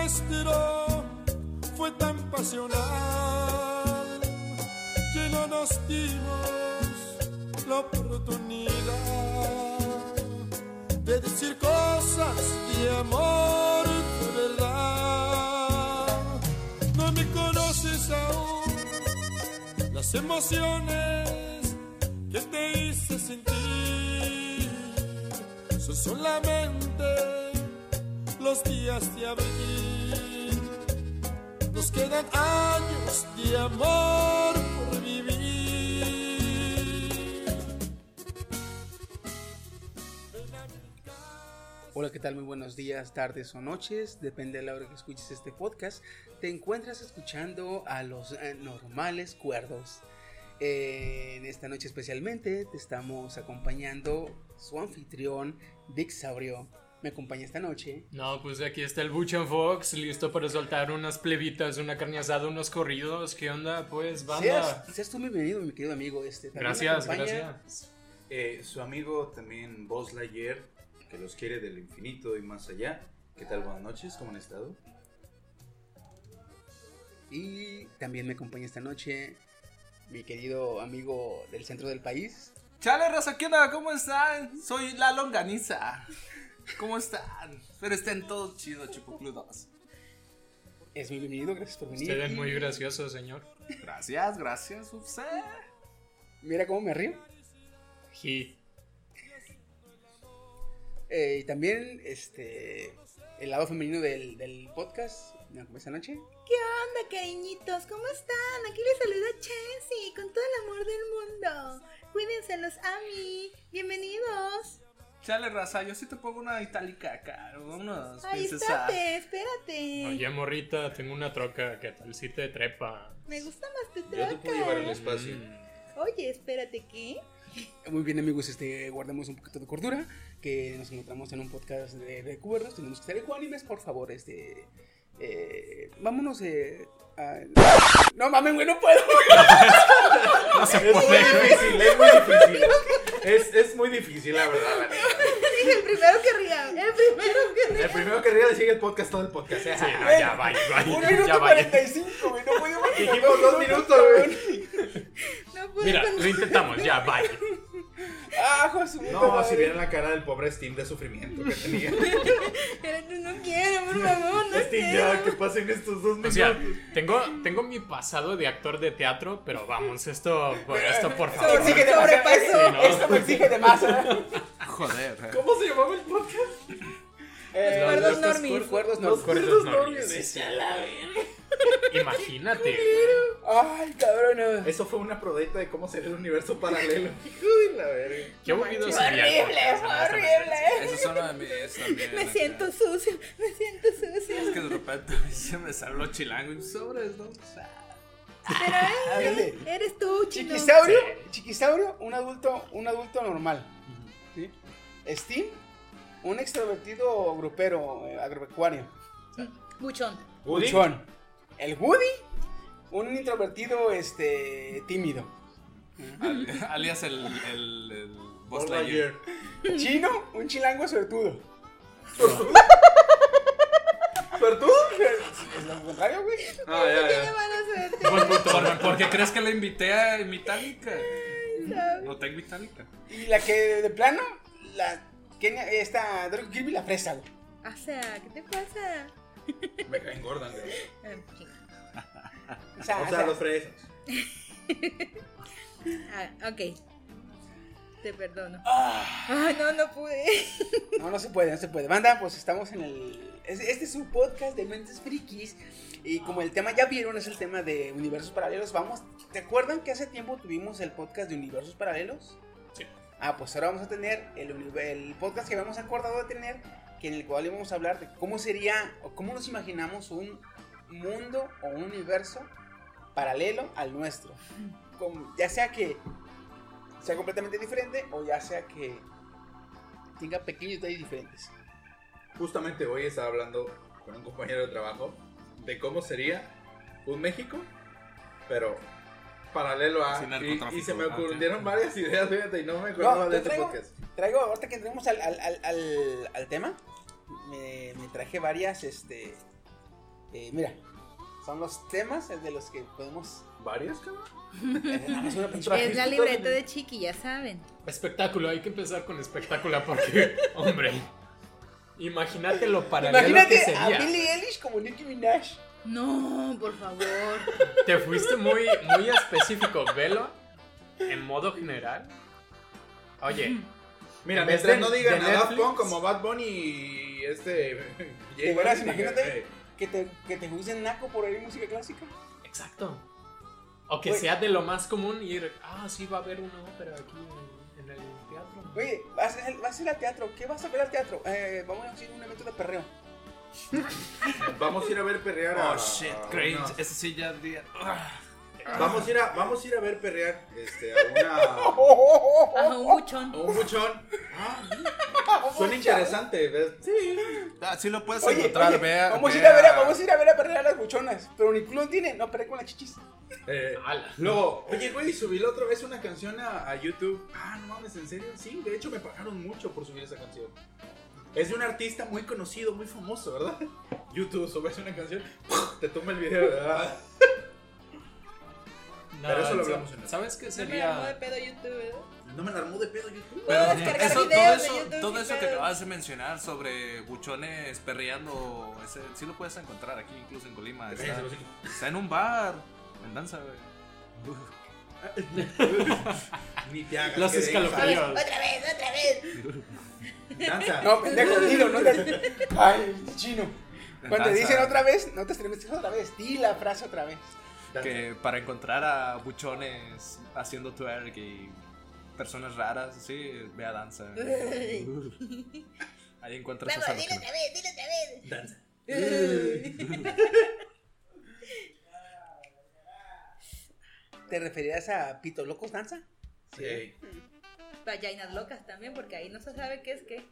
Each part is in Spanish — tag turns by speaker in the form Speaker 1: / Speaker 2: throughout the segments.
Speaker 1: nuestro fue tan pasional que no nos dimos la oportunidad de decir cosas de amor de verdad. No me conoces aún las emociones que te hice sentir son solamente los días de abril. Nos quedan años de amor por vivir. Ven a mi casa.
Speaker 2: Hola, ¿qué tal? Muy buenos días, tardes o noches, depende de la hora que escuches este podcast. Te encuentras escuchando a los eh, normales cuerdos. Eh, en esta noche especialmente te estamos acompañando su anfitrión, Dick Saurio. Me acompaña esta noche.
Speaker 3: No, pues aquí está el Buchan Fox, listo para soltar unas plebitas, una carne asada, unos corridos. ¿Qué onda? Pues, banda.
Speaker 2: Seas, seas tú muy bienvenido, mi querido amigo. Este, también me
Speaker 3: Gracias,
Speaker 2: acompaña-
Speaker 3: gracias.
Speaker 4: Eh, su amigo también Buzz Lightyear, que los quiere del infinito y más allá. ¿Qué tal? Buenas noches, ¿cómo han estado?
Speaker 2: Y también me acompaña esta noche mi querido amigo del centro del país.
Speaker 5: Chale, raza, ¿qué onda? ¿Cómo están? Soy la longaniza. ¿Cómo están? Espero estén todos chidos, chupocludos.
Speaker 2: Es muy bienvenido, gracias por venir.
Speaker 3: Usted es muy gracioso, señor.
Speaker 5: Gracias, gracias, Upse.
Speaker 2: Mira cómo me río.
Speaker 3: Ji.
Speaker 2: Eh, y también este, el lado femenino del, del podcast me acompaña esta noche.
Speaker 6: onda, cariñitos? ¿Cómo están? Aquí les saluda Chelsea con todo el amor del mundo. Cuídense, los ami. Bienvenidos.
Speaker 5: Chale, raza, yo sí te pongo una itálica acá, unos
Speaker 6: Ay,
Speaker 5: princesa.
Speaker 6: espérate, espérate.
Speaker 3: Oye, morrita, tengo una troca. ¿Qué tal si te trepa?
Speaker 6: Me gusta más tu
Speaker 4: Yo te puedo llevar al
Speaker 6: troca.
Speaker 4: espacio.
Speaker 3: Mm,
Speaker 6: Oye, espérate, ¿qué?
Speaker 2: Muy bien amigos, este, guardemos un poquito de cordura, que nos encontramos en un podcast de recuerdos, tenemos que ser ecuánimes, por favor, este... eh, vámonos eh, a... No mames, güey, no puedo.
Speaker 3: No se
Speaker 4: Es muy
Speaker 3: puede.
Speaker 4: difícil, es muy difícil. Es, es muy difícil, la verdad. la neta.
Speaker 6: Dije el primero que ría. El primero que
Speaker 4: El
Speaker 6: ría.
Speaker 4: primero que ría le sigue el podcast, todo el podcast. ¿eh?
Speaker 3: Sí, no, ya vaya,
Speaker 2: Un
Speaker 3: vaya, ya
Speaker 2: minuto
Speaker 3: vaya.
Speaker 2: 45, güey, no puedo más.
Speaker 4: Dijimos dos minutos, güey.
Speaker 6: No puedo
Speaker 3: Mira,
Speaker 6: con-
Speaker 3: lo intentamos, ya vaya.
Speaker 2: Ah, Josu.
Speaker 4: No, si vieran la cara del pobre Steam de sufrimiento que tenía.
Speaker 6: Espérate, no quiero, por favor, no
Speaker 4: Steam,
Speaker 6: quiero.
Speaker 4: ya que pasen estos dos
Speaker 3: O
Speaker 4: minutos.
Speaker 3: sea, tengo, tengo mi pasado de actor de teatro, pero vamos, esto, esto por favor.
Speaker 2: Exige demasiado.
Speaker 6: Sobrepasó.
Speaker 3: Sí, ¿no?
Speaker 2: Esto me exige demasiado.
Speaker 5: Joder. eh.
Speaker 4: ¿Cómo se llamaba el podcast?
Speaker 2: Eh,
Speaker 3: Los
Speaker 6: Gordos
Speaker 3: cuerdos
Speaker 6: normis.
Speaker 2: Recuerdos
Speaker 4: Los
Speaker 2: no.
Speaker 4: cuerdos
Speaker 3: normies.
Speaker 4: novios.
Speaker 3: Imagínate.
Speaker 2: Ay, cabrón.
Speaker 4: Eso fue una prodeta de cómo sería el universo paralelo. Hijo de la verga.
Speaker 3: Qué aburrido
Speaker 6: Fue
Speaker 3: sería. el
Speaker 6: horrible,
Speaker 3: podcast,
Speaker 6: fue
Speaker 3: honestamente.
Speaker 6: horrible.
Speaker 5: Eso es uno de mis también.
Speaker 6: Me
Speaker 5: acá.
Speaker 6: siento sucio, me siento sucio.
Speaker 5: Es que de repente se me salió chilango y sobres, ¿no? O sea,
Speaker 6: Pero eres, eres tú, chino.
Speaker 2: Chiquisaurio,
Speaker 3: Sí.
Speaker 2: chiquisaurio, un adulto, un adulto normal. ¿sí? Steam, un extrovertido grupero eh, agropecuario.
Speaker 6: Buchón.
Speaker 2: Buchón. El Woody, un introvertido este tímido.
Speaker 5: al- alias el, el, el Buzz
Speaker 4: Hola,
Speaker 5: Lightyear.
Speaker 4: ayer.
Speaker 2: Chino, un chilango suertudo.
Speaker 4: ¿Suertudo?
Speaker 2: Es lo contrario, güey.
Speaker 4: Ah, ya,
Speaker 6: Tiene
Speaker 4: ya.
Speaker 6: mala suerte.
Speaker 3: Buen punto, buen
Speaker 5: ¿Por,
Speaker 3: punto.
Speaker 5: por qué crees que la invité a mi itálica? No tengo itálica.
Speaker 2: Y la que de plano, la Kenia, esta Drew Kirby la fresa, güey.
Speaker 6: O sea, ¿qué te pasa?
Speaker 4: Me caen gordas, güey.
Speaker 6: En fin.
Speaker 2: O sea,
Speaker 4: O sea, los fresas.
Speaker 6: Ah, ok. Te perdono.
Speaker 5: Ah.
Speaker 6: Ay, no, no pude.
Speaker 2: No, no se puede, no se puede. Banda, pues estamos en el. es- Este es un podcast de mentes frikis. Y como el tema ya vieron, es el tema de universos paralelos. Vamos, ¿te acuerdan que hace tiempo tuvimos el podcast de universos paralelos?
Speaker 3: Sí.
Speaker 2: Ah, pues ahora vamos a tener el, uni- el podcast que habíamos acordado de tener, que en el cual íbamos a hablar de cómo sería o cómo nos imaginamos un mundo o un universo paralelo al nuestro. Como- ya sea que sea completamente diferente o ya sea que tenga pequeños detalles diferentes.
Speaker 4: Justamente hoy estaba hablando con un compañero de trabajo de cómo sería un México, pero paralelo a.
Speaker 5: Sin
Speaker 4: Y,
Speaker 5: narcotráfico,
Speaker 4: y se me
Speaker 5: ah,
Speaker 4: ocurrieron
Speaker 5: ok.
Speaker 4: varias ideas, fíjate, y no me
Speaker 2: No,
Speaker 4: acordaba de
Speaker 2: te
Speaker 4: este
Speaker 2: traigo-
Speaker 4: podcast.
Speaker 2: Traigo, ahorita que entremos al, al, al, al- al tema, me, me traje varias, este, Eh, mira, son los temas de los que podemos.
Speaker 4: ¿Varias, cabrón?
Speaker 2: eh, nada más una pinche-
Speaker 6: Es la libreta de Chiqui, ya saben.
Speaker 3: Espectáculo, hay que empezar con espectáculo porque, hombre, imagínate lo paralelo que
Speaker 2: Imagínate a
Speaker 3: sería.
Speaker 2: Billie Eilish como Nicki Minaj.
Speaker 6: No, por favor.
Speaker 3: Te fuiste muy, muy específico, velo en modo general. Oye,
Speaker 4: Mira,
Speaker 3: En vez
Speaker 4: mientras
Speaker 3: de-
Speaker 4: no digan
Speaker 3: de
Speaker 4: a Daft
Speaker 3: Netflix.
Speaker 4: Punk como Bad Bunny y este.
Speaker 2: De veras, imagínate.
Speaker 4: eh,
Speaker 2: Que te, que te juzguen naco por oír música clásica.
Speaker 3: exacto. O que
Speaker 2: Güey.
Speaker 3: sea de lo más común ir, ah, sí, va a haber una ópera aquí en, en el teatro.
Speaker 2: Oye, vas a, vas a ir al teatro. ¿Qué vas a ver al teatro? Eh, vamos a hacer un evento de perreo.
Speaker 4: Vamos a ir a ver perrear a.
Speaker 5: Oh shit,
Speaker 4: a
Speaker 5: cringe.
Speaker 4: una-
Speaker 5: Ese sí ya. di- Ah.
Speaker 4: Vamos a ir a, vamos a ir a ver perrear este, a una.
Speaker 6: A un buchón.
Speaker 4: a
Speaker 5: Oh,
Speaker 4: un buchón. Ah, suena interesante. ¿ves? Sí.
Speaker 5: Ah, sí lo puedes
Speaker 2: Oye,
Speaker 5: encontrar.
Speaker 2: oye,
Speaker 5: vea-
Speaker 2: vamos, a ir
Speaker 5: vea-
Speaker 2: a ver a, vamos a ir a ver a perrear a las buchonas. Pero ni culo tiene. No, perré con las chichis.
Speaker 4: Eh,
Speaker 3: Ala.
Speaker 4: luego, oye, güey, subí la otra vez una canción a, a YouTube. Ah, no mames, ¿en serio? Sí, de hecho me pagaron mucho por subir esa canción. Es de un artista muy conocido, muy famoso, ¿verdad? YouTube, subes una canción, te toma el video, ¿verdad?
Speaker 3: No,
Speaker 4: Pero eso lo
Speaker 3: sa-
Speaker 4: hablamos en el-
Speaker 3: ¿Sabes qué
Speaker 6: No me armó de
Speaker 3: sería?
Speaker 6: pedo YouTube. ¿eh?
Speaker 4: No me la armó de pedo YouTube.
Speaker 6: Puedo
Speaker 5: Pero
Speaker 6: descargar
Speaker 5: eso, todo
Speaker 6: videos de
Speaker 5: eso,
Speaker 6: YouTube
Speaker 5: todo
Speaker 6: sin
Speaker 5: eso que
Speaker 6: pedos.
Speaker 5: acabas de mencionar sobre buchones perreando, ese, sí lo puedes encontrar aquí, incluso en Colima. Está, está en un bar, en danza, güey.
Speaker 4: Ni te hagas.
Speaker 3: Los
Speaker 4: que de-
Speaker 3: escalofríos. Dios.
Speaker 6: Otra vez, otra vez.
Speaker 4: Danza.
Speaker 2: No, pendejo, dilo, no te. Ay, chino. Cuando te
Speaker 5: Danza.
Speaker 2: dicen otra vez, no te estremeces otra vez. Di la frase otra vez.
Speaker 4: Danza.
Speaker 5: Que para encontrar a buchones haciendo twerk y personas raras, sí, ve a danza. Ahí encuentras esa
Speaker 6: Vamos, dilo otra vez, dilo otra vez.
Speaker 4: Danza.
Speaker 2: ¿Te referías a Pito Locos Danza?
Speaker 4: Sí.
Speaker 6: Vagainas locas también, porque ahí no se sabe qué es qué.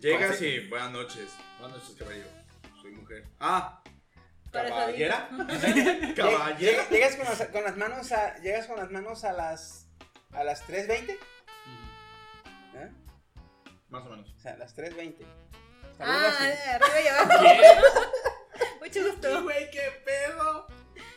Speaker 4: Llegas y buenas noches. Buenas noches, caballero. Soy mujer. Ah,
Speaker 6: Para
Speaker 4: caballera.
Speaker 2: Lleg-
Speaker 4: caballera.
Speaker 2: lleg- Llegas con las, con las manos a. Llegas con las manos a las. a las 3.20. ¿eh?
Speaker 4: Más o menos.
Speaker 2: O sea, a las 3.20. Saludas
Speaker 6: Ah,
Speaker 2: y-
Speaker 6: arriba y abajo. Mucho gusto.
Speaker 4: Güey, qué pedo.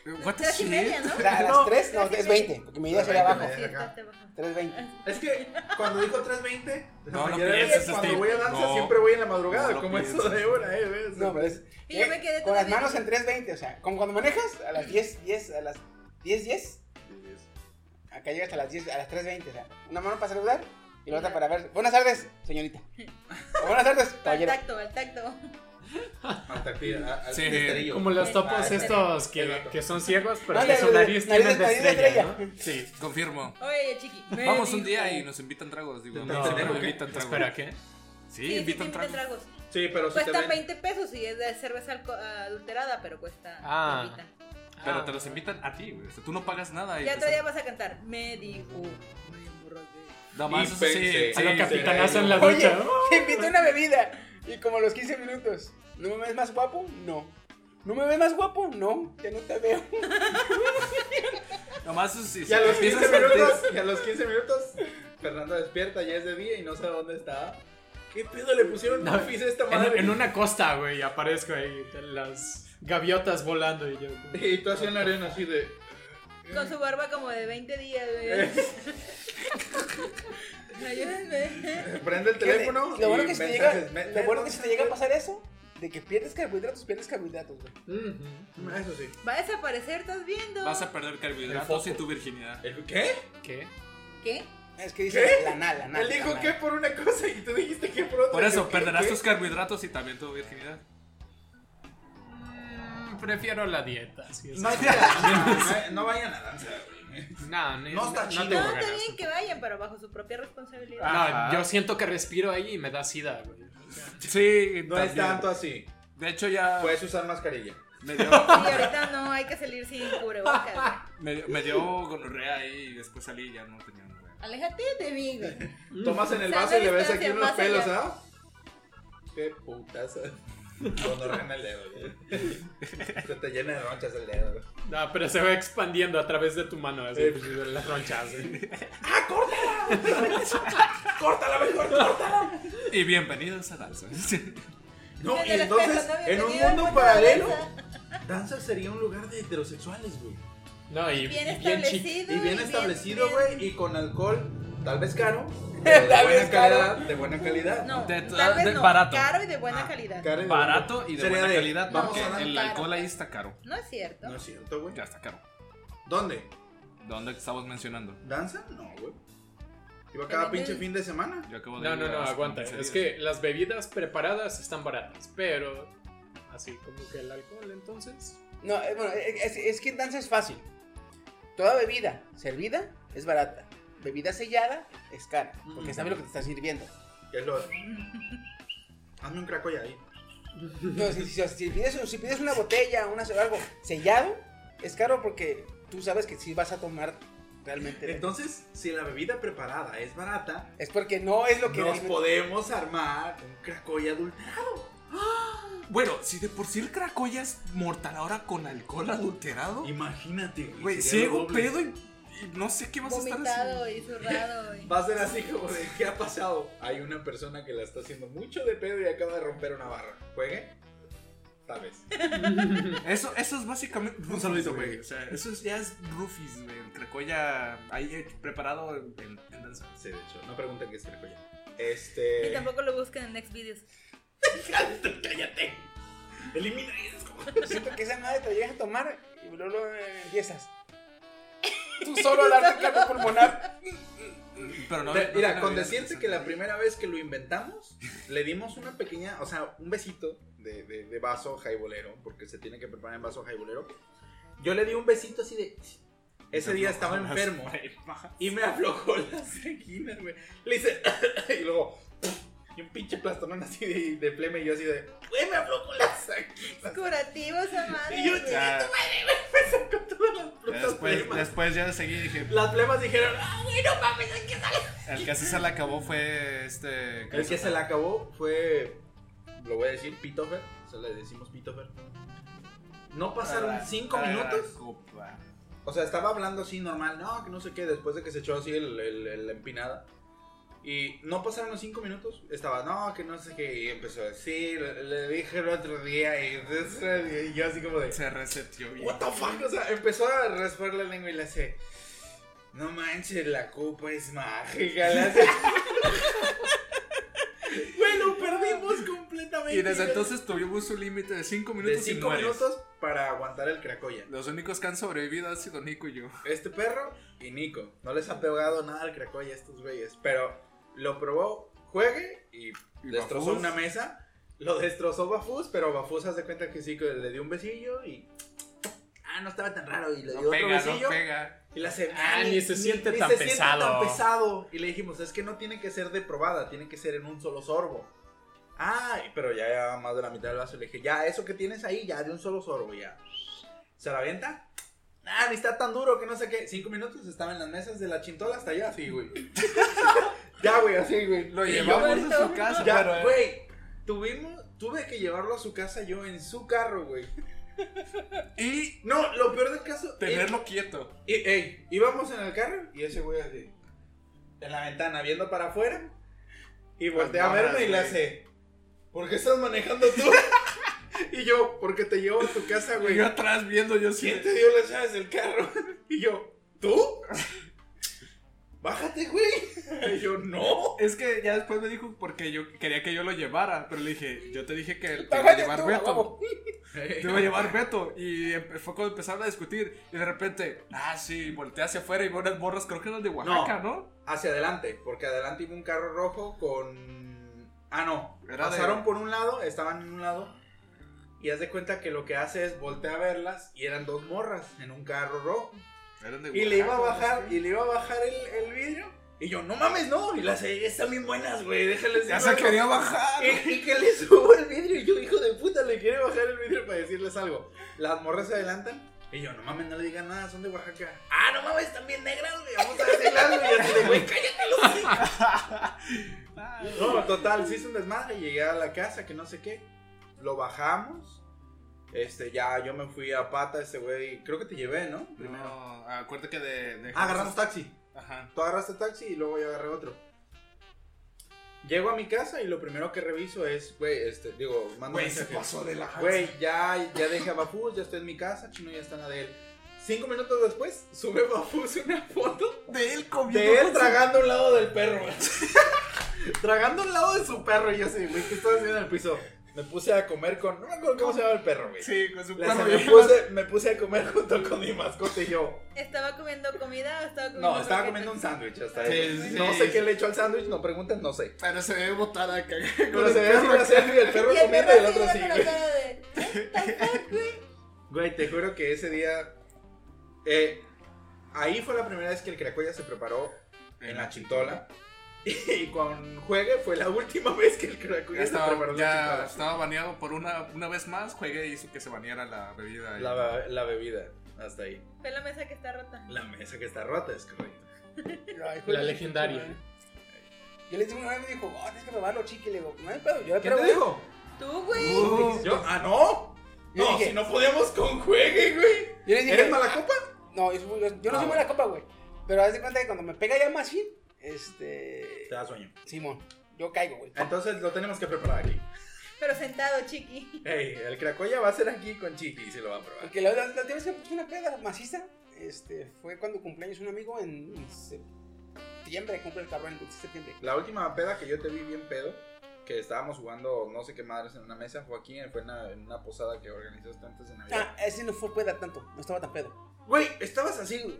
Speaker 5: canción. What the
Speaker 6: Tres y media,
Speaker 5: shit?
Speaker 6: ¿no?
Speaker 2: O sea, a las 3, no, 3.20, porque me iba hacia abajo.
Speaker 6: Sí, está hasta abajo. Ah,
Speaker 2: 3.20.
Speaker 4: Es que cuando dijo 3.20,
Speaker 5: No, no
Speaker 4: ya
Speaker 5: pienses,
Speaker 4: ves, cuando
Speaker 5: Steve.
Speaker 4: voy a danza
Speaker 5: No.
Speaker 4: siempre voy en la madrugada,
Speaker 5: No lo
Speaker 4: como eso
Speaker 5: pienses.
Speaker 4: de hora, eh, ves.
Speaker 2: No, pero es-
Speaker 6: Y yo me quedé
Speaker 2: Con las
Speaker 6: todavía-
Speaker 2: manos en 3.20, o sea, como cuando manejas a las 10, 10, a las 10, 10. Acá llegas a las 10, a las 3.20, o sea, una mano para saludar y la otra para ver. Buenas tardes, señorita. O buenas tardes,
Speaker 6: Al
Speaker 2: caballero.
Speaker 6: tacto, al tacto.
Speaker 4: Hasta aquí, a- al
Speaker 5: Sí,
Speaker 4: misterillo.
Speaker 3: Como los topos
Speaker 6: Ah,
Speaker 3: estos
Speaker 4: el
Speaker 3: que,
Speaker 4: gato.
Speaker 3: que son ciegos, pero
Speaker 2: No,
Speaker 3: que
Speaker 2: la-
Speaker 3: su
Speaker 2: la-
Speaker 3: nariz
Speaker 2: la-
Speaker 3: tienen
Speaker 2: nariz-
Speaker 3: de
Speaker 2: nariz de
Speaker 3: estrella,
Speaker 2: estrella.
Speaker 3: ¿no? Sí.
Speaker 5: Confirmo.
Speaker 6: Oye, chiqui. Este, me
Speaker 5: Vamos un
Speaker 6: dijo-
Speaker 5: día y nos invitan tragos, digo.
Speaker 4: No,
Speaker 5: No,
Speaker 4: ¿te
Speaker 5: no,
Speaker 4: tengo que-
Speaker 5: invitan tragos.
Speaker 3: Espera, ¿qué?
Speaker 5: Sí,
Speaker 6: Sí, sí,
Speaker 5: invitan
Speaker 6: invitan
Speaker 5: tragos.
Speaker 6: tragos.
Speaker 4: Sí, pero si te
Speaker 6: Cuesta
Speaker 4: ven.
Speaker 6: 20 pesos y es de cerveza alco- adulterada, pero cuesta.
Speaker 3: Ah.
Speaker 6: poquita.
Speaker 5: Pero te los invitan a ti, güey. O sea, tú no pagas nada. y
Speaker 6: Ya
Speaker 5: te
Speaker 6: todavía vas a cantar. Me dijo. me emborraché.
Speaker 5: No más,
Speaker 4: Y
Speaker 5: eso sí.
Speaker 4: pensé.
Speaker 3: A
Speaker 5: sí,
Speaker 3: lo
Speaker 4: sí,
Speaker 3: capitanazo
Speaker 4: sí.
Speaker 3: en la
Speaker 2: Oye,
Speaker 3: ducha. ¿no?
Speaker 2: te invito a una bebida. Y como a los 15 minutos, ¿no me ves más guapo? No. ¿No me ves más guapo? No, ya no te veo.
Speaker 5: Nomás eso sí.
Speaker 4: Y a los 15
Speaker 5: empiezas a sentir-
Speaker 4: minutos, y a los 15 minutos, Fernando despierta, ya es de día y no sabe dónde está. ¿Qué pedo le pusieron
Speaker 3: No,
Speaker 4: puffies a esta
Speaker 3: En,
Speaker 4: madre?
Speaker 3: en una costa, güey, aparezco ahí, las gaviotas volando y yo.
Speaker 4: Y tú así en la arena, así de.
Speaker 6: Con su barba como de 20 días,
Speaker 4: Eh.
Speaker 6: güey. Ayúdenme.
Speaker 4: Prende el teléfono.
Speaker 2: Lo bueno
Speaker 4: y
Speaker 2: que si te llega,
Speaker 4: mensajes, me-
Speaker 2: lo bueno que si te llega a pasar eso, de que pierdes carbohidratos, pierdes carbohidratos, güey.
Speaker 3: Ujú.
Speaker 4: Eso sí.
Speaker 6: Va a desaparecer, ¿estás viendo?
Speaker 5: Vas a perder
Speaker 3: El foco.
Speaker 5: carbohidratos y tu virginidad.
Speaker 4: ¿El qué?
Speaker 3: ¿Qué?
Speaker 6: ¿Qué?
Speaker 2: Es que dices
Speaker 4: ¿Qué?
Speaker 2: la nal, la nal.
Speaker 4: Él dijo
Speaker 2: la nal.
Speaker 4: que por una cosa y tú dijiste que por otra.
Speaker 5: Por eso,
Speaker 4: ¿Qué,
Speaker 5: perderás
Speaker 4: qué?
Speaker 5: tus carbohidratos y también tu virginidad.
Speaker 3: Mm, Prefiero la dieta. Si es
Speaker 4: No,
Speaker 3: así.
Speaker 4: ya, no, no vayan a danza, güey.
Speaker 3: no, no,
Speaker 4: No está
Speaker 3: no
Speaker 4: chido.
Speaker 3: tengo
Speaker 6: No,
Speaker 3: ganas.
Speaker 6: está bien que vayan, pero bajo su propia responsabilidad.
Speaker 3: No,
Speaker 5: Ajá.
Speaker 3: yo siento que respiro ahí y me da sida, güey.
Speaker 5: Sí,
Speaker 4: No es tanto así.
Speaker 5: De hecho, ya
Speaker 4: Puedes usar mascarilla.
Speaker 5: me dio,
Speaker 6: Y ahorita no, hay que salir sin cubrebocas.
Speaker 5: me, me dio gonorrea ahí y después salí y ya no tenía gonorrea.
Speaker 6: Aléjate de mí, güey.
Speaker 5: Mm.
Speaker 4: Tomas en el
Speaker 6: Sana
Speaker 4: vaso y le ves
Speaker 6: distancia,
Speaker 4: aquí unos
Speaker 6: más allá.
Speaker 4: pelos, ¿ah? Qué putazo. Cuando rena el dedo, güey. Se te llena de ronchas el dedo, güey.
Speaker 3: No, pero se va expandiendo a través de tu mano, así, pues,
Speaker 4: Sí.
Speaker 3: de las ronchas. güey.
Speaker 4: ¡Córtala mejor, córtala!
Speaker 5: Y bienvenidos a Danza.
Speaker 4: No,
Speaker 6: Desde
Speaker 4: y
Speaker 6: el espejo,
Speaker 4: entonces,
Speaker 6: ¿no?
Speaker 4: en un
Speaker 6: Bienvenido al
Speaker 4: mundo
Speaker 6: mundo de
Speaker 4: paralelo,
Speaker 6: Danza.
Speaker 4: Danza sería un lugar de heterosexuales, güey.
Speaker 3: No, y y bien,
Speaker 6: Bien
Speaker 3: chic.
Speaker 6: establecido.
Speaker 4: Y bien establecido, güey,
Speaker 6: bien-
Speaker 4: y con alcohol, tal vez caro, pero de
Speaker 2: Tal
Speaker 4: buena
Speaker 2: vez caro.
Speaker 4: calidad, de buena calidad.
Speaker 6: No,
Speaker 5: De-
Speaker 6: tal vez
Speaker 5: de-
Speaker 6: no.
Speaker 5: barato.
Speaker 6: Caro y de buena calidad.
Speaker 4: Cara de-
Speaker 5: Ah, Barato y de
Speaker 4: Sería
Speaker 5: buena calidad.
Speaker 4: vamos
Speaker 5: porque
Speaker 4: a dar-
Speaker 5: el
Speaker 6: caro.
Speaker 5: alcohol ahí está caro.
Speaker 6: No es cierto.
Speaker 4: No es cierto, güey.
Speaker 5: Ya está caro.
Speaker 4: ¿Dónde?
Speaker 5: ¿Dónde estamos mencionando?
Speaker 4: ¿Danza? No, güey. Iba cada pinche fin de semana.
Speaker 5: Yo acabo de
Speaker 3: No,
Speaker 5: ir
Speaker 3: no,
Speaker 5: a
Speaker 3: no,
Speaker 5: las
Speaker 3: aguanta.
Speaker 5: carnicerías.
Speaker 3: Es que las bebidas preparadas están baratas, pero así como que el alcohol, entonces.
Speaker 2: No, eh, bueno, eh, es, es que en danza es fácil. Toda bebida servida es barata. Bebida sellada es cara, porque
Speaker 4: Mm.
Speaker 2: sabe lo que te está sirviendo.
Speaker 4: Que es lo Hazme un cracoy ahí.
Speaker 2: No, si, si- si pides, si pides una botella, una, algo sellado, es caro porque tú sabes que si vas a tomar realmente.
Speaker 4: Entonces, si la bebida preparada es barata,
Speaker 2: es porque no es lo que
Speaker 4: nos
Speaker 2: realmente-
Speaker 4: podemos armar un cracoy adulterado.
Speaker 5: Bueno, si de por sí el cracoya es mortal ahora con alcohol adulterado.
Speaker 4: Imagínate, güey.
Speaker 5: Oh. Güey,
Speaker 4: sería lo
Speaker 5: ciego,
Speaker 4: doble.
Speaker 5: pedo y, y no sé qué vas a estar haciendo.
Speaker 6: Vomitado y zurrado. y-
Speaker 4: Va a ser así como de, ¿qué ha pasado? Hay una persona que la está haciendo mucho de pedo y acaba de romper una barra. ¿Juegue? Tal vez.
Speaker 5: Eso, eso es básicamente.
Speaker 4: Un saludito, güey.
Speaker 5: O sea, eso es- ya es roofies, güey. El cracoya ahí hecho- preparado en, en- en danza.
Speaker 4: Sí, de hecho, no pregunten qué es cracoya.
Speaker 6: Y
Speaker 4: Este...
Speaker 6: tampoco lo buscan en Next Videos.
Speaker 4: ¡Cállate! ¡Elimina eso!
Speaker 2: Siento que esa madre te la llegas a tomar y luego luego, eh, empiezas. Tú solo al arrancar pulmonar.
Speaker 5: Pero no.
Speaker 4: Te-
Speaker 5: no
Speaker 4: mira,
Speaker 5: tiene
Speaker 4: con
Speaker 5: vida
Speaker 4: decirte
Speaker 5: interesante.
Speaker 4: que la primera vez que lo inventamos, le dimos una pequeña, o sea, un besito de, de- de vaso jaibolero, porque se tiene que preparar en vaso jaibolero. Yo le di un besito así de... Ese día estaba enfermo y me aflojó las esquinas, güey. Le hice... y luego... Y un pinche plastonón así de, de pleme y yo así de... Güey, me aflojó las esquinas.
Speaker 6: Curativo esa madre.
Speaker 4: Y yo,
Speaker 6: güey.
Speaker 5: Ya,
Speaker 4: Me sacó todas las
Speaker 5: ya
Speaker 4: putas
Speaker 5: después,
Speaker 4: flemas.
Speaker 5: después ya seguí y dije:
Speaker 4: Las flemas dijeron... "Ah,
Speaker 5: El que así se la acabó fue este.
Speaker 4: El que se la acabó fue, lo voy a decir, Pitofer. Se le decimos Pitofer. No pasaron cinco minutos.
Speaker 5: Copa.
Speaker 4: O sea, estaba hablando así normal, no, que no sé qué, después de que se echó así el, el- el- la empinada. Y no pasaron los cinco minutos. Estaba, no, que no sé qué. Y empezó a decir, le, le dije el otro día. Y, y yo así como de...
Speaker 5: Se reseteó bien.
Speaker 4: What the fuck? O sea, empezó a raspar la lengua y le hace. No manches, la copa es mágica. Le hace. Güey, lo perdimos completamente.
Speaker 5: Y desde entonces tuvimos un límite de 5
Speaker 4: De
Speaker 5: minutos y
Speaker 4: 5
Speaker 5: mueres.
Speaker 4: minutos para aguantar el cracoya.
Speaker 5: Los únicos que han sobrevivido han sido Nico y yo.
Speaker 4: Este perro y Nico. No les ha pegado nada al cracoya a estos güeyes. Pero lo probó, juegue y
Speaker 5: Y
Speaker 4: destrozó
Speaker 5: Bafus.
Speaker 4: una mesa. Lo destrozó Bafus, pero Bafus haz de cuenta que sí, que le dio un besillo y. Ah, no estaba tan raro. Y le dio
Speaker 5: No
Speaker 4: otro
Speaker 5: pega,
Speaker 4: besillo.
Speaker 5: no pega.
Speaker 4: Y la hace,
Speaker 3: Ah, ni se siente tan pesado".
Speaker 4: tan pesado. Y le dijimos, es que no tiene que ser de probada, tiene que ser en un solo sorbo. Ah, pero ya, ya más de la mitad del vaso. Le dije, ya, eso que tienes ahí, ya de un solo sorbo, ya. ¿Se la avienta? Ah, ni está tan duro que no sé qué. Cinco minutos estaba en las mesas de la chintola hasta allá, así, güey. ya, güey, así, güey.
Speaker 5: Lo
Speaker 4: Y yo,
Speaker 5: llevamos a su casa,
Speaker 4: Ya,
Speaker 3: eh.
Speaker 5: pero-
Speaker 4: güey. Tuvimos, tuve que llevarlo a su casa yo en su carro, güey.
Speaker 5: Y
Speaker 4: No, lo peor del caso. es-
Speaker 5: tenerlo quieto.
Speaker 4: y, ey, íbamos en el carro y ese güey así, en la ventana, viendo para afuera. Y voltea a
Speaker 5: Pandoras,
Speaker 4: verme y le
Speaker 5: güey.
Speaker 4: hace, ¿por qué estás manejando tú? y yo, porque te llevo a tu casa,
Speaker 5: Y
Speaker 4: güey.
Speaker 5: yo atrás viendo, yo
Speaker 4: ¿Quién
Speaker 5: siento.
Speaker 4: te dio las llaves del carro? y yo, ¿tú? Bájate, güey. y yo, no.
Speaker 5: Es que ya después me dijo porque yo quería que yo lo llevara, pero le dije, yo te dije que te iba a
Speaker 2: Bájate
Speaker 5: llevar
Speaker 2: tú, a
Speaker 5: Beto.
Speaker 2: huevo.
Speaker 5: Te iba a llevar Beto. Y empe- fue cuando empezaron a discutir. Y de repente, ah, sí, volteé hacia afuera y vi unas borras, creo que eran de Oaxaca, ¿no?
Speaker 4: Hacia adelante, porque adelante iba un carro rojo con... Ah, no.
Speaker 5: Era de-
Speaker 4: Pasaron por un lado, estaban en un lado. Y haz de cuenta que lo que hace es voltear a verlas y eran dos morras en un carro rojo.
Speaker 5: Eran de
Speaker 4: Y le iba a
Speaker 5: Oaxaca,
Speaker 4: bajar,
Speaker 5: no sé.
Speaker 4: y le iba a bajar el, el vidrio. Y yo, no mames, no. Y las están bien buenas, güey. Déjales
Speaker 5: Ya
Speaker 4: decir
Speaker 5: se
Speaker 4: algo".
Speaker 5: quería bajar.
Speaker 4: Y, y que le subo el vidrio. Y yo, hijo de puta, le quiere bajar el vidrio para decirles algo. Las morras se adelantan. Y yo, no mames, no le digan nada, son de Oaxaca. Ah, no mames, están bien negras, güey. Vamos a decirle algo. Y así de, güey, cállate, los hijos". No, total, se hizo un desmadre. Llegué a la casa, que no sé qué. Lo bajamos. Este, ya yo me fui a pata, este güey. Creo que te llevé, ¿no? Primero.
Speaker 5: No, acuérdate que de. de
Speaker 4: Ah, agarramos taxi.
Speaker 5: Ajá.
Speaker 4: Tú agarraste taxi y luego yo agarré otro. Llego a mi casa y lo primero que reviso es, güey, este, digo, mando
Speaker 5: Güey, se
Speaker 4: mensaje.
Speaker 5: pasó de la
Speaker 4: Güey, ya, ya dejé a Bafus, ya estoy en mi casa, Chino ya está en la de él. Cinco minutos después, sube Bafus una foto
Speaker 5: De él comiendo.
Speaker 4: de él
Speaker 5: con su-
Speaker 4: tragando un lado del perro. tragando un lado de su perro. Y yo así, güey, ¿qué estás haciendo en el piso? Me puse a comer con, no me acuerdo cómo se llama el perro, güey.
Speaker 5: Sí, con su
Speaker 4: Le- se
Speaker 5: perro.
Speaker 4: me, puse, Pues, me puse a comer junto con mi mascota y yo.
Speaker 6: ¿Estaba comiendo comida o estaba comiendo
Speaker 4: No, estaba
Speaker 6: croquetas?
Speaker 4: comiendo un sándwich hasta
Speaker 3: Sí,
Speaker 4: eso.
Speaker 3: sí.
Speaker 4: No sé qué le echó al sándwich, no pregunten, no sé.
Speaker 5: Pero se ve botada acá.
Speaker 4: Pero se ve así la selfie del perro
Speaker 6: Y el
Speaker 4: comiendo y el
Speaker 6: perro
Speaker 4: otro
Speaker 6: sigue
Speaker 4: así.
Speaker 6: con la cara de. "What the fuck, güey?"
Speaker 4: Güey, te juro que ese día. eh, ahí fue la primera vez que el Cracoya se preparó en la chintola. Y con juegue fue la última vez que el
Speaker 5: Ya
Speaker 4: Cracoya se preparó
Speaker 5: estaba,
Speaker 4: en
Speaker 5: ya
Speaker 4: la chintola.
Speaker 5: estaba baneado por una, una vez más. Juegue hizo que se baneara la bebida.
Speaker 4: La, ba- la bebida, hasta ahí.
Speaker 6: Fue la mesa que está rota.
Speaker 4: La mesa que está rota, es correcto.
Speaker 3: La legendaria.
Speaker 2: Yo le dije una vez me dijo, oh, tienes que probarlo, chiqui. Le digo, no hay pedo, yo le
Speaker 4: ¿Quién
Speaker 2: probé.
Speaker 4: te dijo?
Speaker 6: Tú, güey.
Speaker 5: Uh,
Speaker 4: ¿Yo? ¡Ah, no!
Speaker 2: Yo
Speaker 4: No,
Speaker 2: dije-
Speaker 4: si no podíamos con juegue, güey.
Speaker 2: Yo le
Speaker 4: ¿Eres
Speaker 2: dije,
Speaker 4: mala copa?
Speaker 2: no, yo, soy muy- yo- yo no
Speaker 4: Ah,
Speaker 2: soy buena copa, güey. Pero haz de cuenta que cuando me pega ya más fin, este.
Speaker 4: Te da sueño.
Speaker 2: Simón, yo caigo, güey.
Speaker 4: Entonces lo tenemos que preparar aquí.
Speaker 6: Pero sentado, chiqui.
Speaker 4: Ey, el Cracoya va a ser aquí con Chiqui y se lo va a probar.
Speaker 2: Porque la la- la última vez que me puse una peda maciza, este, fue cuando cumpleaños un amigo en septiembre, cumple el cabrón, el 26 de septiembre.
Speaker 4: La última peda que yo te vi bien pedo, que estábamos jugando no sé qué madres en una mesa, fue aquí, fue en una, en una posada que organizaste antes de Navidad.
Speaker 2: Ah, ese no fue peda tanto, no estaba tan pedo.
Speaker 4: Güey, estabas así, güey.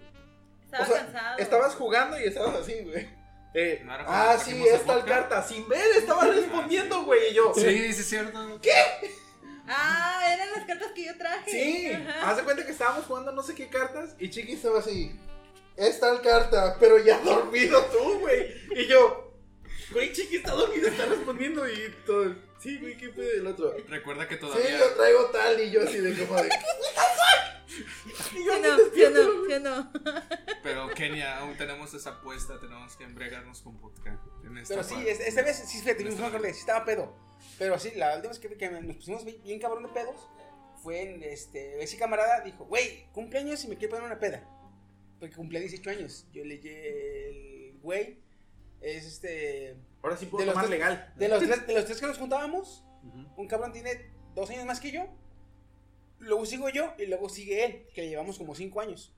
Speaker 6: Estaba
Speaker 4: O sea,
Speaker 6: cansado.
Speaker 4: Estabas jugando y estabas así, güey. Eh,
Speaker 5: No era
Speaker 4: ah,
Speaker 5: cuando
Speaker 4: sí,
Speaker 5: trajimos el
Speaker 4: esta
Speaker 5: vodka.
Speaker 4: carta, sin ver, estabas respondiendo, güey, y yo.
Speaker 5: Sí, sí, es cierto. ¿Qué?
Speaker 6: Ah, eran las cartas que yo traje.
Speaker 4: Sí,
Speaker 6: Ajá.
Speaker 4: haz de cuenta que estábamos jugando no sé qué cartas y Chiqui estaba así. Es tal carta, pero ya dormido tú, güey. Y yo, güey, Chiqui está dormido, está respondiendo y todo. Sí, güey, qué pedo el otro.
Speaker 5: Recuerda que
Speaker 4: Sí,
Speaker 5: todavía.
Speaker 4: lo traigo tal y yo así de como de.
Speaker 6: Sí, no, sí, no, sí, no.
Speaker 5: Pero Kenia, aún tenemos esa apuesta. Tenemos que embriagarnos con vodka. En esta
Speaker 2: Pero sí,
Speaker 5: parte.
Speaker 2: es- esta vez sí, fíjate,
Speaker 5: No
Speaker 2: no
Speaker 5: está
Speaker 2: me acuerdo, sí estaba pedo. Pero sí, la última vez que, que nos pusimos bien, bien cabrón de pedos fue en este. Ese camarada dijo, güey, cumpleaños y me quiero poner una peda. Porque cumplía 18 años. Yo le dije, el güey, es este.
Speaker 4: Ahora sí
Speaker 2: puedo tomar
Speaker 4: legal.
Speaker 2: De los, tres, de los tres que nos juntábamos, un cabrón tiene dos años más que yo. Luego sigo yo y luego sigue él, que le llevamos como cinco años.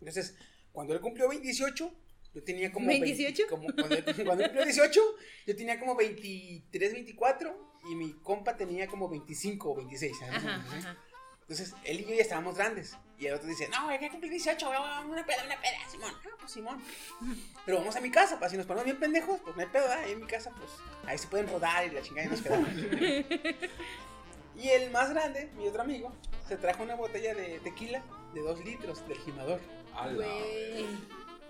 Speaker 2: Entonces, cuando él cumplió 18, yo tenía como.
Speaker 6: 28?
Speaker 2: como cuando, él- cuando él cumplió 18, yo tenía como 23, 24 y mi compa tenía como 25 o 26. ¿sabes?
Speaker 6: Ajá, ajá.
Speaker 2: Entonces, él y yo ya estábamos grandes. Y el otro dice, no, ya cumplí 18, güey, vamos, una peda, una peda, Simón. Ah, pues Simón. Pero vamos a mi casa, para si nos ponemos bien pendejos, pues no hay pedo, ¿verdad? ahí en mi casa, pues ahí se pueden rodar y la chingada y nos quedamos. y el más grande, mi otro amigo, se trajo una botella de tequila de 2 litros del gimador.
Speaker 6: Güey.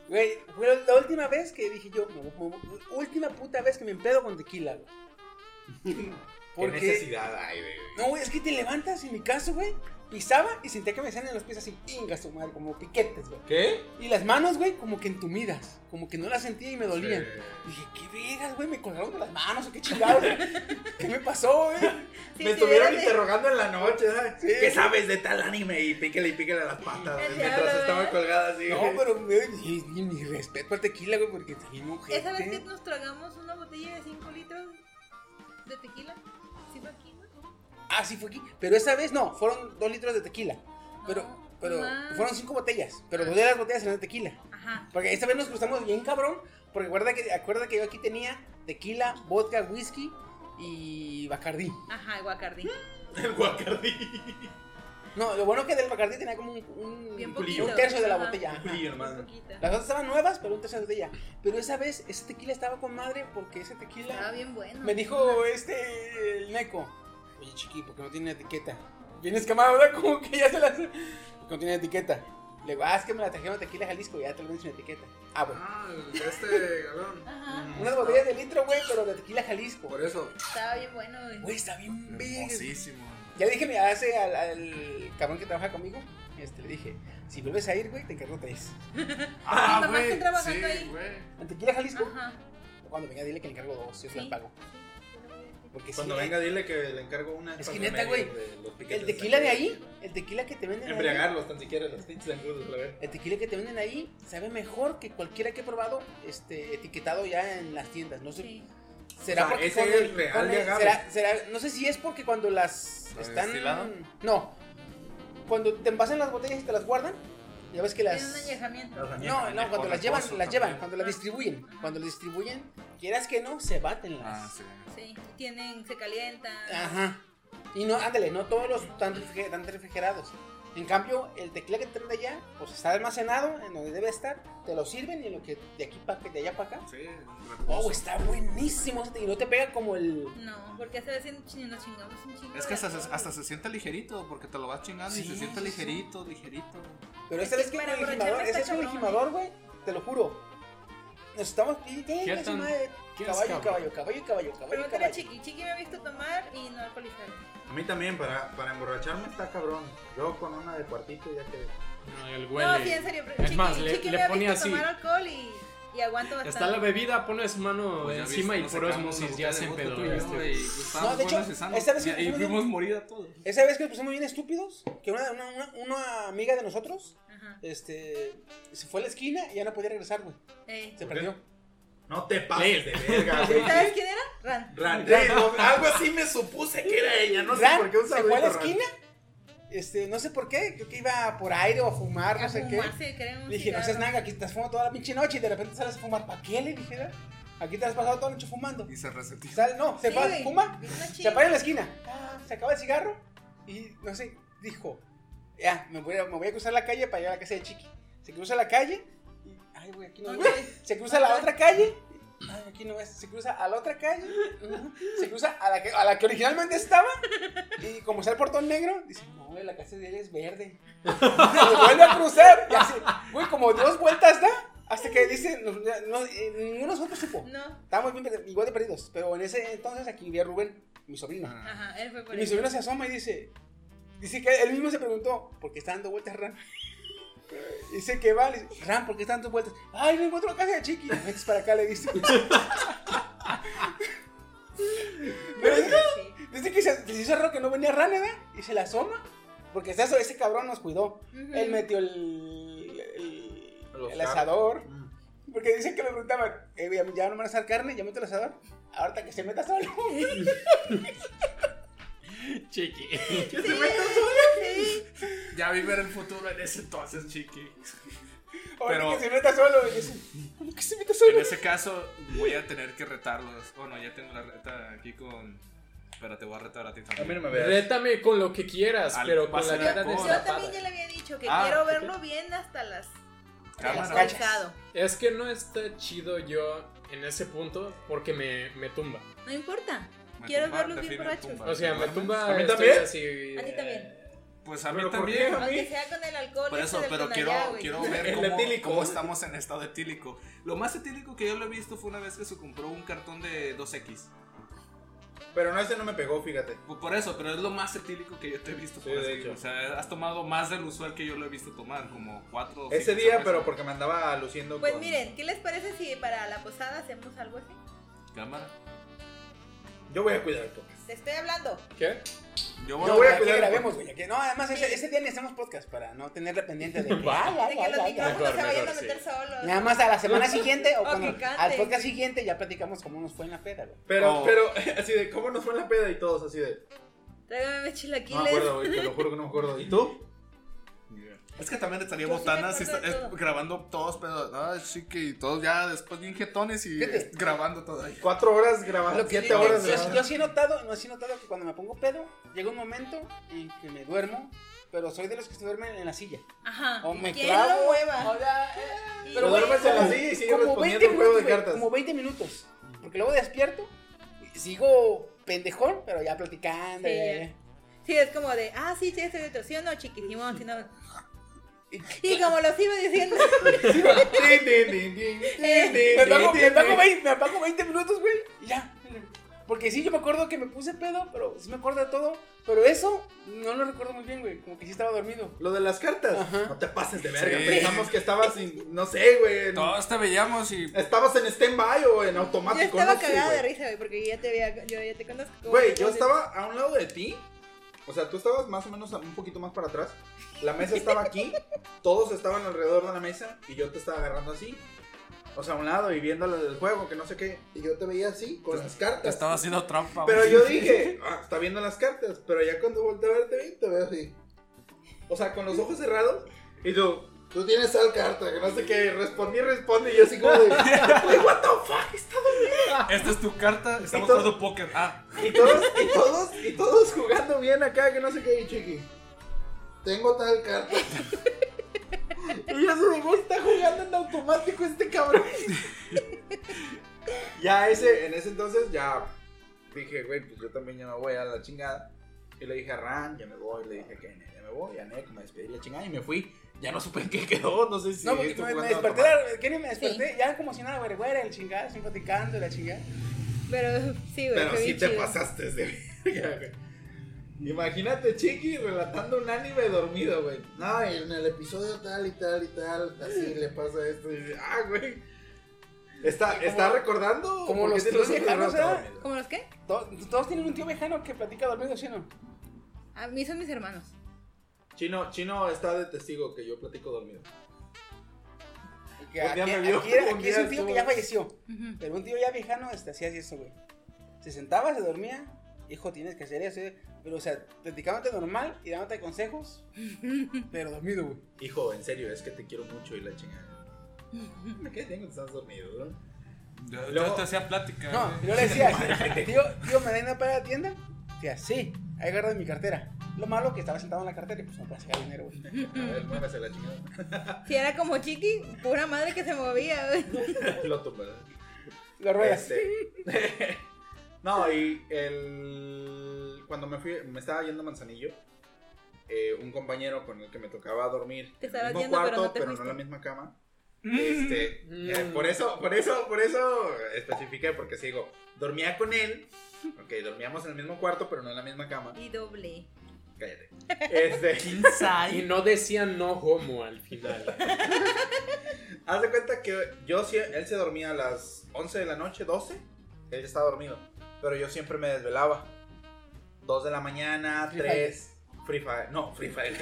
Speaker 2: Güey, fue la última vez que dije yo, me- me- última puta vez que me empedo con tequila, güey.
Speaker 4: ¿Qué
Speaker 2: Porque-
Speaker 4: necesidad hay, güey?
Speaker 2: no, güey, es que te levantas, en mi caso, güey, pisaba y sentía que me hacían en los pies así, ingas su madre, como piquetes, güey.
Speaker 4: ¿Qué?
Speaker 2: Y las manos, güey, como que entumidas, como que no las sentía y me dolían.
Speaker 4: Eh,
Speaker 2: Dije, ¿qué vergas, güey? Me colgaron de las manos o qué chingados. güey? ¿Qué me pasó, güey?
Speaker 6: Si
Speaker 4: me estuvieron
Speaker 6: tuvieran-
Speaker 4: interrogando en la noche, ¿sabes?
Speaker 2: Sí.
Speaker 4: ¿Qué sabes de tal anime? Y píquele y píquele a las patas,
Speaker 6: El
Speaker 4: güey,
Speaker 6: diablo,
Speaker 4: mientras
Speaker 6: ¿verdad?
Speaker 4: estaba colgada así.
Speaker 2: No,
Speaker 4: güey.
Speaker 2: pero, güey, ni, ni mi respeto al tequila, güey, porque está bien ojete.
Speaker 6: Esa vez que nos tragamos una botella de 5 litros de tequila, ¿sí fue aquí, no?
Speaker 2: Ah, sí, fue aquí. Pero esa vez no, fueron dos litros de tequila. Pero,
Speaker 6: No,
Speaker 2: pero,
Speaker 6: más.
Speaker 2: fueron cinco botellas. Pero dos de las botellas eran de tequila.
Speaker 6: Ajá.
Speaker 2: Porque esta vez nos gustamos bien cabrón. Porque acuerda que, acuerda que yo aquí tenía tequila, vodka, whisky y bacardí.
Speaker 6: Ajá, el guacardín.
Speaker 4: El guacardí.
Speaker 2: No, lo bueno que del bacardí tenía como un, un-
Speaker 6: Bien poquito.
Speaker 2: un tercio de la
Speaker 6: Ajá.
Speaker 2: botella. ajá.
Speaker 4: Brillo nomás.
Speaker 6: Muy poquita.
Speaker 2: Las otras estaban nuevas, pero un tercio de botella. Pero esa vez, ese tequila estaba con madre porque ese
Speaker 6: Estaba
Speaker 2: tequila...
Speaker 6: bien bueno.
Speaker 2: Me dijo este, el neco. Oye, chiqui, porque no tiene etiqueta? Vienes camada, ¿verdad? Como que ya se la... Porque no tiene etiqueta. Le digo, ah, es que me la trajeron tequila Jalisco, ya te lo sin etiqueta. Ah, bueno.
Speaker 4: Ah, este cabrón.
Speaker 6: Ajá.
Speaker 4: Mm,
Speaker 2: Unas botellas de litro, güey, pero de tequila Jalisco.
Speaker 4: Por eso.
Speaker 6: Estaba bien bueno, güey.
Speaker 2: Güey, está bien verga.
Speaker 5: Hermosísimo.
Speaker 2: Ya dije, me hace al, al cabrón que trabaja conmigo. Este, le dije, si vuelves a ir, güey, te encargo tres.
Speaker 6: Ah, mamá está trabajando ahí.
Speaker 5: güey.
Speaker 2: ¿En Tequila Jalisco?
Speaker 6: Ajá.
Speaker 2: Cuando venga, dile que le encargo dos, yo se
Speaker 6: Sí.
Speaker 2: las pago. Porque sí,
Speaker 4: Cuando
Speaker 2: eh,
Speaker 4: venga, dile que le encargo una.
Speaker 2: Es
Speaker 4: para
Speaker 2: que
Speaker 4: comer
Speaker 2: neta, güey,
Speaker 4: de los piquetes
Speaker 2: El tequila de
Speaker 4: sangre.
Speaker 2: ahí, el tequila que te venden ahí,
Speaker 4: Embriagarlos, tan siquiera los pinches angudos, la verdad.
Speaker 2: el tequila que te venden ahí sabe mejor que cualquiera que he probado este, etiquetado ya en las tiendas. No sé.
Speaker 6: Sí.
Speaker 2: ¿Será
Speaker 4: O sea,
Speaker 2: porque
Speaker 4: ese
Speaker 2: cuando-
Speaker 4: es real
Speaker 2: cuando-
Speaker 4: de agave.
Speaker 2: será- será- no sé si es porque cuando las
Speaker 5: ¿Lo
Speaker 2: están.
Speaker 5: destilado?
Speaker 2: No. Cuando te envasan las botellas y te las guardan, ya ves que las.
Speaker 6: Tiene un añejamiento.
Speaker 2: No, no, cuando
Speaker 5: Por
Speaker 2: las llevan,
Speaker 5: reposo
Speaker 2: las llevan,
Speaker 5: también.
Speaker 2: cuando las distribuyen. Cuando las distribuyen, quieras que no, se baten las.
Speaker 5: Ah, sí.
Speaker 6: Sí, y tienen, se calientan.
Speaker 2: Ajá. Y no, ándale, no todos los están, refrige- están refrigerados. En cambio, el tequila que te traen de allá, pues está almacenado en donde debe estar, te lo sirven y en lo que de aquí para de allá para acá.
Speaker 5: Sí,
Speaker 2: Oh,
Speaker 5: reposo.
Speaker 2: está buenísimo ese tequila, no te pega como el.
Speaker 6: No, porque hace veces nos chingamos un
Speaker 2: eh.
Speaker 6: chingo.
Speaker 5: Es que
Speaker 6: de
Speaker 5: hasta, se-
Speaker 6: alcohol.
Speaker 5: hasta se siente ligerito, porque te lo vas chingando y
Speaker 2: Sí,
Speaker 5: se siente
Speaker 2: sí,
Speaker 5: ligerito, ligerito.
Speaker 2: Pero esta
Speaker 6: Es
Speaker 2: vez
Speaker 6: que
Speaker 2: que con
Speaker 6: para
Speaker 2: el
Speaker 6: emborracharme
Speaker 2: gimador, ese
Speaker 6: está
Speaker 2: es un
Speaker 6: cabrón, ¿eh?
Speaker 2: gimador, güey, te lo juro. Nos estamos. ¿Qué, qué,
Speaker 3: ¿Qué
Speaker 2: qué,
Speaker 3: tan-
Speaker 2: madre?
Speaker 3: qué es,
Speaker 2: caballo,
Speaker 3: cabrón?
Speaker 2: caballo, caballo, caballo, caballo,
Speaker 6: Pero era
Speaker 2: caballo.
Speaker 6: chiqui. Chiqui me ha visto tomar y no alcoholizarme.
Speaker 4: A mí también, para, para emborracharme está cabrón. Yo con una de cuartito ya quedé.
Speaker 3: No, el
Speaker 6: No, sí, en
Speaker 3: huele.
Speaker 6: serio. pero
Speaker 3: Es
Speaker 6: chiqui,
Speaker 3: más, le-
Speaker 6: chiqui
Speaker 3: le
Speaker 6: me ha
Speaker 3: pone
Speaker 6: visto
Speaker 3: así.
Speaker 6: tomar alcohol y, y aguanto bastante.
Speaker 3: Está la bebida, pones mano
Speaker 5: Pues ya
Speaker 3: encima
Speaker 5: viste, nos
Speaker 3: y por
Speaker 5: sacamos una
Speaker 3: osmosis ya
Speaker 5: botella de
Speaker 3: se
Speaker 5: vodka
Speaker 3: empedó.
Speaker 5: tú y yo,
Speaker 3: este.
Speaker 5: y pues estábamos
Speaker 2: No, de hecho,
Speaker 5: buenos y sanos.
Speaker 2: esta vez que
Speaker 5: Y ahí
Speaker 2: fuimos-
Speaker 5: vimos morir a todos.
Speaker 2: Esa vez que nos pusimos bien estúpidos, que una, una- una- una amiga de nosotros,
Speaker 6: Ajá.
Speaker 2: este, se fue a la esquina y ya no podía regresar, güey.
Speaker 6: Ey.
Speaker 2: Se
Speaker 4: ¿Por qué?
Speaker 2: perdió.
Speaker 4: No te pases de verga, güey.
Speaker 6: Eh, ¿Sabes quién era? Ran.
Speaker 4: Ran- no, algo así me supuse que era ella, no sé
Speaker 2: Ran
Speaker 4: por qué
Speaker 2: se
Speaker 4: un
Speaker 2: fue a la
Speaker 4: saludito, Ran.
Speaker 2: esquina, este, no sé por qué, creo que iba por aire o a fumar, no
Speaker 6: A
Speaker 2: sé qué.
Speaker 6: fumarse, querer un
Speaker 2: Le dije, no
Speaker 6: cigarro.
Speaker 2: seas nanga, aquí estás fumando toda la pinche noche y de repente sales a fumar. ¿Para qué? Le dije, "Ah, aquí te has pasado toda la noche fumando.
Speaker 5: Y se resetió.
Speaker 2: Sal, no, se
Speaker 6: Sí,
Speaker 2: va,
Speaker 6: güey.
Speaker 2: fuma,
Speaker 6: Bien machín.
Speaker 2: se para en la esquina, ah, se acaba el cigarro y no sé, dijo, ya, me voy a, me voy a cruzar la calle para llegar a la casa de Chiqui. Se cruza la calle y, ay, güey, aquí no
Speaker 6: Ok.
Speaker 2: voy. Se cruza la otra calle. Ay, aquí no es. Se cruza a la otra calle. Se cruza a la que, a la que originalmente estaba. Y como está el portón negro, dice, no, güey, la casa de ella es verde. Se vuelve a cruzar. Y así, güey, como dos vueltas da. Hasta que dice, no, no, eh, ninguno de nosotros supo.
Speaker 6: No.
Speaker 2: Estábamos bien perdidos, igual de perdidos. Pero en ese entonces aquí vivía Rubén, mi sobrino.
Speaker 6: Ajá, él fue por
Speaker 2: Y mi
Speaker 6: eso.
Speaker 2: sobrino se asoma y dice, dice que él mismo se preguntó, ¿por qué está dando vueltas Ram? Dice que va, le dice, Ram, ¿por qué está dando vueltas? Ay, no encuentro la casa de Chiqui. Metes para acá, le dice. Pero dice,
Speaker 6: Sí.
Speaker 2: dice que se, que se hizo raro que no venía Ram, ¿verdad? Y se la asoma, porque hasta eso, ese cabrón nos cuidó.
Speaker 6: Ujú.
Speaker 2: Él metió el, el,
Speaker 4: Los
Speaker 2: el
Speaker 4: carros.
Speaker 2: asador.
Speaker 4: Mm.
Speaker 2: Porque dicen que me preguntaban, eh, ya ya no me van a hacer carne, ya meto el asador. Ahorita que se meta solo.
Speaker 3: Chiqui.
Speaker 4: ¿Qué se mete?
Speaker 6: Sí.
Speaker 5: Ya vi ver el futuro en ese entonces, chiqui.
Speaker 2: Ahorita
Speaker 5: Pero-
Speaker 2: que se meta solo. Y yo así, ¿Cómo que se meta
Speaker 5: En
Speaker 2: solo?
Speaker 5: ese caso, voy a tener que retarlos. Bueno, ya tengo la reta aquí con. Pero te voy a retar a ti
Speaker 4: A mí no
Speaker 5: también.
Speaker 4: me veas.
Speaker 3: Rétame con lo que quieras,
Speaker 5: Al-
Speaker 3: pero con
Speaker 5: pásale
Speaker 3: la cara
Speaker 5: alcohol.
Speaker 6: Yo también
Speaker 3: destapada.
Speaker 6: ya le había dicho que
Speaker 5: Ah,
Speaker 6: quiero
Speaker 5: ok.
Speaker 6: verlo bien hasta las.
Speaker 5: Cámara.
Speaker 2: Las cachas.
Speaker 6: calzado.
Speaker 3: Es que no está chido yo en ese punto porque me, me tumba.
Speaker 6: No importa.
Speaker 5: Me
Speaker 6: Quiero
Speaker 5: tumba,
Speaker 6: verlos bien
Speaker 5: define
Speaker 6: borrachos.
Speaker 5: tumba.
Speaker 3: O sea, me
Speaker 5: ¿Duermes?
Speaker 3: tumba.
Speaker 4: ¿A mí
Speaker 3: estoy
Speaker 4: también?
Speaker 3: así,
Speaker 6: A ti
Speaker 3: eh,
Speaker 6: también.
Speaker 5: Pues a mí
Speaker 4: ¿Pero por
Speaker 5: también.
Speaker 4: qué?
Speaker 6: Aunque sea con el alcohol.
Speaker 5: Por eso,
Speaker 6: ese del
Speaker 5: pero quiero,
Speaker 6: Tonayá, güey.
Speaker 5: quiero ver
Speaker 4: El
Speaker 5: cómo,
Speaker 4: etílico.
Speaker 5: cómo estamos en estado etílico. Lo más etílico que yo lo he visto fue una vez que se compró un cartón de 2X.
Speaker 4: Pero no, ese no me pegó, fíjate.
Speaker 5: Pues por eso, pero es lo más etílico que yo te he visto.
Speaker 4: Sí,
Speaker 5: por
Speaker 4: de
Speaker 5: así.
Speaker 4: hecho.
Speaker 5: O sea, has tomado más del usual que yo lo he visto tomar, como cuatro o
Speaker 4: Ese
Speaker 5: cinco
Speaker 4: día,
Speaker 5: cervezas.
Speaker 4: pero porque me andaba luciendo
Speaker 6: Pues
Speaker 4: con-
Speaker 6: miren, ¿qué les parece si para la posada hacemos algo así?
Speaker 5: Cámara.
Speaker 4: Yo voy a cuidar el podcast.
Speaker 6: Te estoy hablando.
Speaker 3: ¿Qué?
Speaker 5: Yo voy
Speaker 2: No,
Speaker 5: a-
Speaker 4: voy a
Speaker 2: aquí
Speaker 4: cuidar el
Speaker 2: grabemos, güey. aquí- No, además, ese, ese día ni hacemos podcast para no tenerla pendiente de que.
Speaker 3: Va.
Speaker 6: De que los micrófonos se
Speaker 3: Mejor,
Speaker 6: vayan a
Speaker 3: mejor,
Speaker 6: meter
Speaker 3: sí.
Speaker 6: solos.
Speaker 2: Nada más a la semana siguiente o
Speaker 6: O
Speaker 2: cuando-
Speaker 6: que cante.
Speaker 2: al podcast siguiente ya platicamos cómo nos fue en la peda, güey.
Speaker 4: Pero,
Speaker 5: Oh.
Speaker 4: pero, así de, ¿cómo nos fue la peda y todos? Así de,
Speaker 6: Tráigame mis
Speaker 4: no me
Speaker 6: chilaquiles.
Speaker 4: acuerdo, güey, te lo juro que no me acuerdo. ¿Y tú?
Speaker 5: Es que también estaría
Speaker 6: Yo sí me
Speaker 5: botana si
Speaker 6: acuerdo
Speaker 5: está-
Speaker 6: de
Speaker 5: es-
Speaker 6: todo.
Speaker 5: grabando todos, pero ah, sí que y todos ya después bien jetones y
Speaker 2: Fíjate.
Speaker 5: grabando todo ahí.
Speaker 4: Cuatro horas grabando,
Speaker 2: Ah, Lo que
Speaker 4: siete
Speaker 2: yo-
Speaker 4: horas
Speaker 2: yo, yo,
Speaker 4: grabando.
Speaker 2: sí he notado, no sí he notado que cuando me pongo pedo, llega un momento en que me duermo, pero soy de los que se duermen en la silla.
Speaker 6: Ajá.
Speaker 4: Oh,
Speaker 2: O me
Speaker 6: ¿Quién
Speaker 2: clavo,
Speaker 6: lo mueva?
Speaker 2: o ya, eh,
Speaker 6: Y-
Speaker 4: Pero
Speaker 2: güey,
Speaker 4: duermes en la
Speaker 2: como-
Speaker 4: silla y sigues
Speaker 2: como
Speaker 4: respondiendo
Speaker 2: 20
Speaker 4: un juego de
Speaker 2: minutos, güey,
Speaker 4: cartas.
Speaker 2: Como 20 minutos. Porque luego despierto, y sigo pendejón, pero ya platicando.
Speaker 6: Sí,
Speaker 2: eh.
Speaker 6: Sí, es como de, ah, sí, sí, estoy otro. Sí o no, chiquitimón, si no.
Speaker 2: Y-
Speaker 6: Y como los iba diciendo,
Speaker 4: Tin, tin, tin, tin, tin,
Speaker 6: Eh,
Speaker 4: tin,
Speaker 2: me, apago,
Speaker 4: tin,
Speaker 2: me,
Speaker 4: tin,
Speaker 2: apago
Speaker 4: tin.
Speaker 2: 20, me apago 20 minutos, güey, y ya. Porque sí, yo me acuerdo que me puse pedo, pero sí me acuerdo de todo. Pero eso no lo recuerdo muy bien, güey. Como que sí estaba dormido.
Speaker 4: Lo de las cartas.
Speaker 2: Ajá.
Speaker 4: No te pases de verga.
Speaker 5: Sí.
Speaker 4: Pensamos que estabas en, no sé, güey. en-
Speaker 5: Todos te veíamos y.
Speaker 4: Estabas en stand-by o en
Speaker 6: Yo
Speaker 4: automático.
Speaker 6: estaba
Speaker 4: no sé,
Speaker 6: cagada de
Speaker 4: güey.
Speaker 6: risa, güey, porque yo ya te, había, yo ya te conozco. como
Speaker 4: Güey,
Speaker 6: que
Speaker 4: yo
Speaker 6: vos-
Speaker 4: estaba a un lado de ti. O sea, tú estabas más o menos un poquito más para atrás. La mesa estaba aquí. todos estaban alrededor de la mesa. Y yo te estaba agarrando así. O sea, a un lado y viendo lo del juego, que no sé qué. Y yo te veía así, con las
Speaker 5: Te
Speaker 4: cartas.
Speaker 5: estaba haciendo trampa.
Speaker 4: Pero
Speaker 5: güey.
Speaker 4: yo dije, "Ah, está viendo las cartas. Pero ya cuando volteé a verte, bien, te veo así. O sea, con los ojos cerrados. Y tú, tú tienes tal carta. Que no sé qué. Respondí, responde. Y yo así como de, "Güey, what the fuck, está
Speaker 5: Esta es tu carta, estamos
Speaker 4: Entonces-
Speaker 5: jugando póker. Ah,
Speaker 4: Y todos, y todos, y todos jugando bien acá, que no sé qué, y Chiqui. Tengo tal carta. y yo se güey, está jugando en automático este cabrón. ya ese, en ese entonces ya dije, güey, pues yo también ya me voy a la chingada. Y le dije a Ran, ya me voy, le dije a Ken, ya me voy, a Nick, me despedí la chingada y me fui. Ya no supe en qué quedó, no sé si
Speaker 2: no, porque
Speaker 4: estuvo
Speaker 2: me, me
Speaker 4: jugando
Speaker 2: desperté,
Speaker 4: automático.
Speaker 2: la- ¿qué ni me desperté? Ya como si nada, güey, güey, el chingada, estoy platicando, la chingada.
Speaker 6: Pero sí, güey,
Speaker 4: Pero
Speaker 6: fue
Speaker 4: sí
Speaker 6: bien
Speaker 4: te
Speaker 6: chido.
Speaker 4: pasaste de verga, güey. Imagínate, Chiqui, relatando un anime dormido, güey. No, y en el episodio tal y tal y tal, así le pasa esto y dice, ah, güey. ¿Está,
Speaker 2: Como-
Speaker 4: está recordando?
Speaker 2: como
Speaker 4: ¿Por qué
Speaker 2: los
Speaker 4: te
Speaker 2: tíos
Speaker 4: lo
Speaker 2: lejanos,
Speaker 4: recuerdas?
Speaker 2: ¿verdad?
Speaker 6: ¿Cómo los qué?
Speaker 2: To- Todos tienen un tío vejano que platica dormido, ¿sí o no?
Speaker 6: A Ah, mí son mis hermanos.
Speaker 4: Chino, Chino está de testigo que yo platico dormido.
Speaker 2: Que
Speaker 4: Un día
Speaker 2: Aquí,
Speaker 4: me vio,
Speaker 2: aquí era-
Speaker 4: un
Speaker 2: aquí es
Speaker 4: día
Speaker 2: un tío que
Speaker 4: estuvo-
Speaker 2: ya falleció.
Speaker 6: Ujú.
Speaker 2: Pero un tío ya viejano este, hacía así eso, güey. Se sentaba, se dormía. Hijo, tienes que hacer eso. eh. Pero, o sea, platicándote normal y dándote consejos. pero dormido, güey.
Speaker 4: Hijo, en serio, es que te quiero mucho y la chingada. ¿Por qué tengo que estar dormido, bro?
Speaker 5: yo,
Speaker 4: Luego-
Speaker 5: yo te hacía plática.
Speaker 2: No,
Speaker 4: Ah.
Speaker 5: güey.
Speaker 2: yo le decía, tío, tío, ¿me da dinero para la tienda? Decía, sí, ahí agarro de mi cartera. Lo malo que estaba sentado en la cartera y pues no podía sacar dinero, güey.
Speaker 4: A ver, muévase la chingada.
Speaker 6: Si era como chiqui, pura madre que se movía, güey.
Speaker 4: Lo tumbas.
Speaker 2: Lo ruedas.
Speaker 4: Este. no, y el... cuando me fui, me estaba yendo a Manzanillo, eh, un compañero con el que me tocaba dormir,
Speaker 6: Te
Speaker 4: en
Speaker 6: estabas
Speaker 4: el mismo
Speaker 6: yendo, pero
Speaker 4: cuarto,
Speaker 6: no te
Speaker 4: pero no
Speaker 6: fuiste. Mm.
Speaker 4: en la misma cama. Este, eh, por eso, por eso, por eso especifiqué, porque si digo, dormía con él, ok, dormíamos en el mismo cuarto, pero no en la misma cama.
Speaker 6: Y doble.
Speaker 4: Cállate. Este,
Speaker 3: Y no decía no homo al final.
Speaker 4: haz de cuenta que yo, sí- él se dormía a las 11 de la noche, 12, él ya estaba dormido, pero yo siempre me desvelaba. 2 de la mañana,
Speaker 2: Free
Speaker 4: 3. Free Fire. No, Free Fire.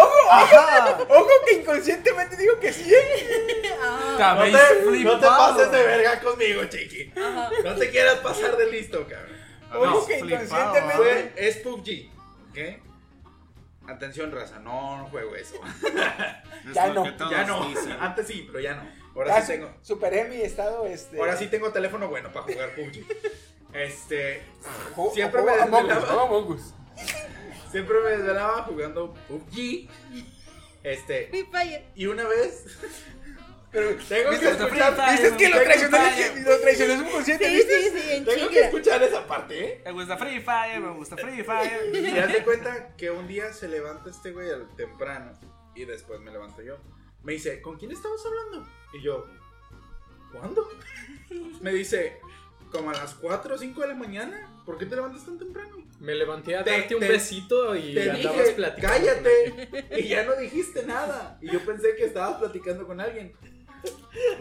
Speaker 2: Ojo que inconscientemente digo que sí, ¿eh?
Speaker 5: Te
Speaker 6: Ah,
Speaker 4: no,
Speaker 5: habéis
Speaker 4: te, no te
Speaker 5: flipado.
Speaker 4: pases de verga conmigo, chiqui.
Speaker 6: ajá.
Speaker 4: No te quieras pasar de listo, cabrón.
Speaker 5: Habéis
Speaker 2: Oye, que
Speaker 5: Ah, flipado,
Speaker 2: inconscientemente-
Speaker 5: güey.
Speaker 4: Fue- es PUBG. ¿Qué? Atención, raza. No, no juego eso.
Speaker 5: Es
Speaker 2: Ya
Speaker 5: lo
Speaker 2: no,
Speaker 5: que todos
Speaker 4: ya no.
Speaker 5: dicen.
Speaker 4: Antes sí, pero ya no.
Speaker 2: Ya
Speaker 4: Ahora sí
Speaker 2: su-
Speaker 4: tengo.
Speaker 2: Superé mi estado, este.
Speaker 4: Ahora sí tengo teléfono bueno para jugar PUBG. Este.
Speaker 2: ju-
Speaker 4: Siempre me
Speaker 2: juego Oh, Among Us,
Speaker 4: desvelaba.
Speaker 2: ¿no? Among Us.
Speaker 4: Siempre me desvelaba jugando PUBG. Este.
Speaker 6: Free Fire.
Speaker 4: Y una vez. Pero tengo que
Speaker 5: Mr.
Speaker 4: escuchar.
Speaker 5: Free Fire,
Speaker 4: Dices que lo
Speaker 5: Mr.
Speaker 4: traicioné.
Speaker 5: Free
Speaker 4: Lo traicioné subconsciente.
Speaker 6: Sí,
Speaker 4: ¿viste?
Speaker 6: sí, sí, en
Speaker 4: Tengo que
Speaker 6: chinga.
Speaker 4: escuchar esa parte, ¿eh?
Speaker 5: Me gusta Free Fire, me gusta Free Fire.
Speaker 4: Y haz de cuenta que un día se levanta este güey al temprano. Y después me levanto yo. Me dice, ¿con quién estabas hablando? Y yo, ¿cuándo? Me dice, como a las 4 o 5 de la mañana. ¿Por qué te levantas tan temprano?
Speaker 3: Me levanté a
Speaker 4: Te-
Speaker 3: darte un
Speaker 4: te-
Speaker 3: besito y
Speaker 4: Te
Speaker 3: andabas
Speaker 4: dije,
Speaker 3: platicando.
Speaker 4: cállate. Y ya no dijiste nada. Y yo pensé que estabas platicando con alguien.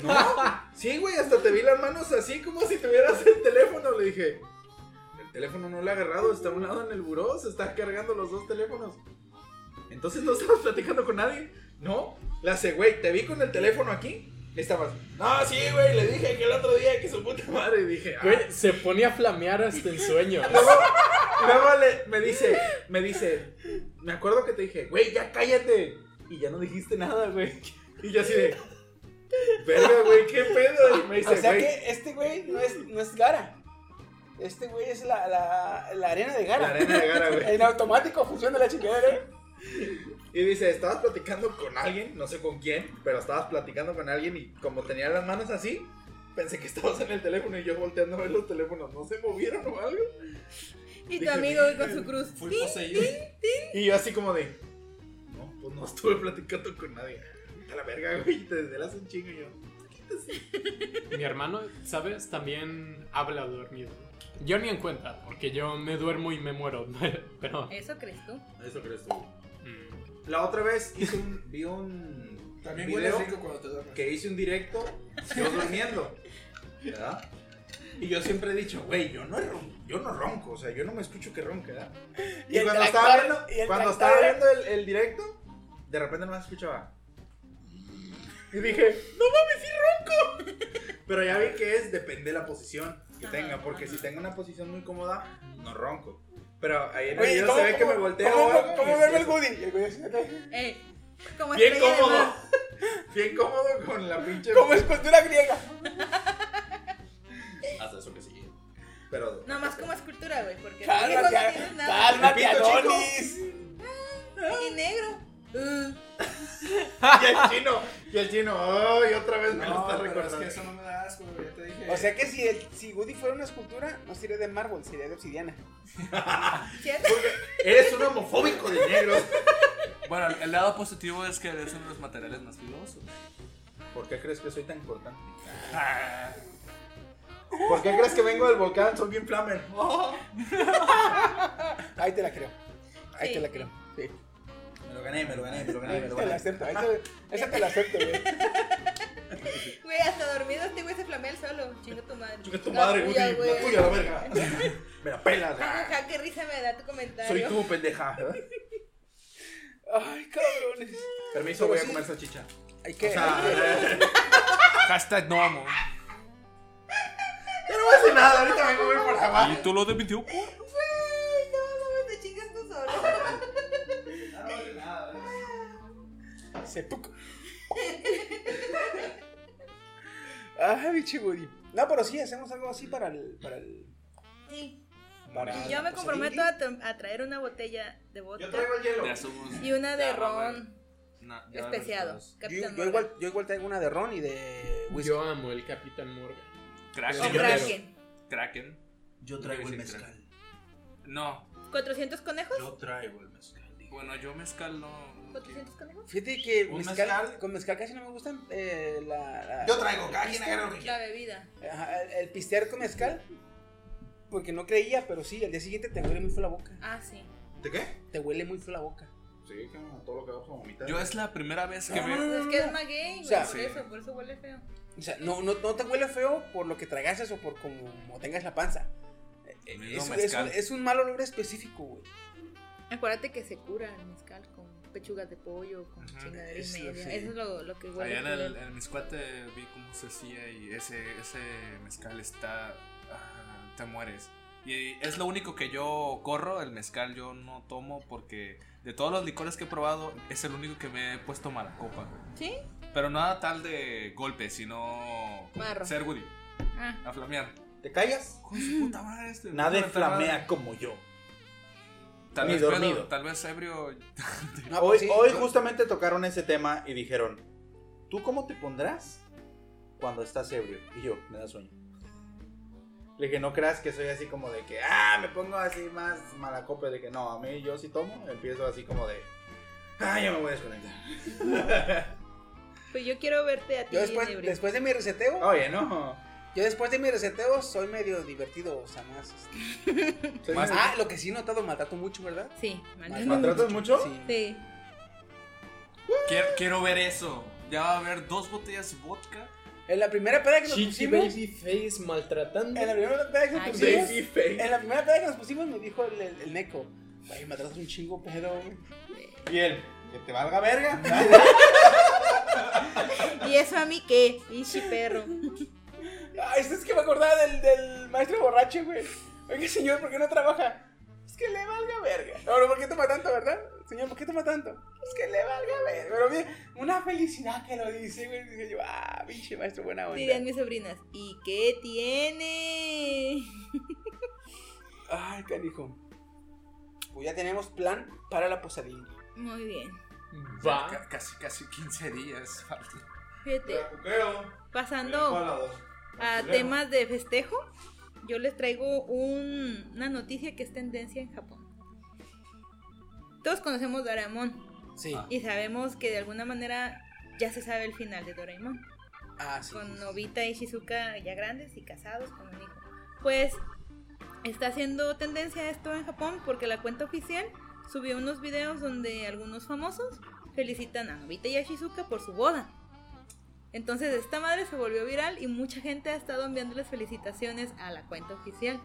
Speaker 4: No. Sí, güey, hasta te vi las manos así como si tuvieras el teléfono. Le dije, el teléfono no lo he agarrado, está a un lado en el buró, se está cargando los dos teléfonos. Entonces no estabas platicando con nadie. No. La sé, güey, te vi con el teléfono aquí. Estabas, no, sí, güey, le dije que el otro día que su puta madre. Y dije, ah,
Speaker 3: Güey, se pone a flamear hasta en sueños.
Speaker 4: Luego le- me dice, me dice, me acuerdo que te dije, güey, ya cállate. Y ya no dijiste nada, güey. Y yo así de, verga, güey, qué pedo. Y me dice,
Speaker 2: O sea
Speaker 4: güey,
Speaker 2: que este güey no es, no es Gara. Este güey es la, la, la arena de
Speaker 4: la
Speaker 2: Gara.
Speaker 4: arena de gara, güey.
Speaker 2: En automático funciona la chingadera, ¿eh?
Speaker 4: Y dice, estabas platicando con alguien, no sé con quién, pero estabas platicando con alguien y como tenía las manos así, pensé que estabas en el teléfono y yo volteando a ver los teléfonos, ¿no se movieron o algo?
Speaker 6: Y tu
Speaker 4: Dije,
Speaker 6: amigo con su cruz.
Speaker 5: Fui poseído.
Speaker 4: Y yo así como de, no, pues no estuve platicando con nadie. A la verga, güey, te desvelas un chingo y yo.
Speaker 3: Mi hermano, ¿sabes? También habla dormido. Yo ni en cuenta, porque yo me duermo y me muero. Pero.
Speaker 6: ¿Eso crees tú?
Speaker 4: Eso crees tú.
Speaker 3: mm,
Speaker 4: La otra vez hice un, vi un
Speaker 7: También huele
Speaker 4: video
Speaker 7: rico cuando te duermes.
Speaker 4: que hice un directo yo durmiendo. ¿Verdad? Y yo siempre he dicho, güey, yo no, he ron- yo no ronco, o sea, yo no me escucho que ronque, ¿verdad? Y,
Speaker 2: el
Speaker 4: cuando
Speaker 2: tractor-
Speaker 4: estaba viendo,
Speaker 2: y el
Speaker 4: cuando
Speaker 2: tractor-
Speaker 4: estaba viendo el, el directo, de repente no me escuchaba. Y dije, no mames, sí ronco. Pero ya vi que es, depende de la posición que tenga, porque si tengo una posición muy cómoda, no ronco. Pero ahí en el
Speaker 2: Oye,
Speaker 4: video
Speaker 2: ¿cómo-
Speaker 4: se ve que
Speaker 2: cómo-
Speaker 4: me volteo.
Speaker 2: ¿Cómo,
Speaker 4: güey,
Speaker 2: cómo
Speaker 4: y
Speaker 2: duerme el
Speaker 4: empiezo-
Speaker 2: Woody? Y el Woody así acá.
Speaker 6: Eh, como
Speaker 4: Bien
Speaker 6: estrella de
Speaker 4: cómodo.
Speaker 6: mar.
Speaker 4: Bien cómodo con la pinche.
Speaker 2: Como escultura griega.
Speaker 4: Hasta eso que sí. Pero.
Speaker 6: No más como escultura, güey, porque eso no
Speaker 2: Cálmate,
Speaker 6: tienes
Speaker 2: a-
Speaker 6: nada.
Speaker 2: cálmate,
Speaker 4: Repito, chico.
Speaker 2: Adonis.
Speaker 6: Y negro. Uh,
Speaker 4: Y el chino. Y el chino. ¡Ay, otra vez me lo
Speaker 7: No,
Speaker 4: está
Speaker 7: pero es
Speaker 4: recordando!
Speaker 7: que eso no me da asco, güey, ya te dije.
Speaker 2: O sea que si, el, si Woody fuera una escultura, no sería de mármol, sería de obsidiana.
Speaker 6: ¿cierto?
Speaker 4: Eres un homofóbico de negros.
Speaker 5: Bueno, el lado positivo es que es uno de los materiales más filosos.
Speaker 4: ¿Por qué crees que soy tan importante? Ah. ¿Por qué crees que vengo del volcán? Soy bien flamer.
Speaker 2: Ahí te la creo. Ahí
Speaker 6: Sí.
Speaker 2: te la creo. Sí.
Speaker 4: Me lo gané, me lo gané, me lo gané,
Speaker 2: Ahí
Speaker 4: me lo
Speaker 2: te la
Speaker 4: gané.
Speaker 2: acepto. Ahí te, esa te la acepto, güey.
Speaker 6: Güey, hasta dormido este güey se flamea el solo. Chinga tu madre.
Speaker 4: Chinga tu
Speaker 6: La
Speaker 4: madre, Woody.
Speaker 6: tuya,
Speaker 4: La tuya, la verga. Me la pelas.
Speaker 6: Ja, ja, qué risa me da tu comentario.
Speaker 4: Soy tú, pendeja.
Speaker 2: Ay, cabrones.
Speaker 4: Permiso, voy a comer salchicha.
Speaker 2: Hay que.
Speaker 4: O sea,
Speaker 2: hay que-
Speaker 5: Hashtag no amo.
Speaker 4: Yo no voy a hacer nada, ahorita vengo a ir por jamás.
Speaker 5: Y tú lo desmintió.
Speaker 6: Güey, no mames, te chingas tú solo.
Speaker 2: Se puc. Ay, biche Woody. No, pero sí, hacemos algo así para el. Para el
Speaker 6: Sí.
Speaker 2: para
Speaker 6: Y yo me
Speaker 2: pues,
Speaker 6: comprometo
Speaker 2: el-
Speaker 6: a, tra- a traer una botella de
Speaker 4: Yo
Speaker 6: vodka
Speaker 4: traigo el hielo.
Speaker 5: Ya somos.
Speaker 6: y una de
Speaker 5: Ya, Robert.
Speaker 6: ron
Speaker 5: No, Ah, ya
Speaker 6: especiado.
Speaker 5: vamos
Speaker 2: Yo,
Speaker 6: Capitán
Speaker 2: yo
Speaker 6: Morgan.
Speaker 2: igual, yo igual traigo una de ron y de whisky.
Speaker 3: Yo amo el Capitán Morgan.
Speaker 5: todos.
Speaker 6: O
Speaker 5: Kraken.
Speaker 3: Yo traigo-
Speaker 6: Kraken.
Speaker 5: Kraken.
Speaker 7: Yo
Speaker 5: traigo el mezcal. No.
Speaker 6: 400 conejos.
Speaker 7: Yo traigo el mezcal. digo.
Speaker 5: Bueno, yo mezcal no.
Speaker 6: 400 conejos.
Speaker 2: Fíjate que
Speaker 4: Un
Speaker 2: mezcal,
Speaker 4: mezcal.
Speaker 2: con mezcal casi no me gustan. eh, la, la-
Speaker 7: Yo traigo cajina, agarra lo que
Speaker 6: La
Speaker 7: quieras.
Speaker 6: bebida.
Speaker 2: ajá, el, el pistear con mezcal. Porque no creía, pero sí, al día siguiente te huele muy feo la boca.
Speaker 6: Ah, sí.
Speaker 4: ¿De qué?
Speaker 2: Te huele muy feo la boca.
Speaker 4: Sí, que no, todo lo que vamos a vomitar.
Speaker 5: Yo es la primera vez que
Speaker 2: No,
Speaker 5: veo.
Speaker 2: no,
Speaker 6: Pues es que es maguey, güey,
Speaker 2: O sea,
Speaker 6: por
Speaker 5: sí.
Speaker 6: eso, por eso huele feo.
Speaker 2: O sea, no, no, no te huele feo por lo que tragases o por como, tengas la panza. Eh, eh,
Speaker 5: Menudo
Speaker 2: Es, es,
Speaker 5: mezcal.
Speaker 2: un- es un mal olor específico, güey.
Speaker 6: Acuérdate que se cura el mezcal con pechugas de pollo, con
Speaker 5: Ajá,
Speaker 6: chingadera y
Speaker 2: eso,
Speaker 6: media.
Speaker 2: sí.
Speaker 6: Eso es lo, lo que huele.
Speaker 5: Allá en, el,
Speaker 6: culero.
Speaker 5: en mis cuate vi cómo se hacía y ese, ese mezcal está... ah, te mueres. Y es lo único que yo corro, el mezcal yo no tomo porque de todos los licores que he probado es el único que me he puesto mala copa. güey.
Speaker 6: ¿Sí?
Speaker 5: Pero nada tal de golpe, sino
Speaker 6: Barro.
Speaker 5: ser Woody,
Speaker 6: Ah.
Speaker 5: a flamear.
Speaker 4: ¿Te callas?
Speaker 5: Con su puta madre este.
Speaker 4: Nadie
Speaker 5: no me entera
Speaker 4: flamea
Speaker 5: nada.
Speaker 4: como yo.
Speaker 5: Tal
Speaker 4: ni
Speaker 5: vez
Speaker 4: dormido.
Speaker 5: pedo, tal vez ebrio.
Speaker 2: No,
Speaker 4: hoy
Speaker 2: pues sí,
Speaker 4: hoy
Speaker 2: yo-
Speaker 4: justamente tocaron ese tema y dijeron, ¿tú cómo te pondrás cuando estás ebrio? Y yo, me da sueño. Le dije, no creas que soy así como de que, ah, me pongo así más malacope. De que no, a mí yo sí tomo, empiezo así como de, ah, ya me voy a desconectar.
Speaker 6: Pues yo quiero verte a ti
Speaker 2: Yo después,
Speaker 6: bien ebrio.
Speaker 2: después de mi reseteo,
Speaker 4: Oye, no.
Speaker 2: yo después de mi reseteo soy medio divertido, o sea, más. este.
Speaker 4: Soy
Speaker 5: Más-
Speaker 4: mal-
Speaker 2: Ah, lo que sí he notado, maltrato mucho, ¿verdad?
Speaker 6: Sí,
Speaker 2: Maltrato.
Speaker 6: maldito.
Speaker 4: ¿Maltratas mucho?
Speaker 2: Sí.
Speaker 6: Sí.
Speaker 5: Quiero, quiero ver eso. Ya va a haber dos botellas vodka.
Speaker 2: En la primera peda que nos
Speaker 3: Chiqui
Speaker 2: pusimos.
Speaker 3: Babyface maltratando.
Speaker 4: Eh,
Speaker 2: En la primera peda que nos
Speaker 6: Ay,
Speaker 2: pusimos.
Speaker 4: Baby face.
Speaker 2: En la primera peda que nos pusimos me dijo el, el, el Neco. Güey, me tratas un chingo, pero.
Speaker 4: Y él, que te valga verga.
Speaker 6: ¿Y eso a mí qué? Ishi perro.
Speaker 2: Ay, Ah, es que me acordaba del, del maestro borracho, güey. Oiga, señor, ¿por qué no trabaja? Es que le valga verga. No, no, ¿por qué toma tanto, verdad? Señor, ¿por qué toma tanto? Es que le valga verga. Pero mira, una felicidad que lo dice, güey. Dije yo, ah, pinche maestro, buena onda.
Speaker 6: Dirían mis sobrinas. ¿Y qué tiene?
Speaker 2: Ay, canijo. Pues ya tenemos plan para la posadilla.
Speaker 6: Muy bien.
Speaker 3: Va.
Speaker 4: eh,
Speaker 5: Ca- Casi, casi 15 días. falta.
Speaker 6: Fíjate,
Speaker 4: Cuqueo.
Speaker 6: pasando a temas de festejo, yo les traigo un- una noticia que es tendencia en Japón. Todos conocemos Doraemon
Speaker 2: Sí. Ah,
Speaker 6: y sabemos que de alguna manera ya se sabe el final de Doraemon.
Speaker 2: Ah, sí.
Speaker 6: con Novita y Shizuka ya grandes y casados con un hijo. Pues Está haciendo tendencia esto en Japón porque la cuenta oficial subió unos videos donde algunos famosos felicitan a Nobita y a Shizuka por su boda. Entonces esta madre se volvió viral y mucha gente ha estado enviándoles felicitaciones a la cuenta oficial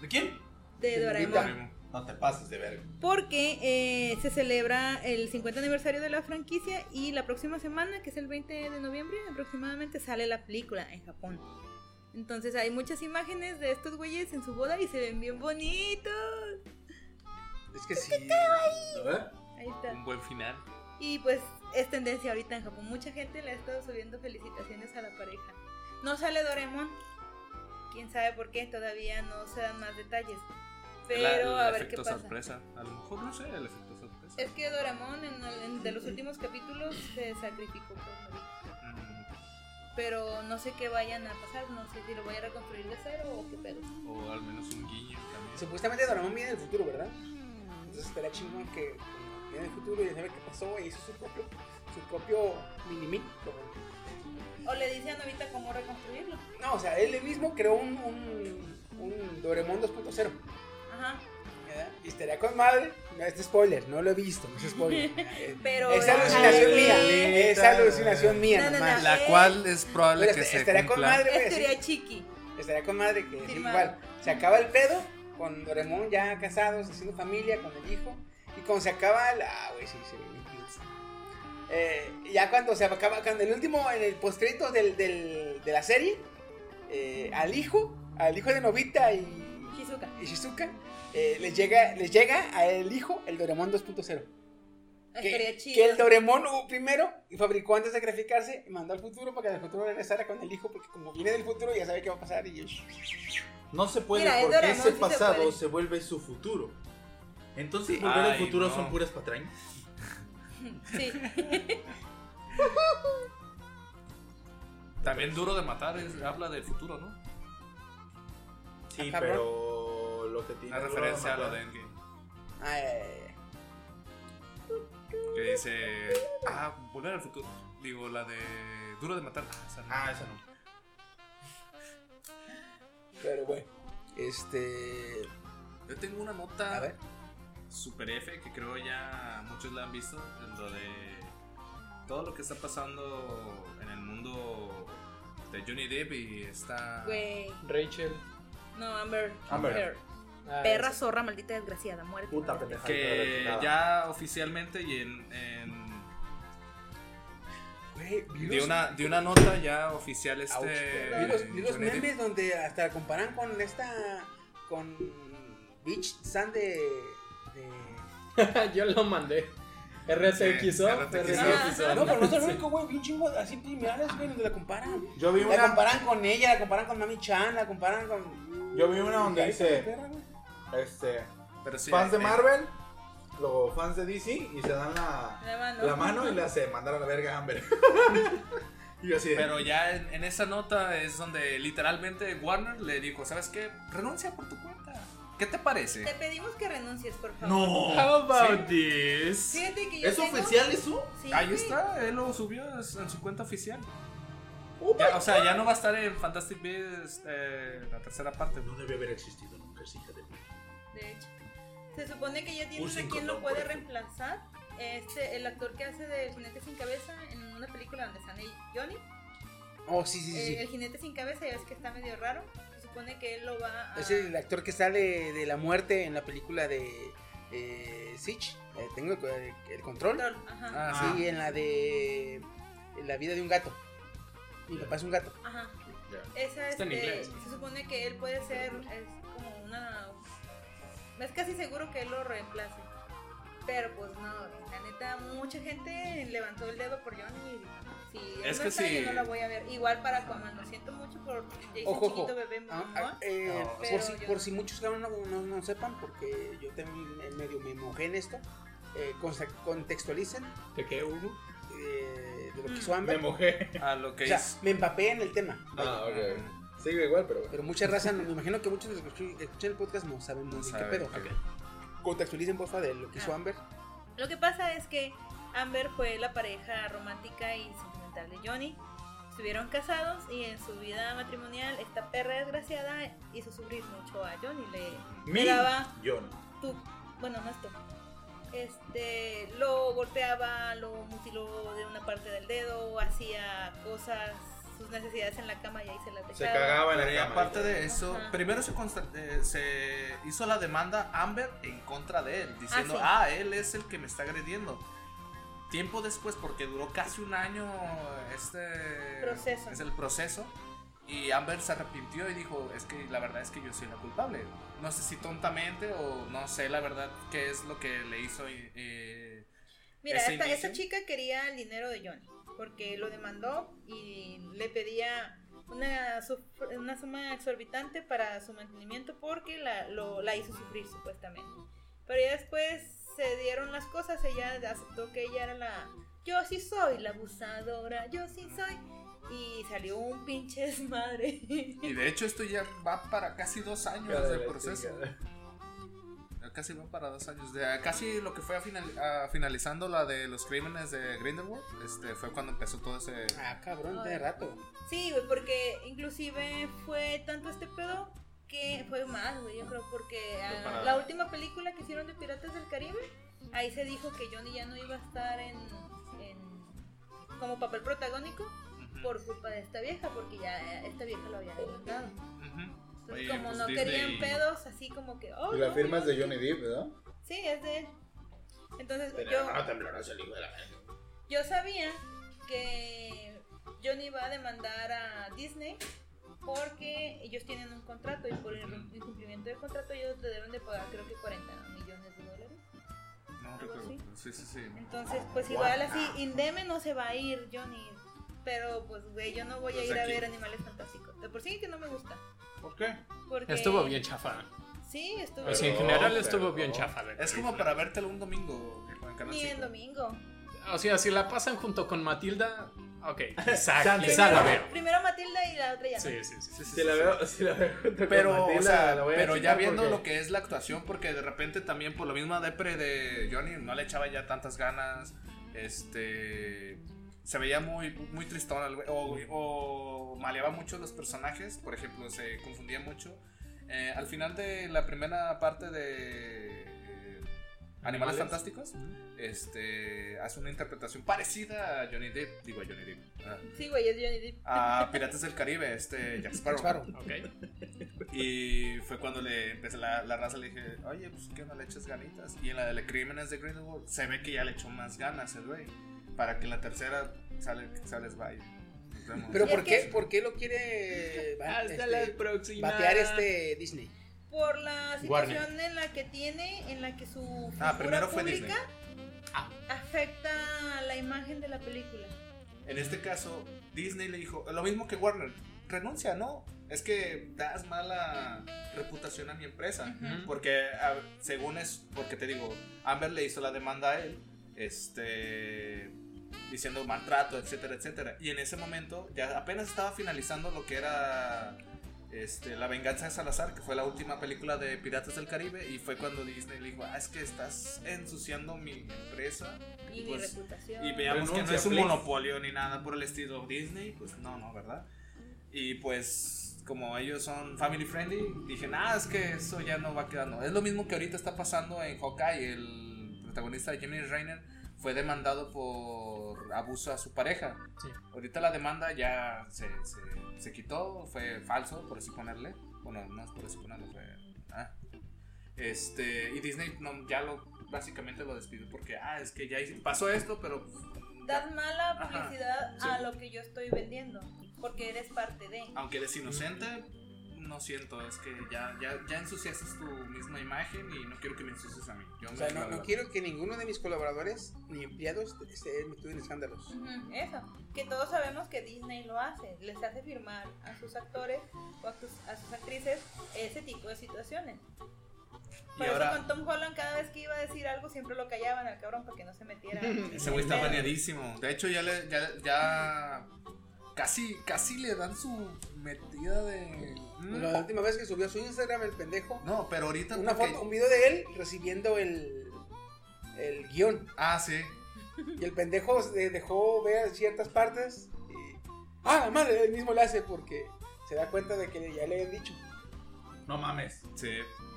Speaker 7: ¿De quién?
Speaker 6: de Doraemon.
Speaker 7: No te pases de verga.
Speaker 6: Porque eh, se celebra el 50 aniversario de la franquicia y la próxima semana, que es el 20 de noviembre aproximadamente, sale la película en Japón. Entonces hay muchas imágenes de estos güeyes en su boda y se ven bien bonitos.
Speaker 4: Es que sí. ¿verdad?
Speaker 6: Ahí está.
Speaker 5: Un buen final.
Speaker 6: Y pues es tendencia ahorita en Japón. Mucha gente le ha estado subiendo felicitaciones a la pareja. No sale Doraemon. Quién sabe por qué, todavía no se dan más detalles. Pero
Speaker 5: El- el
Speaker 6: a ver qué
Speaker 5: efecto
Speaker 6: pasa.
Speaker 5: sorpresa. A lo mejor no sé, el efecto sorpresa.
Speaker 6: Es que Doraemon en, el- en- de los últimos capítulos se sacrificó por Nobita.
Speaker 5: Mm,
Speaker 6: Pero no sé qué vayan a pasar, no sé si lo voy a reconstruir de cero o qué pedo.
Speaker 5: O al menos un guiño también.
Speaker 2: Supuestamente Doraemon viene del futuro, ¿verdad? Entonces estará chingón que como viene del futuro y sabe qué pasó y hizo su propio, su propio mini
Speaker 6: O le dice a Novita cómo reconstruirlo.
Speaker 2: No, o sea, él mismo creó un, un, un Doraemon 2.0.
Speaker 6: Ajá.
Speaker 2: ¿verdad? Y estaría con madre. No, este spoiler, no lo he visto, no es spoiler. Eh,
Speaker 6: Pero-
Speaker 2: es alucinación
Speaker 6: Ay,
Speaker 2: mía.
Speaker 6: güey.
Speaker 2: Es alucinación mía,
Speaker 6: No, no,
Speaker 2: nomás.
Speaker 6: no.
Speaker 5: La cual es probable
Speaker 2: Pero
Speaker 5: que
Speaker 2: est-
Speaker 5: se
Speaker 2: pues, estaría con
Speaker 5: cumpla.
Speaker 2: madre, güey.
Speaker 6: Es
Speaker 2: así.
Speaker 6: teoría chiqui.
Speaker 2: Estaría con madre que sí,
Speaker 6: Firmado.
Speaker 2: igual. Se acaba el pedo con Doremón ya casados, haciendo familia, con el hijo. Y cuando se acaba la. Ah, güey, sí, sí, sí. Eh, ya cuando se acaba, cuando el último, en el postcrédito del, del, de la serie, eh, al hijo, al hijo de Novita y,
Speaker 6: Shizuka.
Speaker 2: y Shizuka, eh, les, llega, les llega a el hijo el Doremón 2.0. Que,
Speaker 6: Estaría chido.
Speaker 2: que el Doremón uh, primero fabricó antes de sacrificarse y mandó al futuro para que el futuro regresara con el hijo, porque como viene del futuro ya sabe qué va a pasar y
Speaker 4: No se puede
Speaker 6: Mira, es
Speaker 4: porque
Speaker 6: Doraemon,
Speaker 4: ese
Speaker 6: sí se
Speaker 4: pasado
Speaker 6: puede.
Speaker 4: se, vuelve su futuro. Entonces,
Speaker 5: Sí.
Speaker 4: volver al
Speaker 5: Ay,
Speaker 4: futuro
Speaker 5: no.
Speaker 4: son puras patrañas.
Speaker 6: Sí.
Speaker 5: También duro de matar, es- habla del futuro, ¿no?
Speaker 4: Sí,
Speaker 2: Ah, cabrón.
Speaker 4: pero lo que tiene.
Speaker 5: Una referencia a lo de
Speaker 4: Matar-
Speaker 5: Endgame.
Speaker 2: Ay, ay, ay.
Speaker 5: Que dice. Ah, volver al futuro. Digo, la de. Duro de matar. Ah, esa no.
Speaker 4: Ah, eso no.
Speaker 2: Pero bueno. Este.
Speaker 5: Yo tengo una
Speaker 2: A
Speaker 5: nota
Speaker 2: ver.
Speaker 5: super F que creo ya muchos la han visto. en Lo de todo lo que está pasando en el mundo de Johnny Depp y está.
Speaker 6: Güey.
Speaker 3: Rachel.
Speaker 6: No, Amber.
Speaker 4: Amber.
Speaker 3: Ah,
Speaker 6: Perra zorra, maldita desgraciada, muerte.
Speaker 4: Puta pendeja.
Speaker 5: Que
Speaker 4: Nada.
Speaker 5: ya oficialmente y en. en-
Speaker 2: Güey, vi
Speaker 5: de,
Speaker 2: los-
Speaker 5: una, de una nota ya oficial este.
Speaker 2: Ouch. Vi los, vi los
Speaker 5: Johnny Depp.
Speaker 2: memes donde hasta comparan con esta. Con. Beach Sand de. de-
Speaker 3: Yo lo mandé. RTXO.
Speaker 4: Eh,
Speaker 6: Ah,
Speaker 3: RTXO.
Speaker 2: No, pero no es el único, güey. Vi un chingo así similares, güey, donde la comparan.
Speaker 4: Yo vi
Speaker 2: La
Speaker 4: una.
Speaker 2: comparan con ella, la comparan con Mami Chan, la comparan con.
Speaker 4: Yo vi una donde
Speaker 2: Ay,
Speaker 4: dice-
Speaker 2: perra, güey.
Speaker 4: Este.
Speaker 5: Pero sí,
Speaker 4: fans de
Speaker 5: eh,
Speaker 4: Marvel, luego fans de DC y se dan la,
Speaker 6: La mano.
Speaker 4: la mano y le hace mandar a la verga a Amber. y yo así de,
Speaker 5: Pero ya en, en esa nota es donde literalmente Warner le dijo, ¿sabes qué? Renuncia por tu cuenta. ¿Qué te
Speaker 6: Te
Speaker 5: parece?
Speaker 6: pedimos que renuncies, por favor.
Speaker 4: ¡No!
Speaker 3: How about this?
Speaker 6: Fíjate que yo
Speaker 4: ¿Es
Speaker 6: tengo-
Speaker 4: oficial eso?
Speaker 6: Sí,
Speaker 5: Ahí
Speaker 6: güey.
Speaker 5: está, él lo subió en su cuenta oficial. Ya, o sea, ya no va a estar en Fantastic Beasts eh, la tercera parte.
Speaker 4: No debe haber existido nunca, es hija de
Speaker 6: De hecho. Se supone que ya tienes
Speaker 4: Usen
Speaker 6: a quien lo
Speaker 4: condón,
Speaker 6: puede
Speaker 4: por ejemplo.
Speaker 6: reemplazar. Este, el actor que hace de El Jinete Sin Cabeza en una película donde sale Johnny.
Speaker 2: Oh, sí, sí,
Speaker 6: Eh,
Speaker 2: sí.
Speaker 6: el Jinete Sin Cabeza, ya ves que está medio raro. Se supone que él lo va a.
Speaker 2: Es el actor que sale de la muerte en la película de. Eh, Sitch. Eh, tengo el, el control.
Speaker 6: Control, Ajá.
Speaker 5: Ah,
Speaker 2: Sí, en la de en la vida de un gato. Mi papá es un gato.
Speaker 6: Ajá.
Speaker 4: Ya.
Speaker 6: Esa
Speaker 3: Está en
Speaker 6: este,
Speaker 3: inglés.
Speaker 6: Se supone que él puede ser es como una. Es casi seguro que él lo reemplace. Pero pues no, la neta, mucha gente levantó el dedo por Johnny. y dijo, Si él
Speaker 5: Es
Speaker 6: no
Speaker 5: que
Speaker 6: está, yo
Speaker 5: sí.
Speaker 6: no la voy a ver. Igual para Aquaman, lo siento mucho por Jason
Speaker 2: Ojo, ojo.
Speaker 6: Chiquito Bebé
Speaker 2: Ah,
Speaker 6: Momoa.
Speaker 2: ah, eh,
Speaker 5: No,
Speaker 2: por,
Speaker 6: pero
Speaker 2: si,
Speaker 6: yo
Speaker 2: por
Speaker 6: no.
Speaker 2: si muchos cabrón no, no, no sepan, porque yo también eh, medio me mojé en esto, eh, consa- contextualicen
Speaker 3: ¿De qué hubo?
Speaker 2: eh, de lo que
Speaker 6: Mm.
Speaker 2: hizo
Speaker 4: Me
Speaker 2: Amber.
Speaker 4: mojé.
Speaker 5: a lo que
Speaker 2: O sea,
Speaker 5: hizo.
Speaker 2: me empapé en el tema.
Speaker 4: Ah, ok. Sigue igual, pero bueno.
Speaker 2: Pero mucha raza, me imagino que muchos de los que escuch- que escuchan el podcast no saben muy
Speaker 5: No
Speaker 2: bien
Speaker 5: saben,
Speaker 2: qué pedo.
Speaker 5: ok.
Speaker 2: Contextualicen, porfa, de lo que hizo
Speaker 6: Ah.
Speaker 2: Amber.
Speaker 6: Lo que pasa es que Amber fue la pareja romántica y sentimental de Johnny. Estuvieron casados y en su vida matrimonial esta perra desgraciada hizo sufrir mucho a Johnny. Le, le daba
Speaker 4: John.
Speaker 6: tú, bueno, no es tú. Este, lo golpeaba, lo mutiló de una parte del dedo, hacía cosas, sus necesidades en la cama y ahí se las
Speaker 4: Se
Speaker 6: dejaba.
Speaker 4: cagaba en la
Speaker 5: Pero y
Speaker 4: cama.
Speaker 5: aparte
Speaker 4: literal.
Speaker 5: de eso,
Speaker 6: Ajá.
Speaker 5: primero se, consta- eh, se hizo la demanda Amber en contra de él, diciendo,
Speaker 6: sí.
Speaker 5: ah, él es el que me está agrediendo. Tiempo después, porque duró casi un año este
Speaker 6: Proceso.
Speaker 5: es el proceso, y Amber se arrepintió y dijo, es que la verdad es que yo soy la culpable. No sé si tontamente o no sé la verdad qué es lo que le hizo. y, eh,
Speaker 6: Mira,
Speaker 5: ese
Speaker 6: esta,
Speaker 5: inicio.
Speaker 6: esta chica quería el dinero de Johnny, porque lo demandó y le pedía una, su- una suma exorbitante para su mantenimiento porque la, lo- la hizo sufrir supuestamente. Pero ya después se dieron las cosas, ella aceptó que ella era la... Yo sí soy la abusadora, yo sí soy. Y salió un pinche desmadre.
Speaker 5: y de hecho esto ya va para casi dos años
Speaker 4: Cada
Speaker 5: del
Speaker 4: la
Speaker 5: proceso.
Speaker 4: chingada.
Speaker 5: Ya Casi va para dos años. De- ah, casi lo que fue a final- a finalizando la de los crímenes de Grindelwald, este, fue cuando empezó todo ese...
Speaker 2: Ah, cabrón,
Speaker 6: Ay.
Speaker 2: de rato.
Speaker 6: Sí, güey, porque inclusive fue tanto este pedo que fue más, güey, yo creo, porque ah,
Speaker 4: para-
Speaker 6: la última película que hicieron de Piratas del Caribe, ahí se dijo que Johnny ya no iba a estar en, en- como papel protagónico
Speaker 5: Ujú,
Speaker 6: por culpa de esta vieja, porque ya esta vieja lo había demandado.
Speaker 5: ujú.
Speaker 6: Entonces,
Speaker 5: Oye,
Speaker 6: como
Speaker 5: pues
Speaker 6: no
Speaker 5: Disney-
Speaker 6: querían pedos, así como que... Oh,
Speaker 4: Y la
Speaker 6: no,
Speaker 4: firma es
Speaker 6: güey,
Speaker 4: de Johnny Depp, ¿verdad?
Speaker 6: Sí, es de él. Entonces,
Speaker 7: Pero
Speaker 6: yo...
Speaker 7: no tembloroso el hijo de la verga.
Speaker 6: Yo sabía que Johnny iba a demandar a Disney porque ellos tienen un contrato y por el incumplimiento del contrato ellos le deben de pagar creo que 40 millones de dólares.
Speaker 5: No
Speaker 6: Algo
Speaker 5: recuerdo.
Speaker 6: así.
Speaker 5: Sí, sí, sí.
Speaker 6: Entonces, pues igual así, indeme no se va a ir Johnny. Pero pues, güey, yo no voy a
Speaker 5: Pues
Speaker 6: ir a
Speaker 5: aquí.
Speaker 6: ver animales fantásticos. De por sí que no me gusta.
Speaker 5: ¿Por qué?
Speaker 6: Porque...
Speaker 3: Estuvo bien chafa.
Speaker 6: Sí,
Speaker 3: O sea,
Speaker 6: estuvo
Speaker 3: Pues en
Speaker 6: bien.
Speaker 3: general
Speaker 4: Pero-
Speaker 3: estuvo bien
Speaker 4: pero-
Speaker 3: chafa. la
Speaker 5: Es como
Speaker 3: película.
Speaker 5: para vértelo un domingo en Canal
Speaker 6: Ni en
Speaker 5: cinco.
Speaker 6: domingo.
Speaker 3: O sea, si la pasan junto con Matilda, ok, quizá,
Speaker 4: Santa.
Speaker 3: quizá la veo.
Speaker 6: Primero Matilda y la otra ya. no.
Speaker 3: Sí, sí, sí.
Speaker 5: Sí, sí,
Speaker 4: Si
Speaker 5: sí,
Speaker 4: la
Speaker 5: sí.
Speaker 4: veo, si la veo. junto con
Speaker 5: Pero,
Speaker 4: Matilda,
Speaker 5: o sea,
Speaker 4: la voy a
Speaker 5: pero ya
Speaker 4: chingar
Speaker 5: viendo
Speaker 4: porque-
Speaker 5: lo que es la actuación, porque de repente también por lo misma depre de Johnny no le echaba ya tantas ganas. Este. Se veía muy, muy tristón al güey, o, o maleaba mucho los personajes, por ejemplo, se confundía mucho. Eh, al final de la primera parte de eh, Animales
Speaker 3: Animales.
Speaker 5: Fantásticos, este, hace una interpretación parecida a Johnny Depp, digo a Johnny Depp, a-
Speaker 6: Sí, güey, es Johnny Depp.
Speaker 5: a Piratas del Caribe, este, Jack Sparrow.
Speaker 3: Ok.
Speaker 5: Y fue cuando le empecé la, la raza, le dije, oye, pues que no le eches ganitas. Y en la de los crímenes de Grindelwald se ve que ya le echó más ganas el güey. Para que la tercera sale, sales vaya. Nos vemos.
Speaker 2: Pero
Speaker 6: Y
Speaker 2: ¿por
Speaker 6: es
Speaker 2: qué,
Speaker 6: que-
Speaker 2: por qué lo quiere ba-
Speaker 3: Hasta
Speaker 2: este,
Speaker 3: la próxima.
Speaker 2: batear este Disney?
Speaker 6: por la
Speaker 3: Warner.
Speaker 6: situación en la que tiene, en la que su
Speaker 5: Ah,
Speaker 6: figura
Speaker 5: primero fue Disney. Ah.
Speaker 6: pública afecta la imagen de la película.
Speaker 5: En este caso, Disney le dijo, lo mismo que Warner, renuncia, ¿no? Es que das mala reputación a mi empresa.
Speaker 3: Ujú.
Speaker 5: Porque a- según es, porque te digo, Amber le hizo la demanda a él, este, diciendo maltrato, etcétera, etcétera. Y en ese momento ya apenas estaba finalizando lo que era este, La venganza de Salazar, que fue la última película de Piratas del Caribe, y fue cuando Disney le dijo, ah, es que estás ensuciando mi empresa.
Speaker 6: Y mi
Speaker 5: Pues,
Speaker 6: reputación.
Speaker 5: Y veamos que no
Speaker 4: Renuncia,
Speaker 5: es un
Speaker 4: please.
Speaker 5: monopolio ni nada por el estilo Disney, pues no, no, ¿verdad? Y pues como ellos son family friendly, dije, nada, es que eso ya no va quedando. Es lo mismo que ahorita está pasando en Hawkeye, el protagonista de Jimmy Rainer fue demandado por abuso a su pareja.
Speaker 3: Sí.
Speaker 5: Ahorita la demanda ya se, se- se quitó, fue falso, por así ponerle. Bueno, no es por así ponerle, fue... ah. Este, y Disney no, ya lo básicamente lo despidió porque, ah, es que ya hice- pasó esto, pero...
Speaker 6: Das mala
Speaker 5: Ajá,
Speaker 6: publicidad
Speaker 5: sí. Ah.
Speaker 6: a lo que yo estoy vendiendo, porque eres parte de.
Speaker 5: aunque eres inocente, no siento, es que ya, ya, ya ensuciaste tu misma imagen y no quiero que me ensucies a mí. Yo
Speaker 2: O
Speaker 5: me-
Speaker 2: sea, no, no quiero que ninguno de mis colaboradores ni empleados esté metido en escándalos.
Speaker 6: Ujú, Eso, que todos sabemos que Disney lo hace, les hace firmar a sus actores o a sus, a sus actrices ese tipo de situaciones.
Speaker 5: Y
Speaker 6: Por
Speaker 5: ahora-
Speaker 6: eso con Tom Holland cada vez que iba a decir algo siempre lo callaban al cabrón para que no se metiera.
Speaker 5: Ese güey está
Speaker 6: Pero-
Speaker 5: baneadísimo. De hecho, ya le, ya, ya casi, casi le dan su metida de.
Speaker 2: La última vez que subió a su Instagram el pendejo,
Speaker 5: Mm. No, pero ahorita.
Speaker 2: una
Speaker 5: porque-
Speaker 2: foto, un video de él recibiendo el, el guión.
Speaker 5: Ah, sí.
Speaker 2: Y el pendejo se dejó ver ciertas partes. y Ah, la madre, él mismo le hace porque se da cuenta de que ya le habían dicho.
Speaker 4: No mames.
Speaker 5: Sí,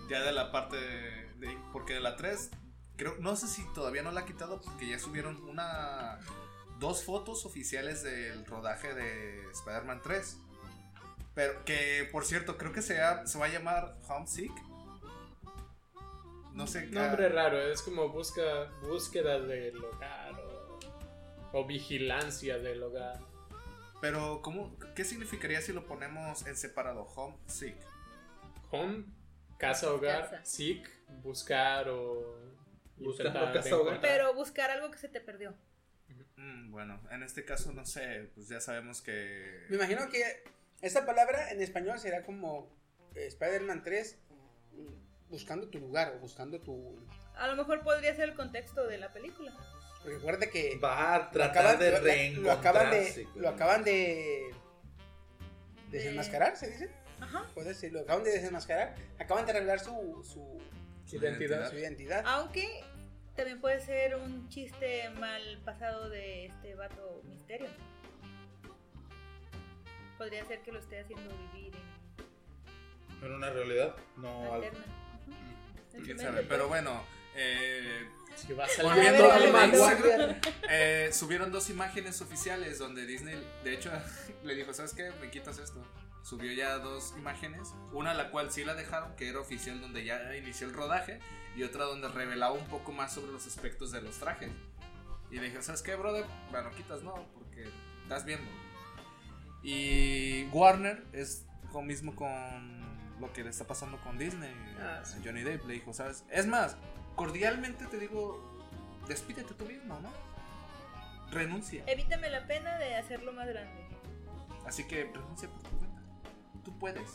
Speaker 5: ya de la parte de, de- porque de la 3 creo no sé si todavía no la ha quitado porque ya subieron una dos fotos oficiales del rodaje de Spider-Man 3. Pero que por cierto, creo que se, ha- se va a llamar Homesick. No sé ah, qué.
Speaker 3: Nombre raro, es como busca, búsqueda del hogar o, o vigilancia del hogar.
Speaker 5: Pero ¿cómo qué significaría si lo ponemos en separado Homesick?
Speaker 3: Home, casa, hogar,
Speaker 6: Casa.
Speaker 3: sick, buscar o.
Speaker 4: Buscando
Speaker 3: intentar
Speaker 4: casa, hogar.
Speaker 3: encontrar.
Speaker 6: Pero buscar algo que se te perdió.
Speaker 5: Mm, bueno, en este caso no sé, pues ya sabemos que
Speaker 2: Me imagino que esta palabra en español será como eh, Spider-Man 3 mm, buscando tu lugar o buscando tu...
Speaker 6: A lo mejor podría ser el contexto de la película.
Speaker 2: Recuerda que
Speaker 4: Va a
Speaker 2: lo
Speaker 4: tratar
Speaker 2: acaban-
Speaker 4: de
Speaker 2: lo- lo, lo acaban
Speaker 4: reencontrarse.
Speaker 2: de... Lo acaban de...
Speaker 6: De-
Speaker 2: Desenmascarar, ¿se dice?
Speaker 6: Ajá.
Speaker 2: Puede decir, lo acaban de desenmascarar. Acaban de revelar su, su,
Speaker 5: su
Speaker 3: identidad.
Speaker 2: su identidad.
Speaker 6: Ah, Aunque también puede ser un chiste mal pasado de este vato misterio. Podría ser que lo esté haciendo vivir en
Speaker 4: En una realidad, no al-
Speaker 6: alterna. Ujú. En su
Speaker 5: quién
Speaker 6: mente,
Speaker 5: sabe, pero bueno, eh
Speaker 3: Si vas al
Speaker 5: Volviendo
Speaker 3: metro,
Speaker 5: a
Speaker 3: al
Speaker 5: Max.
Speaker 3: Max.
Speaker 5: Eh, subieron dos imágenes oficiales donde Disney, de hecho, le dijo, ¿sabes qué? Me quitas esto. Subió ya dos imágenes, una la cual sí la dejaron, que era oficial donde ya inició el rodaje, y otra donde revelaba un poco más sobre los aspectos de los trajes. Y le dije, ¿sabes qué, brother? Bueno, quitas no, porque estás viendo. Y Warner es lo mismo con lo que le está pasando con Disney.
Speaker 6: Ah,
Speaker 5: a
Speaker 6: sí.
Speaker 5: Johnny Depp le dijo, ¿sabes? Es más, cordialmente te digo, despídete tú mismo, ¿no? Renuncia.
Speaker 6: Evítame la pena de hacerlo más grande.
Speaker 5: Así que renuncia por tu cuenta. Tú puedes.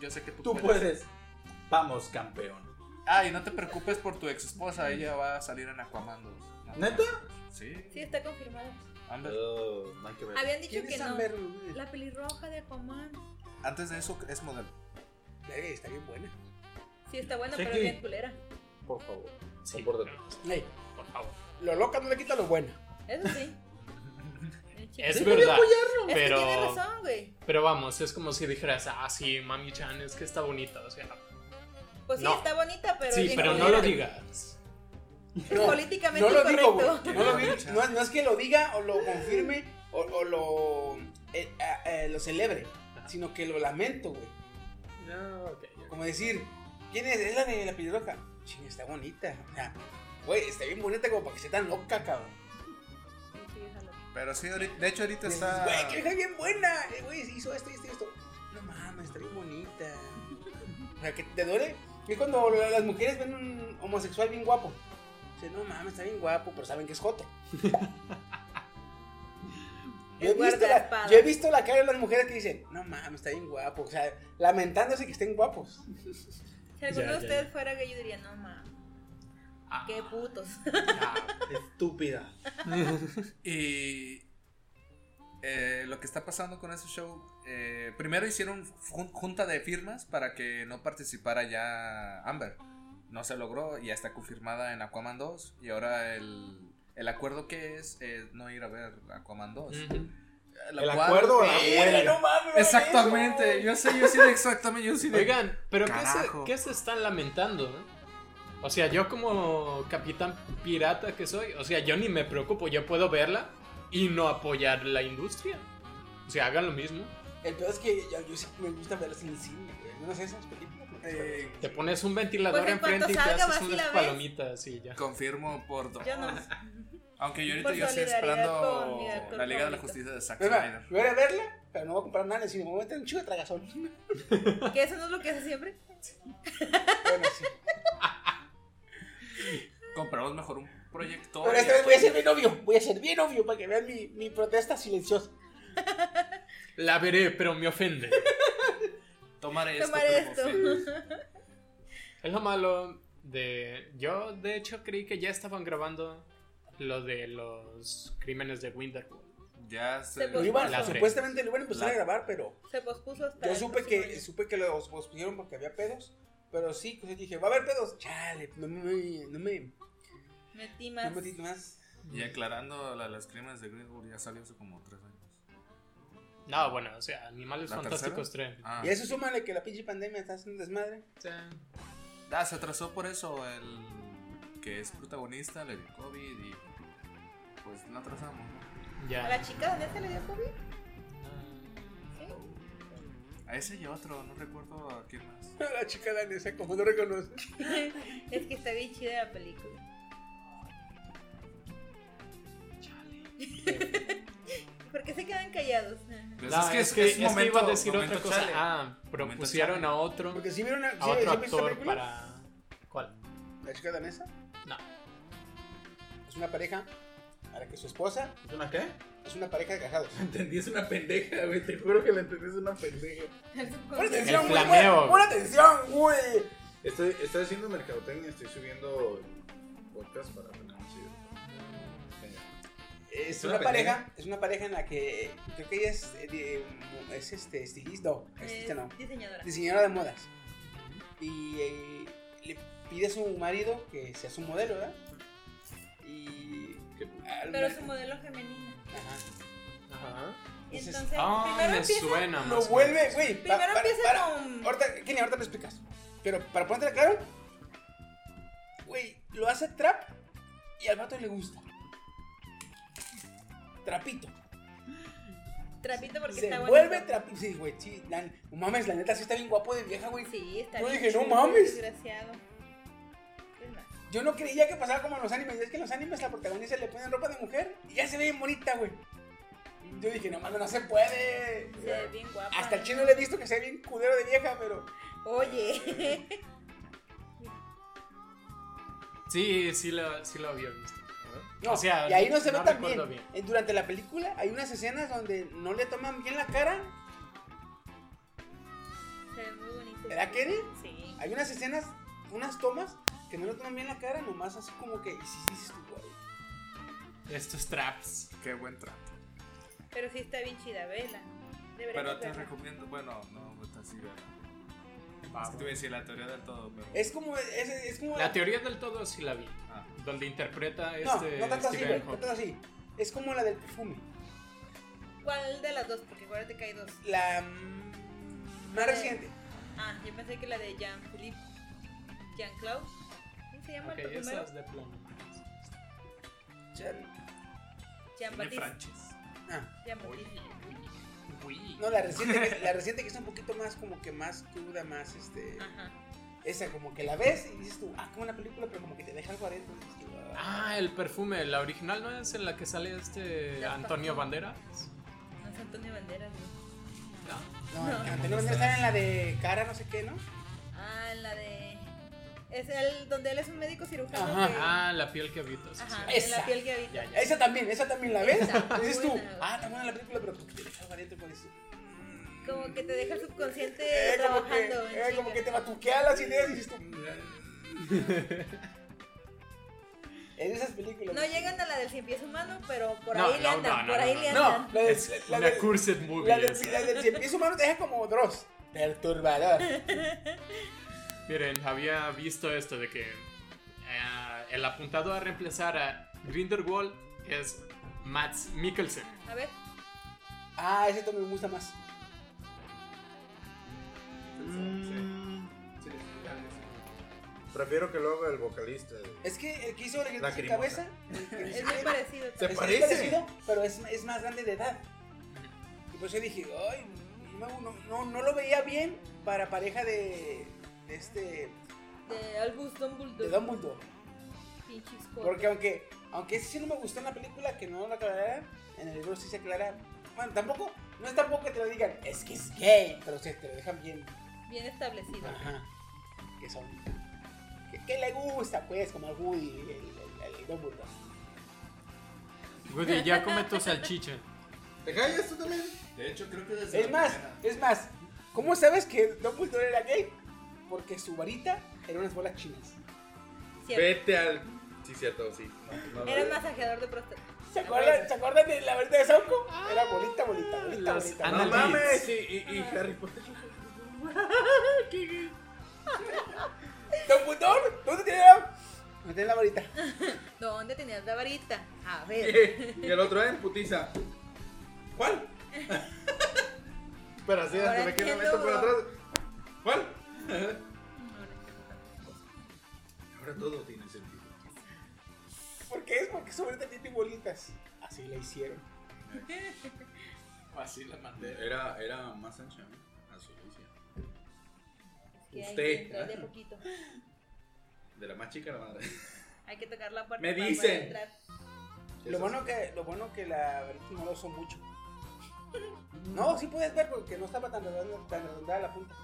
Speaker 5: Yo sé que tú,
Speaker 4: Tú puedes. Vamos, campeón.
Speaker 5: Ah, y no te preocupes por tu ex esposa, ella va a salir en Aquaman 2. No,
Speaker 4: ¿Neta?
Speaker 5: Sí.
Speaker 6: Sí, está confirmado.
Speaker 5: Amber,
Speaker 4: Oh, no hay que ver.
Speaker 6: Habían dicho
Speaker 2: ¿Quién
Speaker 6: que
Speaker 2: es
Speaker 6: no.
Speaker 2: Amber Ruiz?
Speaker 6: La pelirroja de Aquaman.
Speaker 5: Antes de eso es modelo.
Speaker 2: Verga, Está bien buena.
Speaker 6: Sí, está buena, pero
Speaker 4: Chiqui.
Speaker 6: bien culera.
Speaker 4: Por favor.
Speaker 3: Sí,
Speaker 4: Compórtate.
Speaker 2: Ey,
Speaker 3: por favor.
Speaker 2: lo loca no le quita lo bueno.
Speaker 6: Eso sí. El chiqui.
Speaker 3: Es
Speaker 6: Sí,
Speaker 3: verdad.
Speaker 6: es que
Speaker 3: pero-
Speaker 6: tiene razón, güey.
Speaker 3: Pero vamos, es como si dijeras, ah, sí, Mami Chan, es que está bonita. O sea,
Speaker 6: Pues sí,
Speaker 3: No.
Speaker 6: está bonita, pero.
Speaker 3: sí,
Speaker 6: bien
Speaker 3: pero no
Speaker 6: culera.
Speaker 3: lo digas.
Speaker 6: Es políticamente
Speaker 2: No lo digo,
Speaker 6: correcto.
Speaker 2: güey. No, lo digo. No- no es que lo diga o lo confirme o, o lo, eh, eh, eh, lo celebre, sino que lo lamento, güey.
Speaker 3: No, ok. ok.
Speaker 2: Como decir, ¿quién es? Es la de la pelirroja. Ching, está bonita. O sea, güey, está bien bonita como para que sea tan loca, cabrón.
Speaker 6: Sí, déjalo.
Speaker 5: Pero sí, ahorita- de hecho ahorita
Speaker 2: Dices,
Speaker 5: está...
Speaker 2: Güey, que vieja bien buena. Eh, Güey, hizo esto y esto y esto. No mames, está bien bonita. O sea, que te duele. Es cuando la- las mujeres ven un homosexual bien guapo. Dicen, no mames, está bien guapo, pero saben que es joto. Yo he,
Speaker 6: El
Speaker 2: visto la,
Speaker 6: guardaespaldas.
Speaker 2: yo he visto la cara de las mujeres que dicen, no mames, está bien guapo. O sea, lamentándose que estén guapos.
Speaker 6: Si alguno
Speaker 3: Ya,
Speaker 6: de
Speaker 3: ya,
Speaker 6: ustedes
Speaker 3: ya.
Speaker 6: fuera gay, yo diría, no mames,
Speaker 3: Ah,
Speaker 6: qué putos.
Speaker 3: ah.
Speaker 4: Estúpida.
Speaker 5: Y eh, lo que está pasando con ese show, eh, primero hicieron jun- junta de firmas para que no participara ya Amber. No se logró, ya está confirmada en Aquaman 2 y ahora el, el acuerdo que es eh, no ir a ver Aquaman 2.
Speaker 3: Ujú.
Speaker 5: La
Speaker 4: ¿El
Speaker 5: cual-
Speaker 4: acuerdo o la
Speaker 5: Eh,
Speaker 4: huelga?
Speaker 2: no mames.
Speaker 5: Exactamente, yo sé, yo sí de exactamente, yo sí de-
Speaker 3: Oigan, pero ¿qué se,
Speaker 5: Carajo.
Speaker 3: ¿qué se están lamentando? eh? O sea, yo como capitán pirata que soy, o sea, yo ni me preocupo, yo puedo verla y no apoyar la industria. O sea, hagan lo mismo.
Speaker 2: El peor es que yo, yo sí me gusta verlas en el cine, güey. Al menos esas películas. porque-
Speaker 5: Eh,
Speaker 3: Te pones un ventilador
Speaker 6: Pues en cuanto
Speaker 3: enfrente y te
Speaker 6: salga, vas
Speaker 3: haces
Speaker 6: y
Speaker 3: unas
Speaker 6: la ves.
Speaker 3: palomitas y ya.
Speaker 5: confirmo por dos.
Speaker 6: Yo no.
Speaker 5: Aunque yo ahorita
Speaker 6: Por
Speaker 5: yo estoy
Speaker 6: solidaridad
Speaker 5: esperando
Speaker 6: con mi actor
Speaker 5: la Liga de la
Speaker 6: favorito.
Speaker 5: Justicia de Zack
Speaker 2: Es más,
Speaker 5: Snyder.
Speaker 2: yo voy a ir a verla, pero no voy a comprar nada en el cine. Me voy a meter un chico de tragazón.
Speaker 6: Que eso no es lo que hace siempre.
Speaker 2: Bueno, sí.
Speaker 5: Compramos mejor un proyector.
Speaker 2: Pero
Speaker 5: y
Speaker 2: esta vez
Speaker 5: ya.
Speaker 2: voy a ser bien obvio. Voy a ser bien obvio para que vean mi, mi protesta silenciosa.
Speaker 3: La veré, pero me ofende.
Speaker 5: Tomar esto.
Speaker 6: Tomar
Speaker 5: pero pues,
Speaker 6: esto.
Speaker 5: sí.
Speaker 3: es lo malo de... Yo, de hecho, creí que ya estaban grabando lo de los crímenes de Winterwood.
Speaker 5: Ya se.
Speaker 2: Lo
Speaker 6: Pues,
Speaker 2: iban,
Speaker 3: la tres.
Speaker 2: supuestamente lo iban a empezar
Speaker 5: La-
Speaker 2: a grabar, pero
Speaker 6: Se pospuso hasta.
Speaker 2: yo
Speaker 6: el
Speaker 2: supe
Speaker 6: próximo
Speaker 2: que,
Speaker 6: año.
Speaker 2: supe que los pospusieron porque había pedos. Pero sí, pues yo dije, va a haber pedos. Chale, no me, no me,
Speaker 6: Metí
Speaker 2: no
Speaker 6: más.
Speaker 2: me di más.
Speaker 5: Y aclarando la- las crímenes de Greenwood, ya salió hace como tres años.
Speaker 3: No, bueno, o sea, Animales
Speaker 5: ¿La
Speaker 3: Fantásticos 3.
Speaker 5: Ah.
Speaker 2: Y a eso súmale que la pinche pandemia está haciendo desmadre.
Speaker 5: Ah, se atrasó por eso el que es protagonista, le dio COVID y pues lo atrasamos, ¿no?
Speaker 6: ¿A
Speaker 3: Ya.
Speaker 6: la chica de se le dio COVID? Sí.
Speaker 5: A ese y a otro, no recuerdo a quién más.
Speaker 2: La chica danesa, como lo reconoce.
Speaker 6: es que está bien chida la película. ¿Por qué se quedan callados?
Speaker 5: Pues
Speaker 3: No, es que, es que
Speaker 5: momento-
Speaker 3: iba a decir
Speaker 5: momento
Speaker 3: otra cosa.
Speaker 5: chale.
Speaker 3: Ah,
Speaker 5: Momento
Speaker 3: propusieron
Speaker 5: chale.
Speaker 3: a otro,
Speaker 2: Porque si vieron a, sí,
Speaker 3: a otro
Speaker 2: ¿sí viste esa
Speaker 3: actor
Speaker 2: película?
Speaker 3: para... ¿Cuál?
Speaker 2: La chica danesa
Speaker 3: No.
Speaker 2: es una pareja a la que su esposa
Speaker 4: ¿Es una qué?
Speaker 2: es una pareja de casados.
Speaker 4: Entendí, es una pendeja, güey. Te juro que la entendí, es una pendeja.
Speaker 2: ¡Pon
Speaker 6: Ujú.
Speaker 2: atención, güey!
Speaker 3: flameo.
Speaker 2: pon- ¡Pon atención, güey!
Speaker 4: Estoy, estoy haciendo mercadotecnia, estoy subiendo podcast para tener un seguidor.
Speaker 2: Es
Speaker 4: ¿Es
Speaker 2: una,
Speaker 4: una
Speaker 2: pareja, es una pareja en la que creo que ella es, eh, de- es este, estilista, no, estilista Este no,
Speaker 6: Es diseñadora.
Speaker 2: diseñadora de modas. Y eh, le pide a su marido que sea su modelo, ¿verdad? Y.
Speaker 4: ¿Qué?
Speaker 2: al-
Speaker 6: Pero su modelo femenina.
Speaker 2: Ajá.
Speaker 3: Ajá.
Speaker 2: Entonces,
Speaker 6: Entonces,
Speaker 3: Ah,
Speaker 6: primero
Speaker 3: me
Speaker 6: empieza,
Speaker 3: suena más o
Speaker 2: Lo
Speaker 3: menos.
Speaker 2: vuelve, güey. pa-
Speaker 6: primero
Speaker 2: para-
Speaker 6: empieza
Speaker 2: para-
Speaker 6: con.
Speaker 2: Ahorita, Kenny, ahorita me explicas. Pero para ponértela claro, güey, lo hace trap y al vato le gusta. Trapito.
Speaker 6: Trapito porque
Speaker 2: se
Speaker 6: está bonito.
Speaker 2: vuelve trapito. Sí, güey, sí. la- No mames, la neta sí está bien guapo de vieja, güey.
Speaker 6: Sí, está
Speaker 2: Yo
Speaker 6: bien
Speaker 2: dije, no
Speaker 6: chulo,
Speaker 2: mames.
Speaker 6: Desgraciado. Es más,
Speaker 2: Yo no creía que pasaba como en los animes. Es que en los animes la protagonista le ponen ropa de mujer y ya se ve bien bonita, güey. Yo dije, no mames, no se puede.
Speaker 6: Se ve bien guapa.
Speaker 2: Hasta el chino le he visto que se ve bien culero de vieja, pero.
Speaker 6: Oye.
Speaker 3: Sí, sí lo, sí lo había visto.
Speaker 2: No,
Speaker 3: O sea,
Speaker 2: y ahí no se ve tan bien.
Speaker 3: recuerdo
Speaker 2: Eh, Durante la película hay unas escenas donde no le toman bien la cara.
Speaker 6: Se ve muy bonito.
Speaker 2: ¿Verdad, Kenny?
Speaker 6: Sí.
Speaker 2: Hay unas escenas, unas tomas que no le toman bien la cara, nomás así como que. Y sí, sí, sí, güey.
Speaker 3: Estos traps.
Speaker 5: Qué buen trato.
Speaker 6: Pero sí está bien chida, vela.
Speaker 5: Pero
Speaker 6: Deberíamos
Speaker 5: te
Speaker 6: verla.
Speaker 5: recomiendo, bueno, no, pues así, ¿verdad? Es que
Speaker 3: Vamos.
Speaker 5: te iba a decir la teoría del todo, pero...
Speaker 2: Ah, Es como. Es, es como
Speaker 3: La teoría del todo sí la vi.
Speaker 5: Ah.
Speaker 3: Donde interpreta
Speaker 2: no,
Speaker 3: este
Speaker 2: no tanto así, güey.
Speaker 3: Stephen
Speaker 2: No tanto
Speaker 3: Hawking.
Speaker 2: así. Es como la del perfume.
Speaker 6: ¿Cuál de las dos? Porque acuérdate que hay dos.
Speaker 2: La. mm, Más
Speaker 6: Eh.
Speaker 2: reciente.
Speaker 6: Ah, yo pensé que la de Jean-Philippe. Jean-Claude. ¿Cómo se llama
Speaker 3: Ok,
Speaker 6: el
Speaker 3: esa
Speaker 6: primero?
Speaker 3: es de plano.
Speaker 2: Chan-
Speaker 5: Tiene
Speaker 6: Jean-Baptiste.
Speaker 5: franches.
Speaker 2: ah,
Speaker 6: Jean-Baptiste.
Speaker 3: Uy.
Speaker 2: no, la reciente, que- la reciente que es un poquito más como que más cruda, más este.
Speaker 6: Ajá.
Speaker 2: Esa como que la ves y dices tú, ah, como una película, pero como que te deja algo adentro. y dices tú, ah.
Speaker 3: Ah, el perfume. La original no es en la que sale este
Speaker 6: Ya está.
Speaker 3: Antonio Banderas.
Speaker 6: No es Antonio Banderas, ¿no?
Speaker 3: No.
Speaker 2: No,
Speaker 6: No.
Speaker 2: Antonio Banderas está en la de cara, no sé qué, ¿no?
Speaker 6: Ah, la de. Es el donde él es un médico cirujano.
Speaker 2: Ajá.
Speaker 6: que-
Speaker 3: Ah, la piel que habito. sí,
Speaker 6: Ajá,
Speaker 3: sí.
Speaker 6: de
Speaker 2: Esa.
Speaker 6: la piel que habita.
Speaker 3: Ya, ya.
Speaker 2: Esa también, esa también la ves.
Speaker 6: Esa,
Speaker 2: Dices tú,
Speaker 6: buena, güey.
Speaker 2: ah, está buena la película, pero como que te deja algo adentro por eso.
Speaker 6: Como que te deja el subconsciente
Speaker 2: Eh, como que,
Speaker 6: trabajando. en
Speaker 2: eh, como
Speaker 6: chinga.
Speaker 2: que te batuquea las ideas y dices tú. En esas películas.
Speaker 6: No llegan a la del cien pies humano, pero por
Speaker 3: No,
Speaker 6: ahí le
Speaker 3: no,
Speaker 6: andan.
Speaker 3: no, no,
Speaker 6: por ahí
Speaker 3: no,
Speaker 6: le
Speaker 2: No,
Speaker 6: andan.
Speaker 2: la de,
Speaker 3: Es
Speaker 2: la
Speaker 3: una
Speaker 2: de,
Speaker 3: cursed movie.
Speaker 2: la de,
Speaker 3: esa.
Speaker 2: la del cien pies humano te deja como Dross. Perturbador.
Speaker 3: Miren, había visto esto de que eh, el apuntado a reemplazar a Grindelwald es Mads Mikkelsen.
Speaker 6: A ver,
Speaker 2: Ah, ese también me gusta más. Mm.
Speaker 4: Sí, sí, sí. Prefiero que lo haga el vocalista.
Speaker 2: Es que el que hizo la sin
Speaker 4: Lacrimosa.
Speaker 2: cabeza. el que
Speaker 6: es
Speaker 2: hizo-
Speaker 6: muy parecido.
Speaker 4: Se
Speaker 2: es
Speaker 6: también.
Speaker 4: parece.
Speaker 2: parecido, pero es, es más grande de edad. Y pues yo dije, ay, no, no, no, no lo veía bien para pareja de, de este
Speaker 6: De Albus Dumbledore.
Speaker 2: de Dumbledore.
Speaker 6: Pinches cosas.
Speaker 2: Porque aunque aunque ese sí no me gustó en la película, que no lo aclarara, en el libro sí se aclara. Bueno, tampoco, no es tampoco que te lo digan, es que es gay, pero sí, te lo dejan bien.
Speaker 6: Bien establecido.
Speaker 2: Ajá. Que son. Que, que le gusta, pues, como el Woody, el, el, el Dumbledore.
Speaker 3: Woody, ya come tu salchicha.
Speaker 4: ¿Te callas tú también?
Speaker 5: De hecho, creo que desde
Speaker 2: Es
Speaker 5: la
Speaker 2: más,
Speaker 5: primera-
Speaker 2: es más, ¿cómo sabes que Dumbledore era gay? Porque su varita era unas bolas chinas.
Speaker 6: Cierto.
Speaker 4: Vete al. Sí, cierto, sí. No, no,
Speaker 6: Era
Speaker 4: no.
Speaker 6: un masajeador de próstata.
Speaker 2: ¿Se acuerdan, ¿se acuerdan de la varita de Sauco? Era bolita, bolita, bolita,
Speaker 3: los
Speaker 2: bolita.
Speaker 4: No
Speaker 3: anal
Speaker 4: mames,
Speaker 3: beads.
Speaker 4: y, y, y Harry Potter.
Speaker 2: Dumbledore, ¿dónde tiene la, ¿Dónde tiene la varita?
Speaker 6: ¿Dónde tenías la varita? A ver.
Speaker 4: Y el otro en putiza. ¿Cuál? Pero así,
Speaker 6: Ahora
Speaker 4: hasta me queda
Speaker 6: entiendo,
Speaker 4: esto por
Speaker 6: bro.
Speaker 4: atrás. ¿Cuál? Ahora todo tiene sentido.
Speaker 2: ¿Por qué es? Porque sobre tiene bolitas. Así la hicieron.
Speaker 3: Así la mandé.
Speaker 4: Era, era más ancha, ¿no? Así lo hicieron.
Speaker 6: Que hay que
Speaker 4: Usted.
Speaker 6: entrar de a poquito.
Speaker 4: De la más chica a la madre.
Speaker 6: Hay que tocar la puerta.
Speaker 4: Me
Speaker 6: para
Speaker 4: dicen.
Speaker 6: poder entrar.
Speaker 2: Lo bueno, que, lo bueno que la Berti no lo usó mucho. No, sí puedes ver porque no estaba tan redonda, tan redondeada la punta.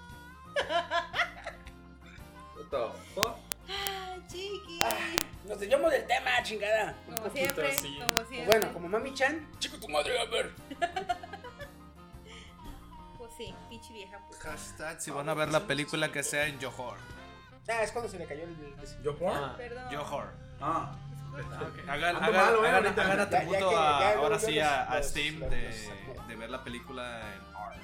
Speaker 4: What the fuck?
Speaker 6: Ay, chiqui.
Speaker 2: Ah, Nos desviamos del tema, chingada. Pues
Speaker 6: como siempre,
Speaker 3: así.
Speaker 4: Pues
Speaker 6: como siempre.
Speaker 2: Bueno, como Mami Chan, chico tu madre, a ver.
Speaker 6: Pues sí, pinche vieja. Pues.
Speaker 5: Hashtag si van a ver la película que sea en Johor.
Speaker 2: Ah, es cuando se le cayó el. el- el-
Speaker 4: ¿Yo por?
Speaker 3: Ah,
Speaker 6: Perdón.
Speaker 5: Johor.
Speaker 4: Ah.
Speaker 5: Hagan,
Speaker 4: Ando
Speaker 5: hagan,
Speaker 4: malo, eh,
Speaker 5: hagan,
Speaker 4: ahorita.
Speaker 5: hagan
Speaker 2: Ya- ya
Speaker 5: atributo
Speaker 2: que-
Speaker 5: a-
Speaker 2: ya
Speaker 5: ahora
Speaker 2: volvió
Speaker 5: sí
Speaker 2: los-
Speaker 5: a, a
Speaker 2: los-
Speaker 5: Steam
Speaker 2: los-
Speaker 5: de,
Speaker 2: los-
Speaker 5: de ver la película en ARC.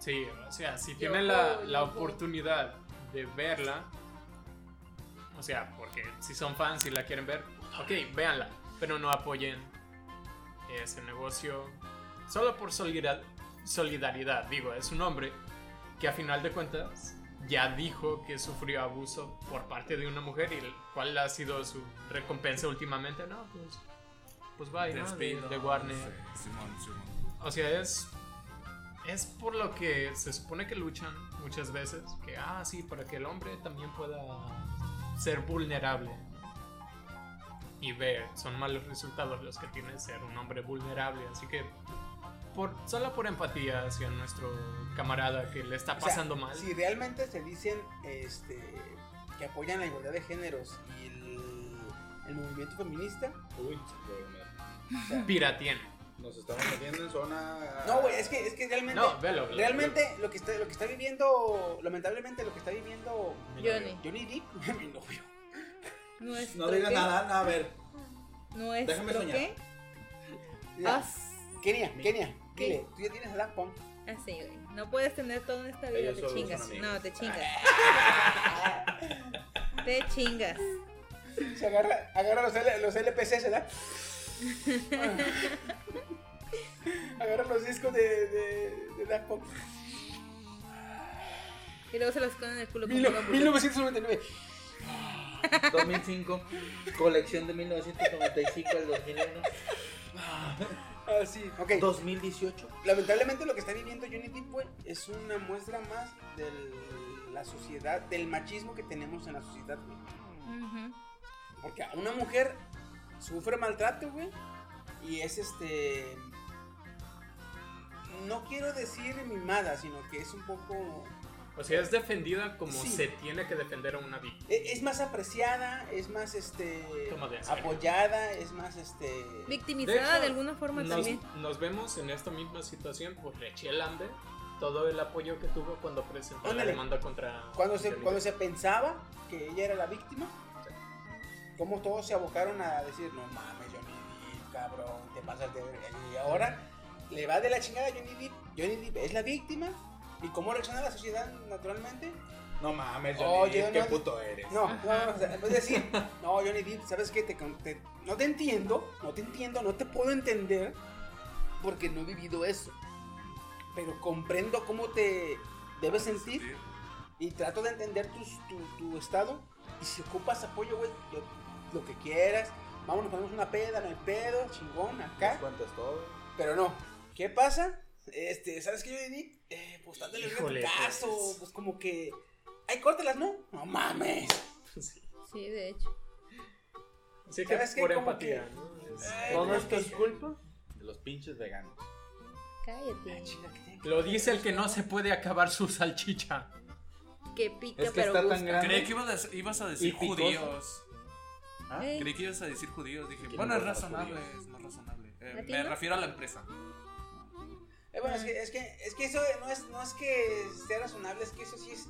Speaker 3: Sí, o sea, si tienen la,
Speaker 6: Yo-
Speaker 3: la
Speaker 6: yo-
Speaker 3: oportunidad de verla, o sea, porque si son fans y la quieren ver, ok, véanla, pero no apoyen ese negocio solo por solidar- solidaridad. Digo, es un hombre que a final de cuentas ya dijo que sufrió abuso por parte de una mujer y el- cuál ha sido su recompensa últimamente. No, pues, pues bye, ¿no? De, de Warner.
Speaker 5: Sí, Simón, Simón.
Speaker 3: O sea, es. Es por lo que se supone que luchan muchas veces. Que, ah, sí, para que el hombre también pueda ser vulnerable. Y ver, son malos resultados los que tiene ser un hombre vulnerable. Así que, por, solo por empatía hacia nuestro camarada que le está
Speaker 2: O sea,
Speaker 3: pasando mal.
Speaker 2: Si realmente se dicen este, que apoyan la igualdad de géneros y el, el movimiento feminista.
Speaker 4: Uy, se puede comer.
Speaker 2: o sea,
Speaker 3: Piratien.
Speaker 4: Nos estamos metiendo en zona.
Speaker 2: no, güey, es que, es que realmente.
Speaker 3: No, velo, velo.
Speaker 2: Realmente lo que está lo que está viviendo, lamentablemente lo que está viviendo
Speaker 6: Johnny.
Speaker 2: Johnny Depp, mi novio.
Speaker 6: Nuestro
Speaker 4: No digas
Speaker 6: qué,
Speaker 4: nada, no, a ver.
Speaker 6: Nuestro
Speaker 4: Déjame soñar.
Speaker 6: qué.
Speaker 2: Mira,
Speaker 6: As-
Speaker 2: Kenia, Kenia,
Speaker 6: ¿Qué?
Speaker 2: dile, tú ya tienes a Daft Punk.
Speaker 6: Así, Ah, güey. No puedes tener todo en esta vida,
Speaker 4: Ellos
Speaker 6: te
Speaker 4: solo
Speaker 6: chingas.
Speaker 4: son amigos.
Speaker 6: No, te chingas. te chingas.
Speaker 2: Se agarra, agarra los, L- los LPCs, ¿verdad? Ah. agarra los discos de, de, de Daft Punk.
Speaker 6: Y luego se los esconden en el culo.
Speaker 2: Mil-
Speaker 6: como una hamburguesa.
Speaker 2: 1999.
Speaker 8: 2005, colección de 1995 al 2001,
Speaker 2: Ah, sí. Ok.
Speaker 8: 2018.
Speaker 2: Lamentablemente lo que está viviendo Johnny Depp, güey, es una muestra más de la sociedad, del machismo que tenemos en la sociedad, güey.
Speaker 6: Ujú.
Speaker 2: Porque una mujer sufre maltrato, güey, y es este... No quiero decir mimada, sino que es un poco...
Speaker 3: O sea, es defendida como
Speaker 2: Sí.
Speaker 3: se tiene que defender a una víctima.
Speaker 2: e- Es más apreciada, es más este...
Speaker 3: Toma de en serio.
Speaker 2: Apoyada, es más este...
Speaker 6: Victimizada de,
Speaker 3: hecho,
Speaker 6: alguna forma
Speaker 3: Nos,
Speaker 6: también.
Speaker 3: nos vemos en esta misma situación por Rachel Amber, todo el apoyo que tuvo cuando presentó
Speaker 2: Ándale.
Speaker 3: la demanda contra.
Speaker 2: Cuando se,
Speaker 3: contra
Speaker 2: cuando se
Speaker 3: Johnny
Speaker 2: pensaba que ella era la víctima, como todos se abocaron a decir, no mames, Johnny Depp, cabrón, te pasas de verga". Y ahora le va de la chingada a Johnny Depp. Johnny Depp es la víctima. ¿Y cómo reacciona la sociedad naturalmente?
Speaker 4: No mames,
Speaker 2: Johnny,
Speaker 4: Johnny,
Speaker 2: Oye, qué
Speaker 4: qué
Speaker 2: no-
Speaker 4: puto eres.
Speaker 2: No, no, no, o sea, en vez de decir, no, Johnny Depp, ¿sabes qué? Te, con- te- no te entiendo, no te entiendo, no te puedo entender porque no he vivido eso. Pero comprendo cómo te debes sentir
Speaker 5: Sí.
Speaker 2: y trato de entender tus- tu, tu estado. Y si ocupas apoyo, güey, yo- lo que quieras. Vámonos, ponemos una peda, no hay pedo, chingón, acá.
Speaker 4: cuentas todo?
Speaker 2: Pero no, ¿qué pasa? Este, ¿sabes qué yo di? Eh, pues dándole
Speaker 3: Híjole,
Speaker 2: un caso,
Speaker 3: pues.
Speaker 2: pues. como que. Ay, córtelas, ¿no? No mames.
Speaker 3: Depp. Sí.
Speaker 6: Sí, de hecho.
Speaker 3: Así que
Speaker 2: ¿Sabes qué?
Speaker 3: por
Speaker 2: Como
Speaker 3: empatía.
Speaker 2: que-
Speaker 3: ¿no? Es-
Speaker 2: Ay,
Speaker 8: ¿Todo
Speaker 2: no,
Speaker 8: esto es
Speaker 2: que-
Speaker 8: culpa?
Speaker 4: De los pinches veganos.
Speaker 6: Cállate.
Speaker 2: Ah, Chinga, que tiene que-
Speaker 3: Lo dice el que no se puede acabar su salchicha.
Speaker 6: Que pica,
Speaker 4: Es que
Speaker 6: pero
Speaker 4: está
Speaker 6: gusta.
Speaker 4: tan grande.
Speaker 5: Creí que ibas a, dec- ibas a
Speaker 4: Y
Speaker 5: decir
Speaker 4: picoso.
Speaker 5: judíos.
Speaker 3: Ah.
Speaker 4: gran-
Speaker 6: Ey,
Speaker 5: Creí que ibas a decir judíos. Dije,
Speaker 4: Que
Speaker 5: bueno,
Speaker 4: no
Speaker 5: es
Speaker 4: gustan los
Speaker 5: razonable, es más razonable. Eh, me
Speaker 6: ¿Latino?
Speaker 5: refiero a la empresa.
Speaker 2: Eh, bueno, es que, es, que, es que eso no es, no es que sea razonable, es que eso sí es.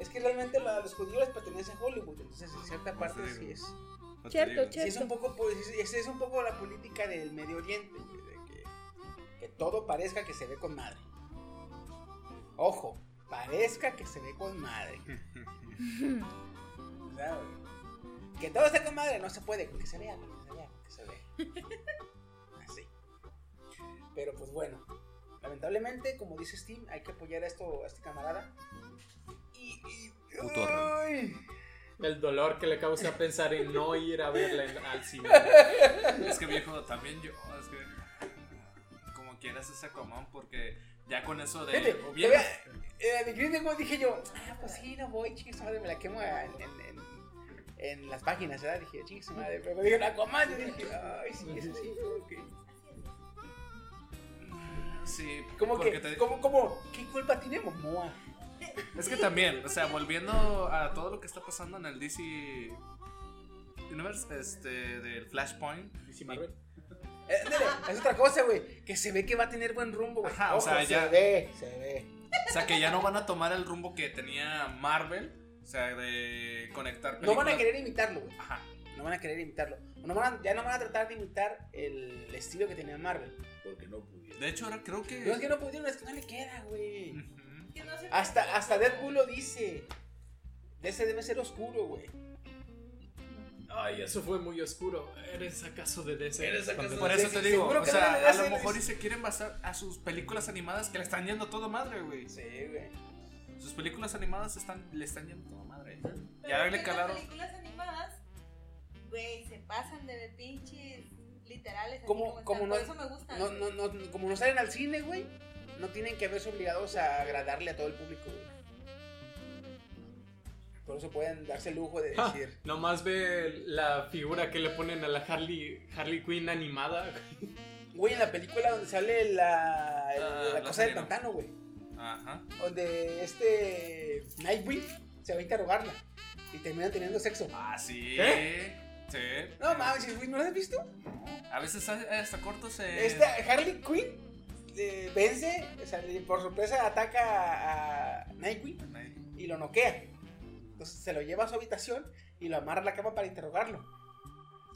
Speaker 2: Es que realmente la- los judíos les pertenecen a Hollywood, entonces en cierta parte Ah, sí es.
Speaker 5: No te
Speaker 6: Cierto,
Speaker 5: digo.
Speaker 2: Sí es un poco, pues, es, es un poco la política del Medio Oriente, güey, de que, que todo parezca que se ve con madre. Ojo, parezca que se ve con madre. O sea, güey, que todo esté con madre no se puede, con que se vea, con que se vea, con que se vea. Así. Pero pues bueno, Lamentablemente, como dice Steam, hay que apoyar a, esto, a este camarada. Y. y-
Speaker 5: Puto Eh,
Speaker 2: ¡Ay!
Speaker 3: El dolor que le causa pensar en no ir a verla en- al cine.
Speaker 5: Es que viejo, también yo, es que como quieras ese común porque ya con eso de
Speaker 2: Fíjate,
Speaker 5: o
Speaker 2: te
Speaker 5: bien
Speaker 2: vea, eh, mi Green Day dije yo, ah, pues sí, no voy, chingue su madre, me la quemo en, en, en, en las páginas, ¿verdad? Dije, chingue su madre, pero me dijeron Aquaman, yo dije, ay, sí, eso sí, ok.
Speaker 5: sí,
Speaker 2: Como
Speaker 5: porque
Speaker 2: que,
Speaker 5: te-
Speaker 2: como, como, ¿qué culpa tiene Momoa?
Speaker 5: es que también, o sea, volviendo a todo lo que está pasando en el DC Universe este del Flashpoint,
Speaker 4: DC Marvel.
Speaker 2: Eh, ándale, es otra cosa, güey, que se ve que va a tener buen rumbo, güey.
Speaker 5: Ajá, o sea, ya-
Speaker 2: se ve, se ve.
Speaker 5: o sea, que ya no van a tomar el rumbo que tenía Marvel, o sea, de conectar
Speaker 2: No van a
Speaker 5: películas-
Speaker 2: querer imitarlo, güey.
Speaker 5: Ajá.
Speaker 2: No van a querer imitarlo. No van a- ya no van a tratar de imitar el estilo que tenía Marvel.
Speaker 4: Porque no pudieron.
Speaker 5: De hecho, ahora creo que
Speaker 2: No es que no pudieron, es que no le queda, güey.
Speaker 5: Ujú.
Speaker 6: Que no se-
Speaker 4: Ah,
Speaker 2: Hasta, hasta Deadpool lo dice. Ese debe ser oscuro, güey.
Speaker 3: Ay, eso fue muy oscuro. ¿Eres acaso de DC?
Speaker 2: Pues
Speaker 5: Por,
Speaker 3: Cuando-
Speaker 5: eso te digo,
Speaker 2: seguro
Speaker 5: o
Speaker 2: que no le
Speaker 5: sea,
Speaker 2: va a
Speaker 5: a lo
Speaker 2: hacer
Speaker 5: mejor y
Speaker 2: eso.
Speaker 5: se quieren basar a sus películas animadas que le están yendo a toda madre, güey.
Speaker 2: Sí, güey.
Speaker 5: Sus películas animadas están, le están yendo a toda madre. ¿eh?
Speaker 6: Pero
Speaker 5: Ya
Speaker 6: es
Speaker 5: le
Speaker 6: que
Speaker 5: calaron.
Speaker 6: Las películas animadas, güey, se pasan de pinches literales. así
Speaker 2: Como-
Speaker 6: están.
Speaker 2: como no-
Speaker 6: Por eso me gustan.
Speaker 2: No, no, no, como no salen al cine, güey, no tienen que verse obligados a agradarle a todo el público, güey. Por eso pueden darse el lujo de
Speaker 3: Ah,
Speaker 2: decir.
Speaker 3: Nomás ve la figura que le ponen a la Harley, Harley Quinn animada.
Speaker 2: Güey, en la película donde sale la, el-
Speaker 5: Ah,
Speaker 2: la
Speaker 5: la
Speaker 2: cosa del
Speaker 5: sirena.
Speaker 2: pantano, güey.
Speaker 5: Ajá.
Speaker 2: Donde este Nightwing se va a interrogarla y terminan teniendo sexo.
Speaker 5: Ah, sí. Sí.
Speaker 2: No mames, güey, ¿no lo has visto?
Speaker 5: A veces hay hasta cortos. eh,
Speaker 2: Esta Harley Quinn eh, vence, o sea, le- por sorpresa ataca a- a Nightwing
Speaker 5: ahí.
Speaker 2: y lo noquea. Entonces se lo lleva a su habitación y lo amarra a la cama para interrogarlo.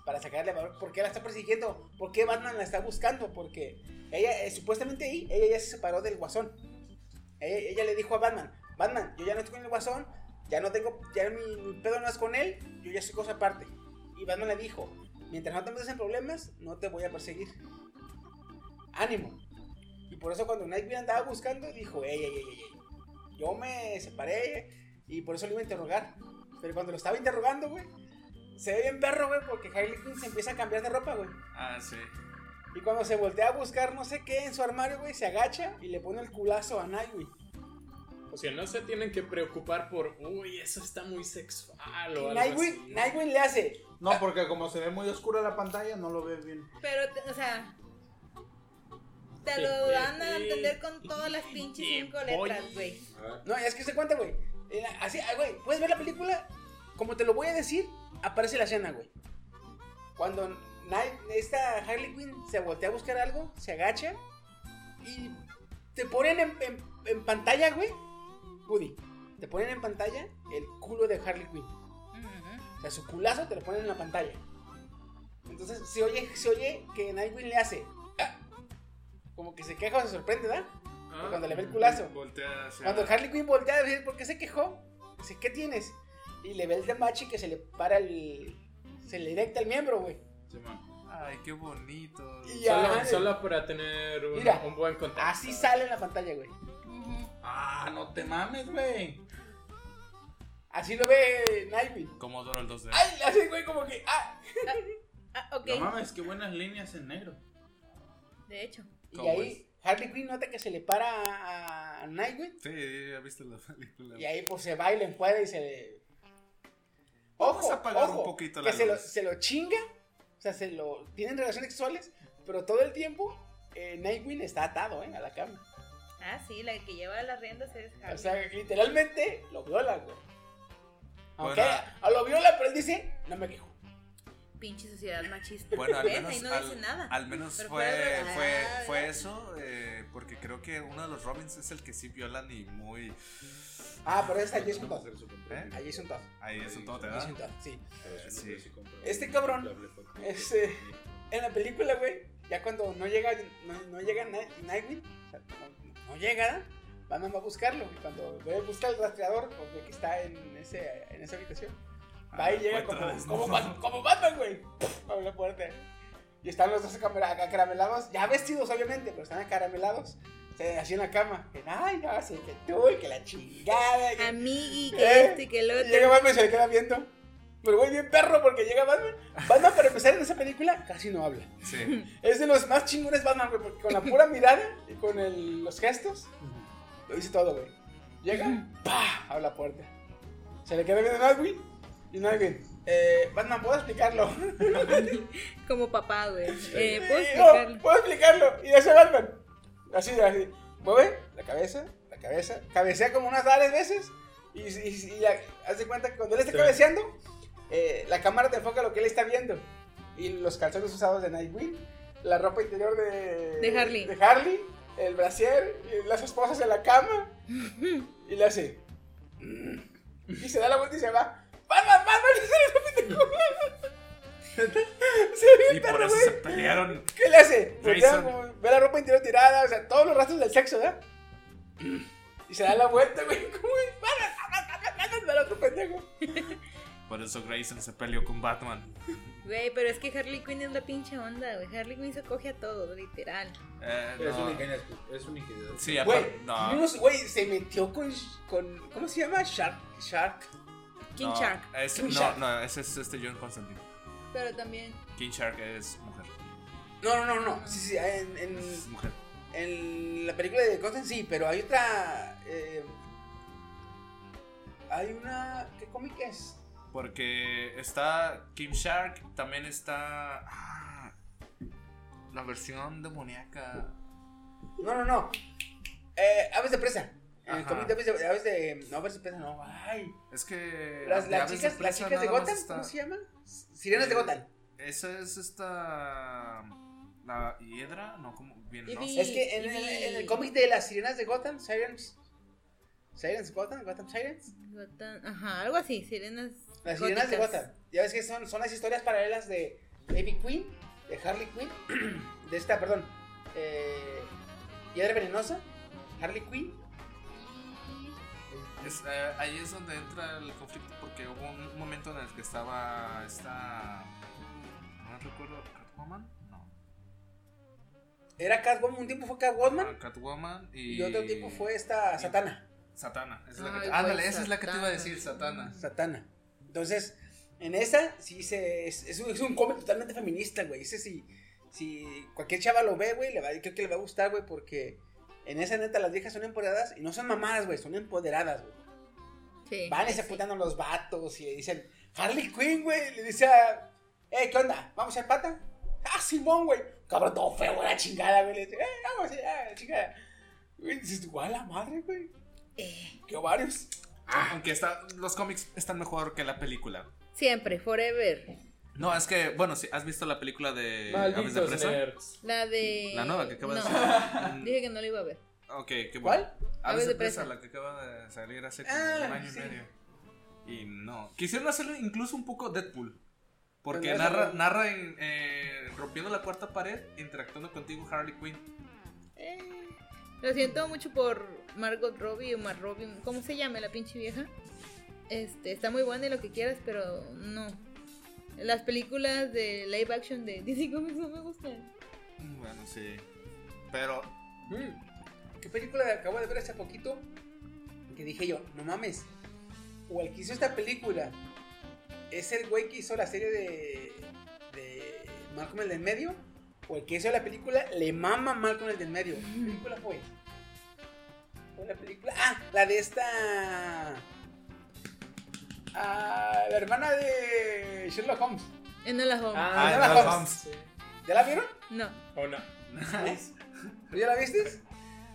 Speaker 2: Para sacarle valor. ¿Por qué la está persiguiendo? ¿Por qué Batman la está buscando? Porque ella, eh, supuestamente ahí, ella ya se separó del guasón. Ella, ella le dijo a Batman, Batman, yo ya no estoy con el guasón, ya no tengo, ya mi, mi pedo no es con él, yo ya soy cosa aparte. Y Batman le dijo, mientras no te metas en problemas, no te voy a perseguir. Ánimo. Y por eso cuando Nightwing andaba buscando, dijo, ey, ey, ey, ey, ey, yo me separé y por eso lo iba a interrogar. Pero cuando lo estaba interrogando, güey, se ve bien perro, güey, porque Harley Quinn se empieza a cambiar de ropa, güey.
Speaker 5: Ah, sí.
Speaker 2: Y cuando se voltea a buscar no sé qué en su armario, güey, se agacha y le pone el culazo a Nightwing.
Speaker 3: O sea, no se tienen que preocupar por, uy, eso está muy sexual o
Speaker 2: Y
Speaker 3: algo así.
Speaker 2: Nightwing, Nightwing le hace,
Speaker 4: No, porque como se ve muy oscura la pantalla, no lo ves bien.
Speaker 6: Pero, te- o sea. Te
Speaker 3: Sí,
Speaker 6: lo
Speaker 3: sí,
Speaker 6: dan a
Speaker 3: sí.
Speaker 6: entender con todas las pinches
Speaker 3: Sí,
Speaker 6: cinco
Speaker 3: voy.
Speaker 6: letras, güey.
Speaker 2: no, es que se cuenta, güey. Y la- Así, ah, güey, puedes ver la película, como te lo voy a decir, aparece la escena, güey. Cuando Night- esta Harley Quinn se voltea a buscar algo, se agacha y te ponen en, en- en pantalla, güey. Woody, te ponen en pantalla el culo de Harley Quinn. O sea, su culazo te lo ponen en la pantalla. Entonces se oye, se oye que Nightwing le hace. "Ah". Como que se queja o se sorprende, ¿verdad?
Speaker 3: Ah,
Speaker 2: Cuando le ve el culazo.
Speaker 5: Voltea hacia.
Speaker 2: Cuando Harley Quinn voltea a decir por qué se quejó, dice, ¿qué tienes? Y le ve el demache que se le para el. Se le directa el miembro, güey.
Speaker 5: Ay, qué bonito.
Speaker 2: Y ya,
Speaker 3: Solo,
Speaker 2: ajá,
Speaker 3: solo para tener un,
Speaker 2: Mira.
Speaker 3: un buen contacto.
Speaker 5: Ah,
Speaker 2: Así sale en la pantalla, güey.
Speaker 4: Ah, no te mames, güey.
Speaker 2: Así lo ve Nightwing.
Speaker 5: Como Doro el 2 d
Speaker 2: ¡Ay! Así, güey, como que. ¡Ah!
Speaker 6: Ah, ok.
Speaker 4: No mames, qué buenas líneas en negro.
Speaker 6: De hecho.
Speaker 2: Y
Speaker 5: ¿Cómo
Speaker 2: ahí Harley Quinn nota que se le para a, a Nightwing.
Speaker 5: Sí, ya viste la película.
Speaker 2: Y ahí pues se va y lo encuadra y se le. Ojo,
Speaker 5: Vamos a apagar
Speaker 2: ojo,
Speaker 5: un poquito
Speaker 2: que
Speaker 5: la
Speaker 2: se lo,
Speaker 5: luz.
Speaker 2: se lo chinga, o sea, se lo tienen relaciones sexuales, pero todo el tiempo eh, Nightwing está atado eh, a la cama.
Speaker 6: Ah, sí, la que lleva las riendas es Harley.
Speaker 2: O sea, literalmente lo viola, güey. Aunque
Speaker 5: Bueno.
Speaker 2: a lo viola, pero él dice, no me quejo.
Speaker 6: Pinche sociedad machista.
Speaker 5: Bueno, al
Speaker 6: ¿Ves?
Speaker 5: menos,
Speaker 6: Ahí no
Speaker 5: al,
Speaker 6: dice nada.
Speaker 5: al menos
Speaker 6: Pero
Speaker 5: fue,
Speaker 6: fue-
Speaker 5: fue,
Speaker 6: ah,
Speaker 5: fue
Speaker 6: ¿verdad?
Speaker 5: eso, eh, porque creo que uno de los Robins es el que sí violan y muy...
Speaker 2: Ah, pero es a Jason Todd.
Speaker 5: ¿Eh?
Speaker 2: A Jason Todd.
Speaker 5: Ahí eso todo te
Speaker 2: Jason
Speaker 5: da.
Speaker 2: Todd, sí.
Speaker 5: Sí.
Speaker 2: Este cabrón es, eh, En la película, güey, ya cuando no llega, no, no llega Night- Nightwing, o sea, no, no llega, Batman va a buscarlo. Y cuando ve, busca el rastreador, porque que está en, ese, en esa habitación, va
Speaker 5: Ah,
Speaker 2: y llega como,
Speaker 5: encuentra
Speaker 2: como,
Speaker 5: desnudo.
Speaker 2: Bat- como Batman, güey. ¡Puf! Abre la puerta. Y están los dos acamera- acaramelados, ya vestidos obviamente, pero están acaramelados. eh, así en la cama. que, Ay, no, sí, que tú, y que la chingada. que-
Speaker 6: A mí y
Speaker 2: Eh,
Speaker 6: que esto y que el
Speaker 2: Y Llega
Speaker 6: otro.
Speaker 2: Batman y se le queda viendo. Pero güey, bien perro porque llega Batman. Batman, para empezar en esa película, casi no habla.
Speaker 5: Sí.
Speaker 2: Es de los más chingones Batman, güey, porque con la pura mirada y con el- los gestos, lo dice todo, güey. Llega, pa, abre la puerta. Se le queda viendo a Nightwing y Nightwing, eh, Batman, ¿puedo explicarlo?
Speaker 6: Como papá, güey. Eh, ¿Puedo
Speaker 2: Y, "No,
Speaker 6: explicar?
Speaker 2: ¿Puedo explicarlo? Y hace Batman, así, así, mueve la cabeza, la cabeza, cabecea como unas varias veces y, y, y la- haz de cuenta que cuando él está cabeceando, eh, la cámara te enfoca lo que él está viendo y los calzones usados de Nightwing, la ropa interior de,
Speaker 6: De Harley.
Speaker 2: de Harley, el brasier, y las esposas en la cama y le hace y se da la vuelta y se va. Batman, Batman, se ve
Speaker 5: Y
Speaker 2: bien
Speaker 5: por
Speaker 2: perro,
Speaker 5: eso
Speaker 2: güey.
Speaker 5: se pelearon.
Speaker 2: ¿Qué le hace? Voltea,
Speaker 5: Jason.
Speaker 2: como, ve la ropa interior tirada, o sea, todos los rastros del sexo, ¿verdad? Y se da la vuelta, güey. ¿Cómo es? Al otro pendejo.
Speaker 5: Por eso Grayson se peleó con Batman.
Speaker 6: Güey, pero es que Harley Quinn es la pinche onda, güey. Harley Quinn se coge a todo, literal.
Speaker 5: Eh,
Speaker 4: Es
Speaker 5: no.
Speaker 4: un ingenio, es un ingenio.
Speaker 5: Sí,
Speaker 2: Güey,
Speaker 5: aparte. No.
Speaker 2: vimos- güey, se metió con, con. ¿Cómo se llama? Shark. Shark.
Speaker 6: King
Speaker 5: no,
Speaker 6: Shark.
Speaker 5: es-
Speaker 2: King
Speaker 5: no,
Speaker 2: Shark.
Speaker 5: no, ese es este John Constantine.
Speaker 6: Pero también.
Speaker 5: King Shark es mujer.
Speaker 2: No, no, no, no. Sí, sí, en, en,
Speaker 5: Es mujer.
Speaker 2: en la película de Gotham sí, pero hay otra. eh, hay una. ¿Qué cómic es?
Speaker 5: Porque está Kim Shark, también está. ah, la versión demoníaca.
Speaker 2: No, no, no. Eh, aves de presa. En el
Speaker 5: Ajá.
Speaker 2: cómic de aves de, aves de- No, aves de presa, no. Ay.
Speaker 5: Es que.
Speaker 2: Las,
Speaker 5: de
Speaker 2: las
Speaker 5: Aves
Speaker 2: chicas,
Speaker 5: Presa
Speaker 2: las chicas de
Speaker 5: nada más
Speaker 2: Gotham,
Speaker 5: está-
Speaker 2: ¿cómo se llaman? Sirenas de
Speaker 5: Eh,
Speaker 2: Gotham.
Speaker 5: Esa es esta. La hiedra, no, como. Bien, no
Speaker 6: Ivy.
Speaker 5: sé.
Speaker 2: Es que en, el-
Speaker 6: y-
Speaker 2: en el cómic de las sirenas de Gotham, Sirens. Sirens Gotham, Gotham Sirens.
Speaker 6: Gotham- Ajá, algo así. Sirenas.
Speaker 2: Las sirenas de
Speaker 6: góticas.
Speaker 2: Gotham. Ya ves que son, son las historias paralelas de Baby Queen, de Harley Quinn, de esta, perdón, eh, Hiedra Venenosa, Harley Quinn.
Speaker 5: Es, eh, ahí es donde entra el conflicto porque hubo un momento en el que estaba esta. No recuerdo, Catwoman. No.
Speaker 2: Era Catwoman, un tiempo fue Catwoman
Speaker 5: Ah, Catwoman y.
Speaker 2: y otro tiempo fue esta Satana.
Speaker 5: Satana. esa es la que
Speaker 6: Ay,
Speaker 5: te-
Speaker 6: güey,
Speaker 5: Ándale, esa es la que te iba a
Speaker 6: Satana.
Speaker 5: decir, Satana.
Speaker 2: Satana. Entonces, en esa sí se, es, es un, es un cómic totalmente feminista, güey. Ese sí, si cualquier chava lo ve, güey, le va, creo que le va a gustar, güey, porque en esa neta las viejas son empoderadas y no son mamadas, güey, son empoderadas, güey.
Speaker 6: Sí.
Speaker 2: Van y
Speaker 6: sí,
Speaker 2: se
Speaker 6: sí.
Speaker 2: apuntan a los vatos y le dicen, Harley Quinn, güey, le dice a, eh, ¿qué onda? ¿Vamos a hacer pata? Ah, Simón, güey. Cabrón, todo feo, güey, la chingada, güey. Le dice, eh, vamos, eh, ah, la chingada. Güey, dices, guau, la madre, güey.
Speaker 6: Eh,
Speaker 2: Qué ovarios.
Speaker 5: Aunque está, los cómics están mejor que la película.
Speaker 6: siempre, forever.
Speaker 5: No, es que, bueno, si has visto la película de Aves de
Speaker 3: Malditos
Speaker 5: Presa.
Speaker 3: nerds.
Speaker 6: La de.
Speaker 5: La nueva que acaba de
Speaker 6: No,
Speaker 5: salir.
Speaker 6: Dije que no la iba a ver.
Speaker 5: ok, qué bueno.
Speaker 2: ¿Cuál?
Speaker 5: Aves de presa, la que acaba de salir hace como
Speaker 2: Ah,
Speaker 5: un año
Speaker 2: sí.
Speaker 5: y medio. Y no. Quisieron hacerlo incluso un poco Deadpool. Porque
Speaker 2: Pero no es
Speaker 5: narra,
Speaker 2: Deadpool.
Speaker 5: narra en, eh, rompiendo la cuarta pared, interactuando contigo Harley Quinn.
Speaker 6: Eh, lo siento mucho por Margot Robbie o Mar Robin, ¿cómo se llame la pinche vieja? Este, está muy buena y lo que quieras, pero no. Las películas de live action de DC Comics no me gustan.
Speaker 5: Mm, Bueno, sí. Pero
Speaker 2: Mm, ¿Qué película acabo de ver hace poquito? Que dije yo, no mames. O el que hizo esta película es el güey que hizo la serie de, de Malcolm el del medio. O el que hizo la película le mama Malcolm el del medio. ¿Qué película fue? Fue la película. Ah, la de esta. Ah, la hermana de Sherlock Holmes.
Speaker 6: En la Home.
Speaker 3: Ah,
Speaker 2: no,
Speaker 3: no,
Speaker 2: Holmes.
Speaker 3: sí.
Speaker 2: ¿Ya la vieron?
Speaker 6: No.
Speaker 3: Oh, no.
Speaker 6: ¿Eh?
Speaker 2: ¿Tú ya la viste?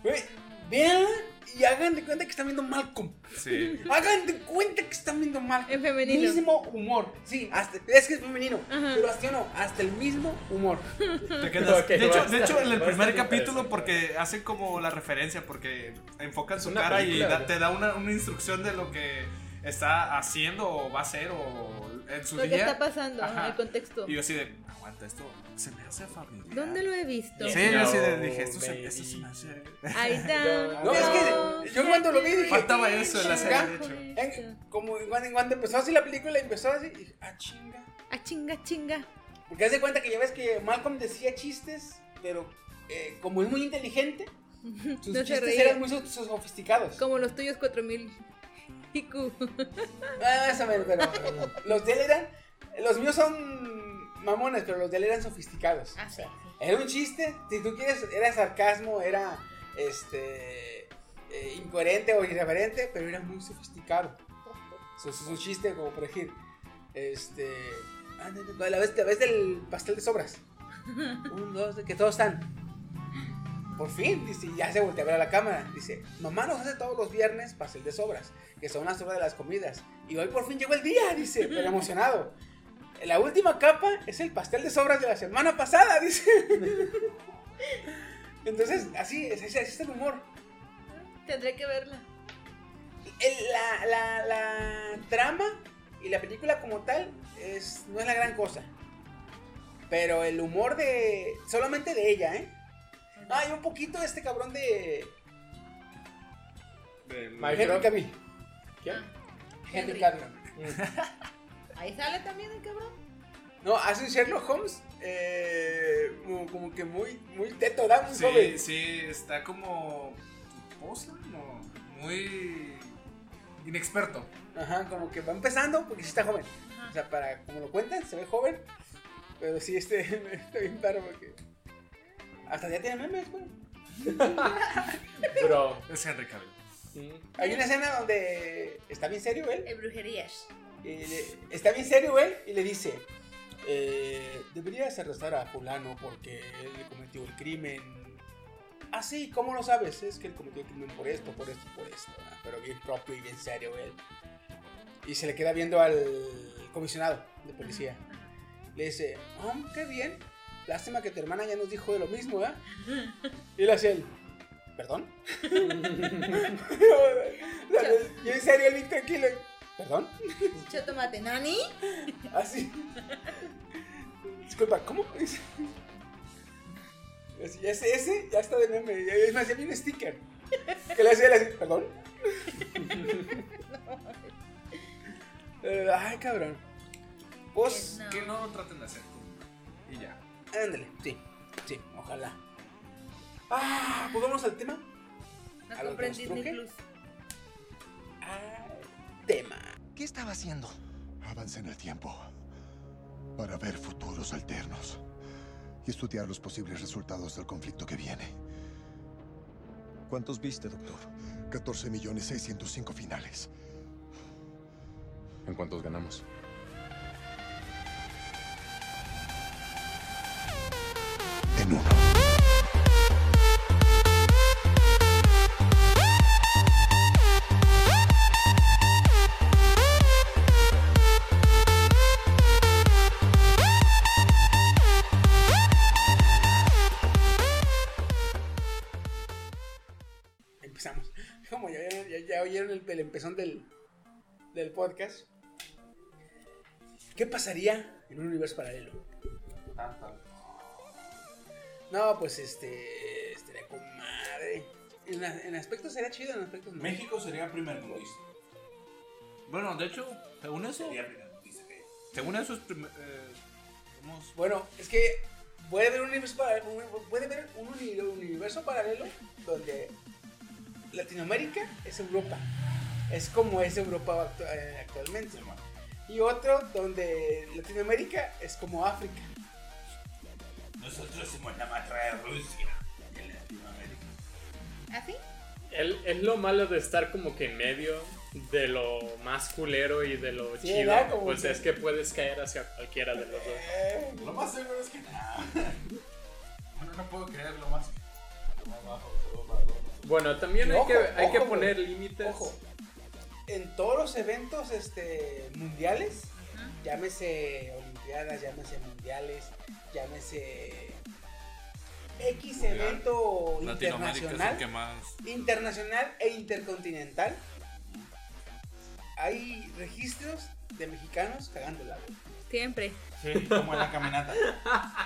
Speaker 2: Güey, véanla y hagan de cuenta que están viendo Malcolm.
Speaker 5: sí.
Speaker 2: Hagan de cuenta que están viendo mal.
Speaker 6: En femenino.
Speaker 2: Mismo humor. Sí, hasta, es que es femenino.
Speaker 6: Ajá.
Speaker 2: Pero hasta no, hasta el mismo humor.
Speaker 5: Te quedas-
Speaker 3: Ok,
Speaker 5: de,
Speaker 3: va a
Speaker 5: hecho, de
Speaker 3: estar-
Speaker 5: hecho, en el
Speaker 3: va a
Speaker 5: primer
Speaker 3: estar
Speaker 5: capítulo,
Speaker 3: interesante.
Speaker 5: porque hacen como la referencia, porque enfocan su
Speaker 3: una
Speaker 5: cara y
Speaker 3: película,
Speaker 5: da-
Speaker 3: ¿no?
Speaker 5: te da una, una instrucción de lo que está haciendo o va a hacer o en su
Speaker 6: Lo que
Speaker 5: día.
Speaker 6: está pasando,
Speaker 5: Ajá.
Speaker 6: el contexto.
Speaker 5: Y yo así de, aguanta, esto se me hace familiar.
Speaker 6: ¿Dónde lo he visto?
Speaker 5: Sí, yo así de,
Speaker 3: No,
Speaker 5: dije, esto se,
Speaker 3: baby.
Speaker 5: esto se me hace...
Speaker 6: Ahí está.
Speaker 2: No, es que yo cuando lo vi dije,
Speaker 5: Faltaba eso de la serie, de
Speaker 2: En- como en cuando, en cuando empezó así la película, empezó así. y dije, ah, chinga.
Speaker 6: Ah, chinga, chinga.
Speaker 2: Porque haz de cuenta que ya ves que Malcolm decía chistes, pero eh, como es muy inteligente, Sus
Speaker 6: No se
Speaker 2: chistes
Speaker 6: reía.
Speaker 2: eran muy so- so- sofisticados.
Speaker 6: Como los tuyos 4000 IQ.
Speaker 2: Más o menos, pero los de él eran. Los míos son mamones, pero los de él eran sofisticados.
Speaker 6: Ah, sí,
Speaker 2: Era un chiste, si tú quieres, era sarcasmo, era este eh, incoherente o irreverente, pero era muy sofisticado. Su, su- su chiste, como por ejemplo, este. ah, no, no, La vez, la vez del pastel de sobras. Un, dos, que todos están. Por fin, dice, y ya se voltea a ver a la cámara. Dice, mamá nos hace todos los viernes pastel de sobras, que son las sobras de las comidas. Y hoy por fin llegó el día, dice, pero emocionado. La última capa es el pastel de sobras de la semana pasada, dice. Entonces, así, es- es- así está el humor.
Speaker 6: Tendré que verla.
Speaker 2: El- la, la- la trama y la película como tal es, no es la gran cosa. Pero el humor de... Solamente de ella, ¿eh? Ah, y un poquito de este cabrón de... Henry Cavill.
Speaker 3: ¿Quién?
Speaker 2: Henry
Speaker 6: Henry.
Speaker 2: Cavill.
Speaker 6: Ah, Ahí sale también el cabrón.
Speaker 2: No, hace un Sherlock Holmes eh, como, como que muy, muy teto, ¿verdad? Muy
Speaker 5: Sí,
Speaker 2: joven.
Speaker 5: sí, está como. Postman o muy. inexperto.
Speaker 2: Ajá, como que va empezando porque sí está joven.
Speaker 6: Ajá.
Speaker 2: O sea, para como lo cuentan, se ve joven. Pero sí, este está bien paro porque. Hasta ya tiene memes, güey.
Speaker 3: Bro. Mm.
Speaker 5: Es Henry Cavill.
Speaker 2: Hay una escena donde está bien serio él.
Speaker 6: El Eh, brujerías.
Speaker 2: y le- está bien serio él y le dice: eh, Deberías arrestar a Fulano porque él cometió el crimen. Ah, sí, ¿cómo lo sabes? Es que él cometió el crimen por esto, por esto, por esto. ¿verdad? Pero bien propio y bien serio él. Y se le queda viendo al comisionado de policía. Le dice, oh, qué bien. Lástima que tu hermana ya nos dijo de lo mismo, ¿eh? Y le hace él, ¿perdón? O sea, yo en serio, él bien tranquilo. ¿Perdón?
Speaker 6: Choto mate, ¿nani?
Speaker 2: Así. Ah, Disculpa, ¿cómo? Así, ese, ese ya está de meme. ya- Es más, ya viene un sticker. Que le hacía le hacía, perdón. Eh, Ay, cabrón. Pues,
Speaker 6: Eh, No.
Speaker 5: Que no traten de hacer. Y ya.
Speaker 2: ándale, sí, sí, ojalá. Ah, pues vamos al tema.
Speaker 6: No
Speaker 2: ¿A los
Speaker 6: compré en
Speaker 2: dos
Speaker 6: Disney
Speaker 2: truje?
Speaker 6: Plus.
Speaker 2: Al Ah, tema.
Speaker 9: ¿Qué estaba haciendo?
Speaker 10: Avancé en el tiempo para ver futuros alternos y estudiar los posibles resultados del conflicto que viene.
Speaker 9: ¿Cuántos viste, doctor?
Speaker 10: 14.605 finales.
Speaker 7: ¿En cuántos ganamos?
Speaker 10: En uno.
Speaker 2: Empezamos. Como ya, ya- ya- ya oyeron el, el empezón del, del podcast. ¿Qué pasaría en un universo paralelo? No, pues este. Estaría con madre. En, la- en aspectos sería chido, en aspectos no.
Speaker 4: México sería primer mundista.
Speaker 5: Bueno, de hecho, según eso.
Speaker 4: Sería primer mundista. eh.
Speaker 5: Según eso es. prim- eh, somos-
Speaker 2: Bueno, es que puede haber un universo paralelo, un- puede haber un uni- universo paralelo donde Latinoamérica es Europa. Es como es Europa actu- eh, actualmente, hermano. Y otro donde Latinoamérica es como África.
Speaker 4: Nosotros somos la matra de Rusia. De Latinoamérica.
Speaker 6: ¿Así?
Speaker 3: El- es lo malo de estar como que en medio de lo más culero y de lo
Speaker 2: Sí,
Speaker 3: chido.
Speaker 2: ¿verdad? Como
Speaker 3: Pues
Speaker 2: que-
Speaker 3: es que puedes caer hacia cualquiera de los dos.
Speaker 2: Eh,
Speaker 4: Lo más seguro es que nada. Bueno, no puedo creer lo más. Lo más bajo, lo más bajo.
Speaker 3: Bueno, también hay
Speaker 2: Ojo,
Speaker 3: que, hay que
Speaker 2: ojo,
Speaker 3: poner
Speaker 2: güey.
Speaker 3: límites.
Speaker 2: Ojo, en todos los eventos este, mundiales, llámese Olimpiadas, llámese mundiales, llámese X
Speaker 5: Mundial.
Speaker 2: evento
Speaker 5: Latinoamérica es
Speaker 2: internacional,
Speaker 5: el que más.
Speaker 2: internacional e intercontinental, hay registros de mexicanos cagándola. güey.
Speaker 6: Siempre.
Speaker 4: Sí, como en la caminata.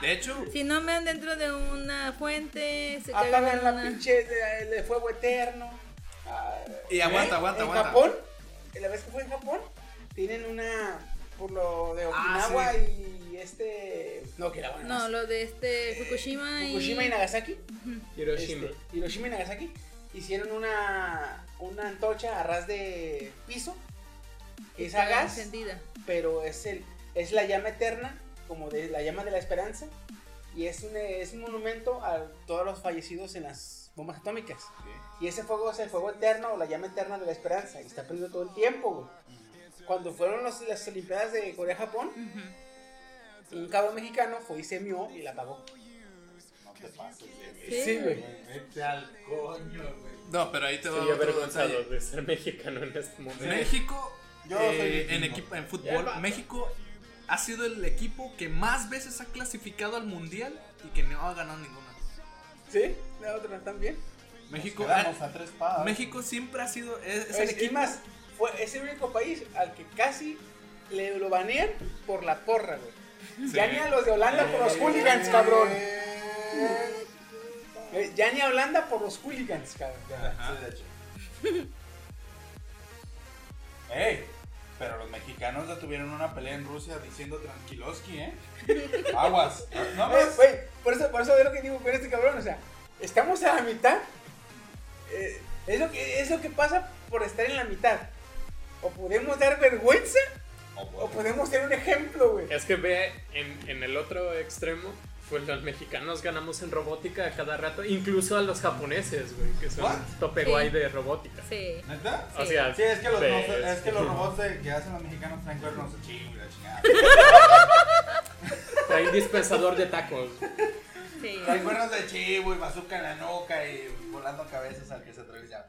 Speaker 5: De hecho,
Speaker 6: Si no me dan dentro de una fuente, se cagan en
Speaker 2: Apagan la
Speaker 6: una-
Speaker 2: pinche de- el de fuego eterno. ah,
Speaker 5: Y aguanta, aguanta,
Speaker 2: en
Speaker 5: aguanta.
Speaker 2: Japón,
Speaker 5: Ah,
Speaker 2: la vez que fue en Japón, tienen una por lo de Okinawa y este. No, que era bueno.
Speaker 6: No, lo de este Fukushima y.
Speaker 2: Fukushima y Nagasaki.
Speaker 3: Hiroshima.
Speaker 2: este, Hiroshima y Nagasaki hicieron una, una antorcha a ras de piso que es a
Speaker 6: Estaba
Speaker 2: gas,
Speaker 6: encendida.
Speaker 2: pero es, el, es la llama eterna, como de la llama de la esperanza, y es un, es un monumento a todos los fallecidos en las bombas atómicas. Y ese fuego es el fuego eterno o la llama eterna de la esperanza, y está prendido todo el tiempo. güey. Cuando fueron los- las Olimpiadas de Corea-Japón,
Speaker 6: Ujú.
Speaker 2: un cabrón mexicano fue y se mió y la apagó.
Speaker 7: No te pases de
Speaker 6: Sí.
Speaker 7: ver.
Speaker 6: Sí,
Speaker 2: güey.
Speaker 7: Vete al coño, güey.
Speaker 5: No, pero ahí te va
Speaker 3: Estoy
Speaker 5: otro
Speaker 3: avergonzado
Speaker 5: detalle.
Speaker 3: de ser mexicano en este momento.
Speaker 5: México,
Speaker 2: Yo
Speaker 5: eh,
Speaker 2: soy
Speaker 5: en,
Speaker 7: mexicano.
Speaker 5: equipo, en fútbol,
Speaker 3: Ya, va.
Speaker 5: México ha sido el equipo que más veces ha clasificado al mundial y que no ha ganado ninguna.
Speaker 2: ¿Sí? La otra también.
Speaker 5: México,
Speaker 7: Quedamos
Speaker 5: ah,
Speaker 7: a tres pavos.
Speaker 5: México siempre ha sido. Es, es
Speaker 2: Es,
Speaker 5: el
Speaker 2: es
Speaker 5: equipo
Speaker 2: más, fue, es el único país al que casi le lo banean por la porra, güey.
Speaker 5: Sí.
Speaker 2: Ya ni a los de Holanda por los hooligans, cabrón.
Speaker 5: eh.
Speaker 2: Eh, Ya ni a Holanda por los hooligans, cabrón.
Speaker 7: Ajá. Sí, de hecho. ¡Ey! Pero los mexicanos ya tuvieron una pelea en Rusia diciendo tranquiloski, ¿eh? Aguas. No,
Speaker 2: Eh,
Speaker 7: más.
Speaker 2: güey, por eso, por eso es lo que digo con este cabrón, o sea, estamos a la mitad. Eh, es, lo que, es lo que pasa por estar en la mitad. O podemos dar vergüenza
Speaker 7: Oh,
Speaker 2: o pues, podemos ser un ejemplo, güey.
Speaker 3: Es que ve, en, en el otro extremo, pues los mexicanos ganamos en robótica a cada rato, incluso a los japoneses, güey, que son
Speaker 7: What?
Speaker 3: tope
Speaker 6: Sí.
Speaker 3: guay de robótica.
Speaker 6: Sí.
Speaker 7: ¿Neta?
Speaker 3: O
Speaker 6: Sí.
Speaker 3: sea,
Speaker 7: Sí, es que los,
Speaker 3: ves-
Speaker 7: no- es que los robots de- que hacen los mexicanos traen cuernos chingue la chingada.
Speaker 3: Trae dispensador de tacos.
Speaker 6: Sí.
Speaker 7: Traen cuernos de chivo y bazooka en la nuca y volando cabezas al que se atreve ya.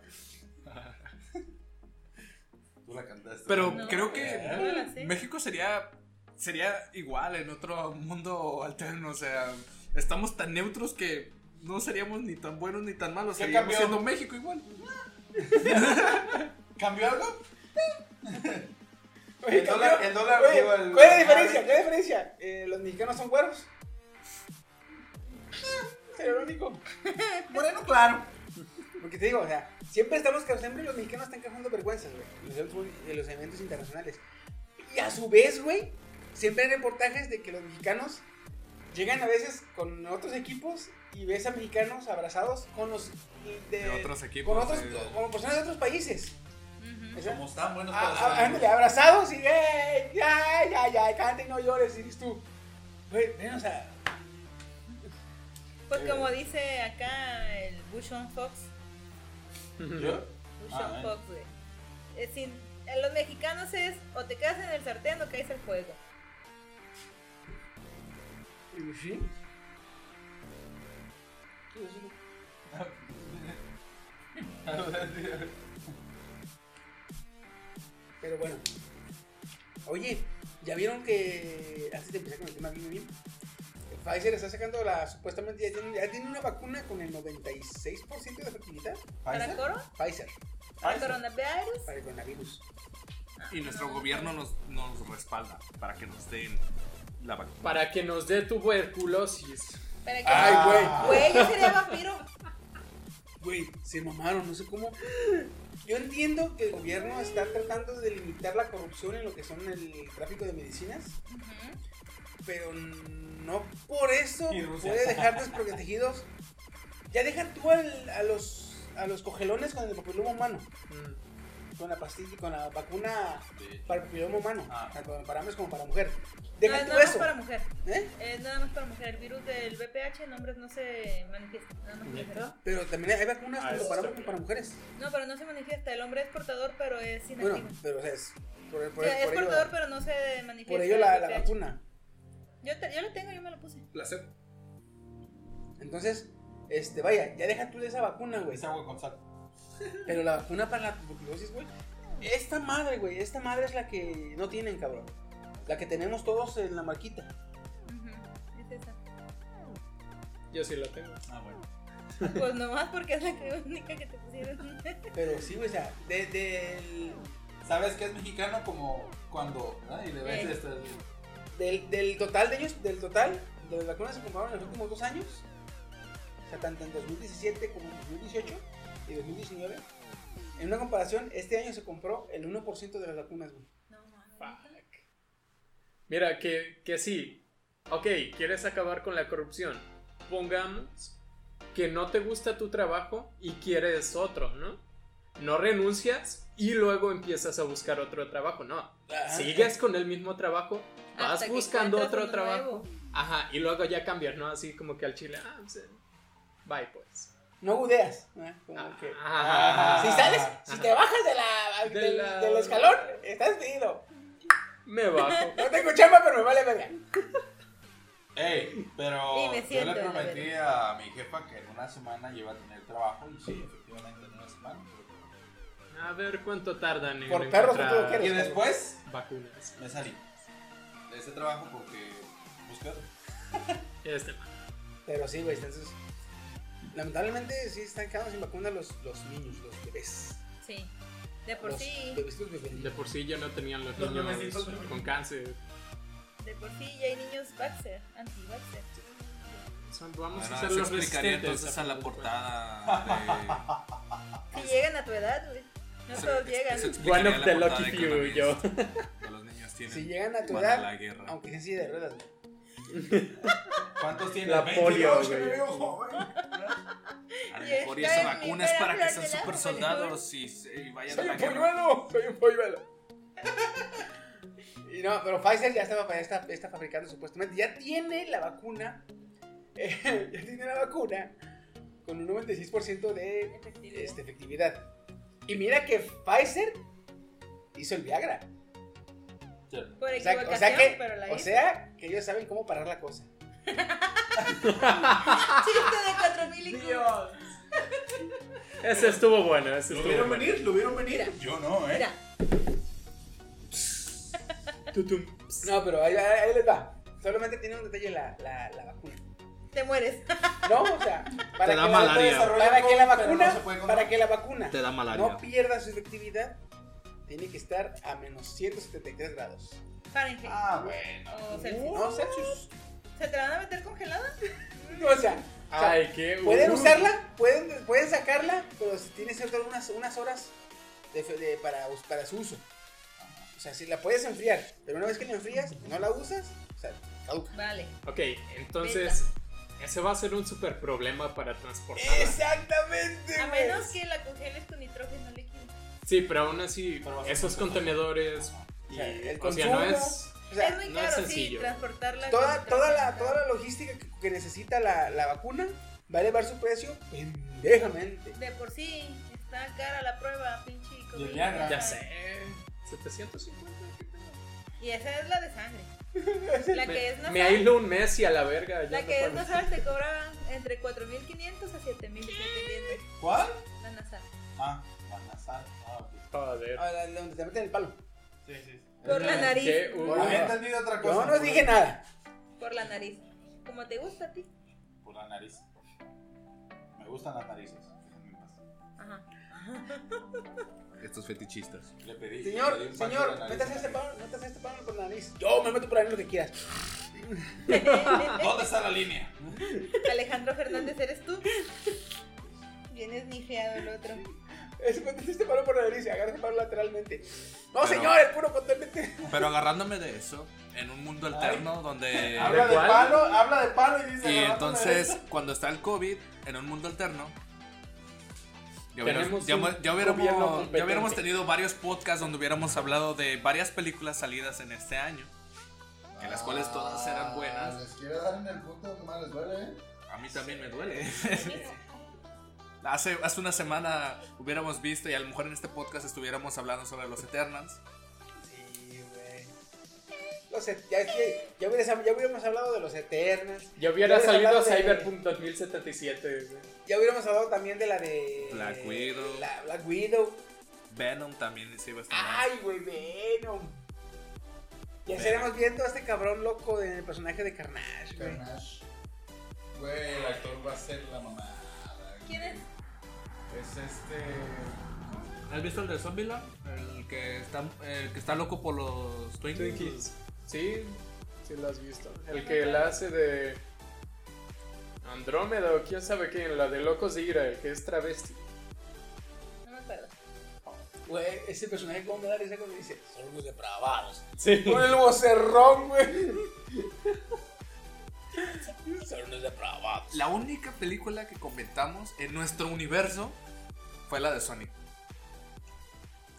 Speaker 7: Tú la cantaste.
Speaker 5: Pero
Speaker 6: No.
Speaker 5: creo que
Speaker 7: Eh.
Speaker 6: No la sé.
Speaker 5: México sería sería igual en otro mundo alterno, o sea, estamos tan neutros que no seríamos ni tan buenos ni tan malos,
Speaker 7: ¿Qué
Speaker 5: seguiríamos
Speaker 7: cambió?
Speaker 5: siendo México igual.
Speaker 7: ¿Cambió algo?
Speaker 2: Oye,
Speaker 7: El dólar- el dólar,
Speaker 2: güey,
Speaker 7: digo, el-
Speaker 2: ¿Cuál es la diferencia? ¿Cuál es la diferencia? Eh, ¿Los mexicanos son güeros? Pero lo único.
Speaker 7: Ah, Moreno, claro.
Speaker 2: Porque te digo, o sea, siempre estamos causando, siempre los mexicanos están causando vergüenzas, güey, en los eventos- en los eventos internacionales. Y a su vez, güey, siempre hay reportajes de que los mexicanos llegan a veces con otros equipos y ves a mexicanos abrazados con los de,
Speaker 5: De otros equipos,
Speaker 2: con otros,
Speaker 5: sí.
Speaker 2: con personas de otros países.
Speaker 6: Ujú.
Speaker 2: O sea,
Speaker 7: Como están buenos
Speaker 2: Ah,
Speaker 7: para
Speaker 2: ah, ándale, abrazados y ¡ey! ya, ya, ya, canta y no llores, y dices tú. Güey, ven, o sea,
Speaker 6: Pues como dice acá el Bushon Fox,
Speaker 7: ¿Yo?
Speaker 6: Bushon
Speaker 7: Ah, eh.
Speaker 6: Fox, güey. Es sin- a los mexicanos es o te quedas en el sartén o caes al fuego.
Speaker 2: y sí. Pero bueno. Oye, ¿ya vieron que. Antes de empezar con el tema, bien, bien. Pfizer está sacando la. Supuestamente ya tiene, ya tiene una vacuna con el 96% de efectividad.
Speaker 6: ¿Para coro?
Speaker 2: Pfizer,
Speaker 6: ¿Para coronavirus?
Speaker 2: para el coronavirus.
Speaker 5: Y nuestro gobierno nos, nos respalda para que nos den la vacuna.
Speaker 3: Para que nos dé tuberculosis.
Speaker 6: ¿Para qué?
Speaker 2: Ay, güey.
Speaker 6: Güey, yo sería vampiro.
Speaker 2: Güey, se mamaron, no sé cómo. Yo entiendo que el gobierno está tratando de limitar la corrupción en lo que son el tráfico de medicinas,
Speaker 6: Ujú.
Speaker 2: pero no por eso
Speaker 7: Y Rusia.
Speaker 2: puede dejar desprotegidos. Ya deja tú al- a los a los cogelones con el papiloma humano,
Speaker 3: Mm.
Speaker 2: con la pastilla, con la vacuna para el papiloma humano,
Speaker 7: Ah.
Speaker 2: tanto para hombres como para mujer.
Speaker 6: No,
Speaker 2: Deja
Speaker 6: es
Speaker 2: tú
Speaker 6: nada más
Speaker 2: eso.
Speaker 6: para mujer.
Speaker 2: ¿eh?
Speaker 6: Es nada más para mujer. El virus del VPH en hombres no se manifiesta. Nada más para mujeres.
Speaker 2: Pero también hay vacunas
Speaker 3: Ah,
Speaker 2: tanto
Speaker 3: eso
Speaker 2: para
Speaker 3: está
Speaker 2: hombres como para mujeres.
Speaker 6: No, pero no se manifiesta. El hombre es portador, pero es inactivo.
Speaker 2: Bueno, pero o sea, es por, por- e-
Speaker 6: O sea, es
Speaker 2: por
Speaker 6: portador,
Speaker 2: ello,
Speaker 6: pero no se manifiesta.
Speaker 2: por ello la,
Speaker 6: el
Speaker 2: la
Speaker 6: VPH.
Speaker 2: vacuna.
Speaker 6: Yo, te- yo la tengo, yo me la puse.
Speaker 5: Placer.
Speaker 2: Entonces, este, vaya, ya deja tú de esa vacuna, güey.
Speaker 7: Es agua con sal.
Speaker 2: Pero la vacuna para la tuberculosis, güey. Esta madre, güey, esta madre es la que no tienen, cabrón. La que tenemos todos en la marquita.
Speaker 6: Ujú, Es esa.
Speaker 3: Yo sí la tengo.
Speaker 7: Ah, bueno.
Speaker 6: Pues nomás porque es la que- única que te pusieron.
Speaker 2: Pero sí, güey, o sea, de, del,
Speaker 7: ¿Sabes qué es mexicano? Como cuando. ¿no? Y le ves
Speaker 6: Eh.
Speaker 7: esto.
Speaker 2: del, del total de ellos, del total, de las vacunas que se compraron en los últimos dos años, o sea, tanto en 2017 como en 2018 y 2019, en una comparación, este año se compró el 1% de las vacunas, güey.
Speaker 6: No mames.
Speaker 3: Fuck. Mira, que, que sí, ok, quieres acabar con la corrupción. Pongamos que no te gusta tu trabajo y quieres otro, ¿no? No renuncias y luego empiezas a buscar otro trabajo, no.
Speaker 2: Ah.
Speaker 7: Ah,
Speaker 3: Sigues con el mismo trabajo, vas
Speaker 6: Hasta que
Speaker 3: buscando otro
Speaker 6: encuentras uno
Speaker 3: trabajo.
Speaker 6: nuevo.
Speaker 3: Ajá, y luego ya cambias, ¿no? Así como que al chile, ah, pues, eh, bye pues.
Speaker 2: No budeas. ¿no? Como
Speaker 3: Ah,
Speaker 2: que-
Speaker 3: ajá.
Speaker 2: si sales, si
Speaker 3: Ajá.
Speaker 2: te bajas de la,
Speaker 3: De
Speaker 2: del,
Speaker 3: la-
Speaker 2: del escalón, estás pedido.
Speaker 3: Me bajo.
Speaker 2: No tengo chamba, pero me vale verga.
Speaker 7: Ey, pero
Speaker 6: Y me
Speaker 7: yo
Speaker 6: siento,
Speaker 7: le
Speaker 6: la
Speaker 7: prometí a mi jefa que en una semana yo iba a tener trabajo y sí, efectivamente en una semana.
Speaker 3: A ver cuánto tardan en
Speaker 2: Por perros,
Speaker 3: encontrar
Speaker 2: tú lo quieres.
Speaker 7: Y después
Speaker 3: vacunas.
Speaker 7: me salí de ese trabajo porque busqué otro.
Speaker 3: Este,
Speaker 2: Pero sí, güey, están sus- Lamentablemente sí están quedando sin vacuna los, los niños, los bebés.
Speaker 6: Sí. De por
Speaker 2: los
Speaker 6: sí,
Speaker 2: bebecitos bebés.
Speaker 3: de por sí ya no tenían los
Speaker 4: Los
Speaker 3: niños
Speaker 4: bebecitos.
Speaker 3: con cáncer.
Speaker 6: de por sí ya hay niños Baxter, anti-Baxter.
Speaker 3: Son- Vamos
Speaker 5: Bueno,
Speaker 3: a hacer
Speaker 5: eso
Speaker 3: los
Speaker 5: Ah, explicaría
Speaker 3: resistentes,
Speaker 5: entonces a la
Speaker 3: final de
Speaker 5: portada
Speaker 2: Ah,
Speaker 6: Si llegan a tu edad, güey. No
Speaker 5: de...
Speaker 6: todos llegan.
Speaker 3: One of the lucky few, yo.
Speaker 5: Que los niños tienen.
Speaker 2: Si llegan a tu
Speaker 5: para
Speaker 2: edad,
Speaker 5: la guerra.
Speaker 2: aunque sea así de ruedas, güey.
Speaker 7: ¿Cuántos tienes?
Speaker 3: La
Speaker 7: 20,
Speaker 3: polio,
Speaker 7: no, yo
Speaker 3: güey.
Speaker 7: me veo joven.
Speaker 5: A lo
Speaker 6: Y
Speaker 5: mejor
Speaker 6: está
Speaker 5: esa
Speaker 6: en mi
Speaker 5: vacuna es para que
Speaker 6: gran
Speaker 5: sean
Speaker 6: platillo,
Speaker 5: super soldados y, y vayan a
Speaker 2: ¡Soy
Speaker 5: la
Speaker 2: un
Speaker 5: guerra.
Speaker 2: polluelo! ¡Soy un polluelo! y no, pero Pfizer ya está, ya está, está fabricando supuestamente. Ya tiene la vacuna. eh, ya tiene la vacuna con un 96% de
Speaker 6: Efectividad.
Speaker 2: este, efectividad. Y mira que Pfizer hizo el Viagra.
Speaker 6: Por
Speaker 2: O sea,
Speaker 6: equivocación,
Speaker 2: o sea que,
Speaker 6: pero la
Speaker 2: o
Speaker 6: hice.
Speaker 2: sea que ellos saben cómo parar la cosa.
Speaker 6: Chiste de 4000 y Dios.
Speaker 3: cuentas. Ese estuvo bueno, ese
Speaker 4: ¿Lo
Speaker 3: estuvo
Speaker 4: vieron
Speaker 3: bueno.
Speaker 4: venir? ¿Lo vieron venir?
Speaker 7: Yo no, ¿eh?
Speaker 6: Mira,
Speaker 2: No, pero ahí, ahí- ahí les va. Solamente tiene un detalle la, la, la vacuna.
Speaker 6: te mueres.
Speaker 2: No, o sea, para,
Speaker 5: Te da
Speaker 2: que,
Speaker 5: malaria.
Speaker 2: La, para que la vacuna,
Speaker 7: no se puede controlar.
Speaker 2: para que la vacuna
Speaker 5: Te da malaria.
Speaker 2: no pierda su efectividad, tiene que estar a menos 173 grados.
Speaker 6: Fahrenheit.
Speaker 7: Ah, bueno.
Speaker 6: O Celsius.
Speaker 2: No, Celsius.
Speaker 6: ¿Se te la van a meter congelada?
Speaker 2: No, o sea, o sea,
Speaker 3: Ay, qué.
Speaker 2: pueden
Speaker 3: uh.
Speaker 2: usarla, pueden, pueden sacarla, pero si tiene cierto unas, unas horas de fe- de- para, us- para su uso. O sea, si la puedes enfriar, pero una vez que la enfrías, no la usas, o sea, caduca.
Speaker 6: Vale.
Speaker 3: Ok, entonces. Ese va a ser un super problema para transportar.
Speaker 2: Exactamente.
Speaker 6: A
Speaker 2: güey.
Speaker 6: menos que la congeles con nitrógeno líquido.
Speaker 3: Sí, pero aún así,
Speaker 7: Pero va a ser
Speaker 3: esos
Speaker 7: muy
Speaker 3: contenedores.
Speaker 2: O
Speaker 3: Y,
Speaker 2: sea, el
Speaker 3: o sea, no
Speaker 2: consumo,
Speaker 3: es.
Speaker 2: O sea,
Speaker 6: es muy
Speaker 3: no es
Speaker 6: caro, sí,
Speaker 3: sencillo.
Speaker 6: transportarla.
Speaker 2: toda,
Speaker 6: con
Speaker 2: toda, la,
Speaker 6: nitrógeno.
Speaker 2: toda la logística que, que necesita la, la vacuna va a elevar su precio pendejamente.
Speaker 6: De por sí, está cara la prueba, pinche COVID.
Speaker 7: Del Viagra.
Speaker 3: Ya sé. 750. ¿qué pedo?
Speaker 6: Y esa es la de sangre. La
Speaker 3: Me-
Speaker 6: que es nasal.
Speaker 3: Me ha ido un mes y a la verga. ya
Speaker 6: La
Speaker 3: no
Speaker 6: que es
Speaker 3: puedo.
Speaker 6: nasal te cobra entre 4.500 a 7.700.
Speaker 7: ¿Cuál?
Speaker 6: La nasal.
Speaker 7: Ah, la nasal. Ah, ok.
Speaker 3: Joder.
Speaker 2: Ah, la- la donde te meten el palo.
Speaker 7: Sí, sí.
Speaker 6: Por la
Speaker 3: Qué
Speaker 6: nariz.
Speaker 3: u-
Speaker 2: Por la-
Speaker 7: Había entendido otra cosa.
Speaker 2: Yo no
Speaker 7: por-
Speaker 2: dije nada.
Speaker 6: Por la nariz. Como te gusta a ti.
Speaker 7: Por la nariz. Me gustan las narices. déjenme en paz.
Speaker 6: Ajá.
Speaker 5: Estos fetichistas.
Speaker 7: Le pedí. le pedí
Speaker 2: Señor,
Speaker 7: un pan por la
Speaker 2: señor,
Speaker 7: nariz.
Speaker 2: métase este palo, métase este palo por la nariz. Yo me meto por la nariz lo que quieras.
Speaker 7: ¿Dónde está la línea?
Speaker 6: Alejandro Fernández, ¿eres tú? Vienes nifeado el otro.
Speaker 2: Es, Métase este palo por la nariz y agarra este palo lateralmente. No,
Speaker 5: Pero-
Speaker 2: señor, el puro potente.
Speaker 5: Pero agarrándome de eso, en un mundo alterno donde...
Speaker 7: Habla de
Speaker 3: cuál?
Speaker 7: palo, habla de palo y dice.
Speaker 5: Y
Speaker 7: "Agarrándome
Speaker 5: entonces, cuando está el COVID, en un mundo alterno, ya
Speaker 3: Tenemos
Speaker 5: hubiéramos, ya
Speaker 3: un
Speaker 5: hubi- ya
Speaker 3: gobierno
Speaker 5: hubiéramos,
Speaker 3: competente.
Speaker 5: ya hubiéramos tenido varios podcasts donde hubiéramos hablado de varias películas salidas en este año, en las cuales todas eran buenas.
Speaker 9: Les quiero dar en el punto, nomás les duele. ¿eh?
Speaker 5: A mí también me duele. Hace, hace una semana hubiéramos visto y a lo mejor en este podcast estuviéramos hablando sobre los Eternals.
Speaker 2: Sí, güey. Lo sé, ya, es que ya, hubiéramos, ya hubiéramos hablado de los Eternas.
Speaker 3: Ya hubiera
Speaker 2: Ya
Speaker 3: salido
Speaker 2: hablamos de-
Speaker 3: Cyberpunk 2077. güey.
Speaker 2: Ya hubiéramos hablado también de la de.
Speaker 5: Black Widow.
Speaker 2: La Black Widow.
Speaker 5: Venom también se iba a estrenar.
Speaker 2: Ay, güey, Venom. Ya estaremos viendo a este cabrón loco del personaje de Carnage, güey.
Speaker 9: Carnage. Güey, el actor va a ser la mamá.
Speaker 6: ¿Quién es?
Speaker 9: Es este.
Speaker 5: ¿Has visto el de Zombieland? El que está, el que está loco por los Twinkies.
Speaker 3: Twinkies. Sí, sí lo has visto. El que la hace de Andrómeda o quién sabe quién, la de Locos de Ira, el que es travesti.
Speaker 6: No me acuerdo.
Speaker 2: Güey, ese personaje, ¿cómo me da risa cuando dice? Son unos depravados.
Speaker 3: Sí.
Speaker 2: Con el vocerrón, güey.
Speaker 9: Salones de pruebas.
Speaker 5: La única película que comentamos en nuestro universo fue la de Sonic.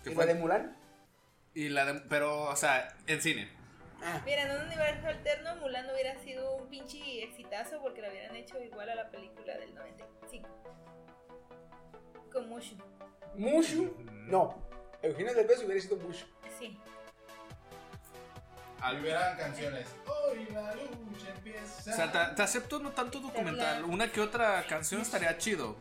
Speaker 5: Que
Speaker 2: ¿Y
Speaker 5: fue-
Speaker 2: la de Mulan?
Speaker 5: y la de- Pero, o sea, en cine.
Speaker 2: Ah.
Speaker 6: Mira, en un universo alterno, Mulan hubiera sido un pinche exitazo porque la hubieran hecho igual a la película del 95. Con Mushu.
Speaker 2: Mushu. No. Eugenio Derbez hubiera sido Mushu.
Speaker 6: Sí.
Speaker 9: Y hubieran canciones. Hoy la lucha empieza.
Speaker 5: O sea,
Speaker 2: Ah.
Speaker 5: te, te acepto no tanto documental.
Speaker 6: Verla.
Speaker 5: Una que otra canción estaría chido.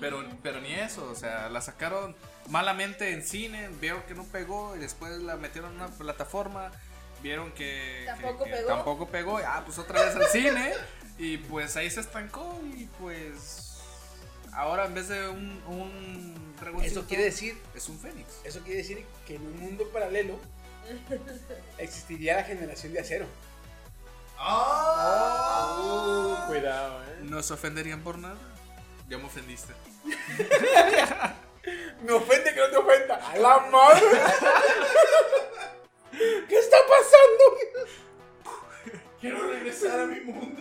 Speaker 5: Pero, pero ni eso, o sea, la sacaron malamente en cine, vieron que no pegó y después la metieron en una plataforma, vieron que que-
Speaker 6: Tampoco
Speaker 5: que
Speaker 6: pegó.
Speaker 5: tampoco pegó, y, ah, pues otra vez al cine y pues ahí se estancó y pues ahora en vez de un, un dragoncito
Speaker 2: Eso quiere decir,
Speaker 5: es un fénix.
Speaker 2: eso quiere decir que en un mundo paralelo existiría la generación de acero.
Speaker 3: Cuidado, eh.
Speaker 5: No se ofenderían por nada. Ya me ofendiste.
Speaker 2: Me ofende que no te ofenda. ¡A la madre! ¿Qué está pasando?
Speaker 7: Quiero regresar a mi mundo.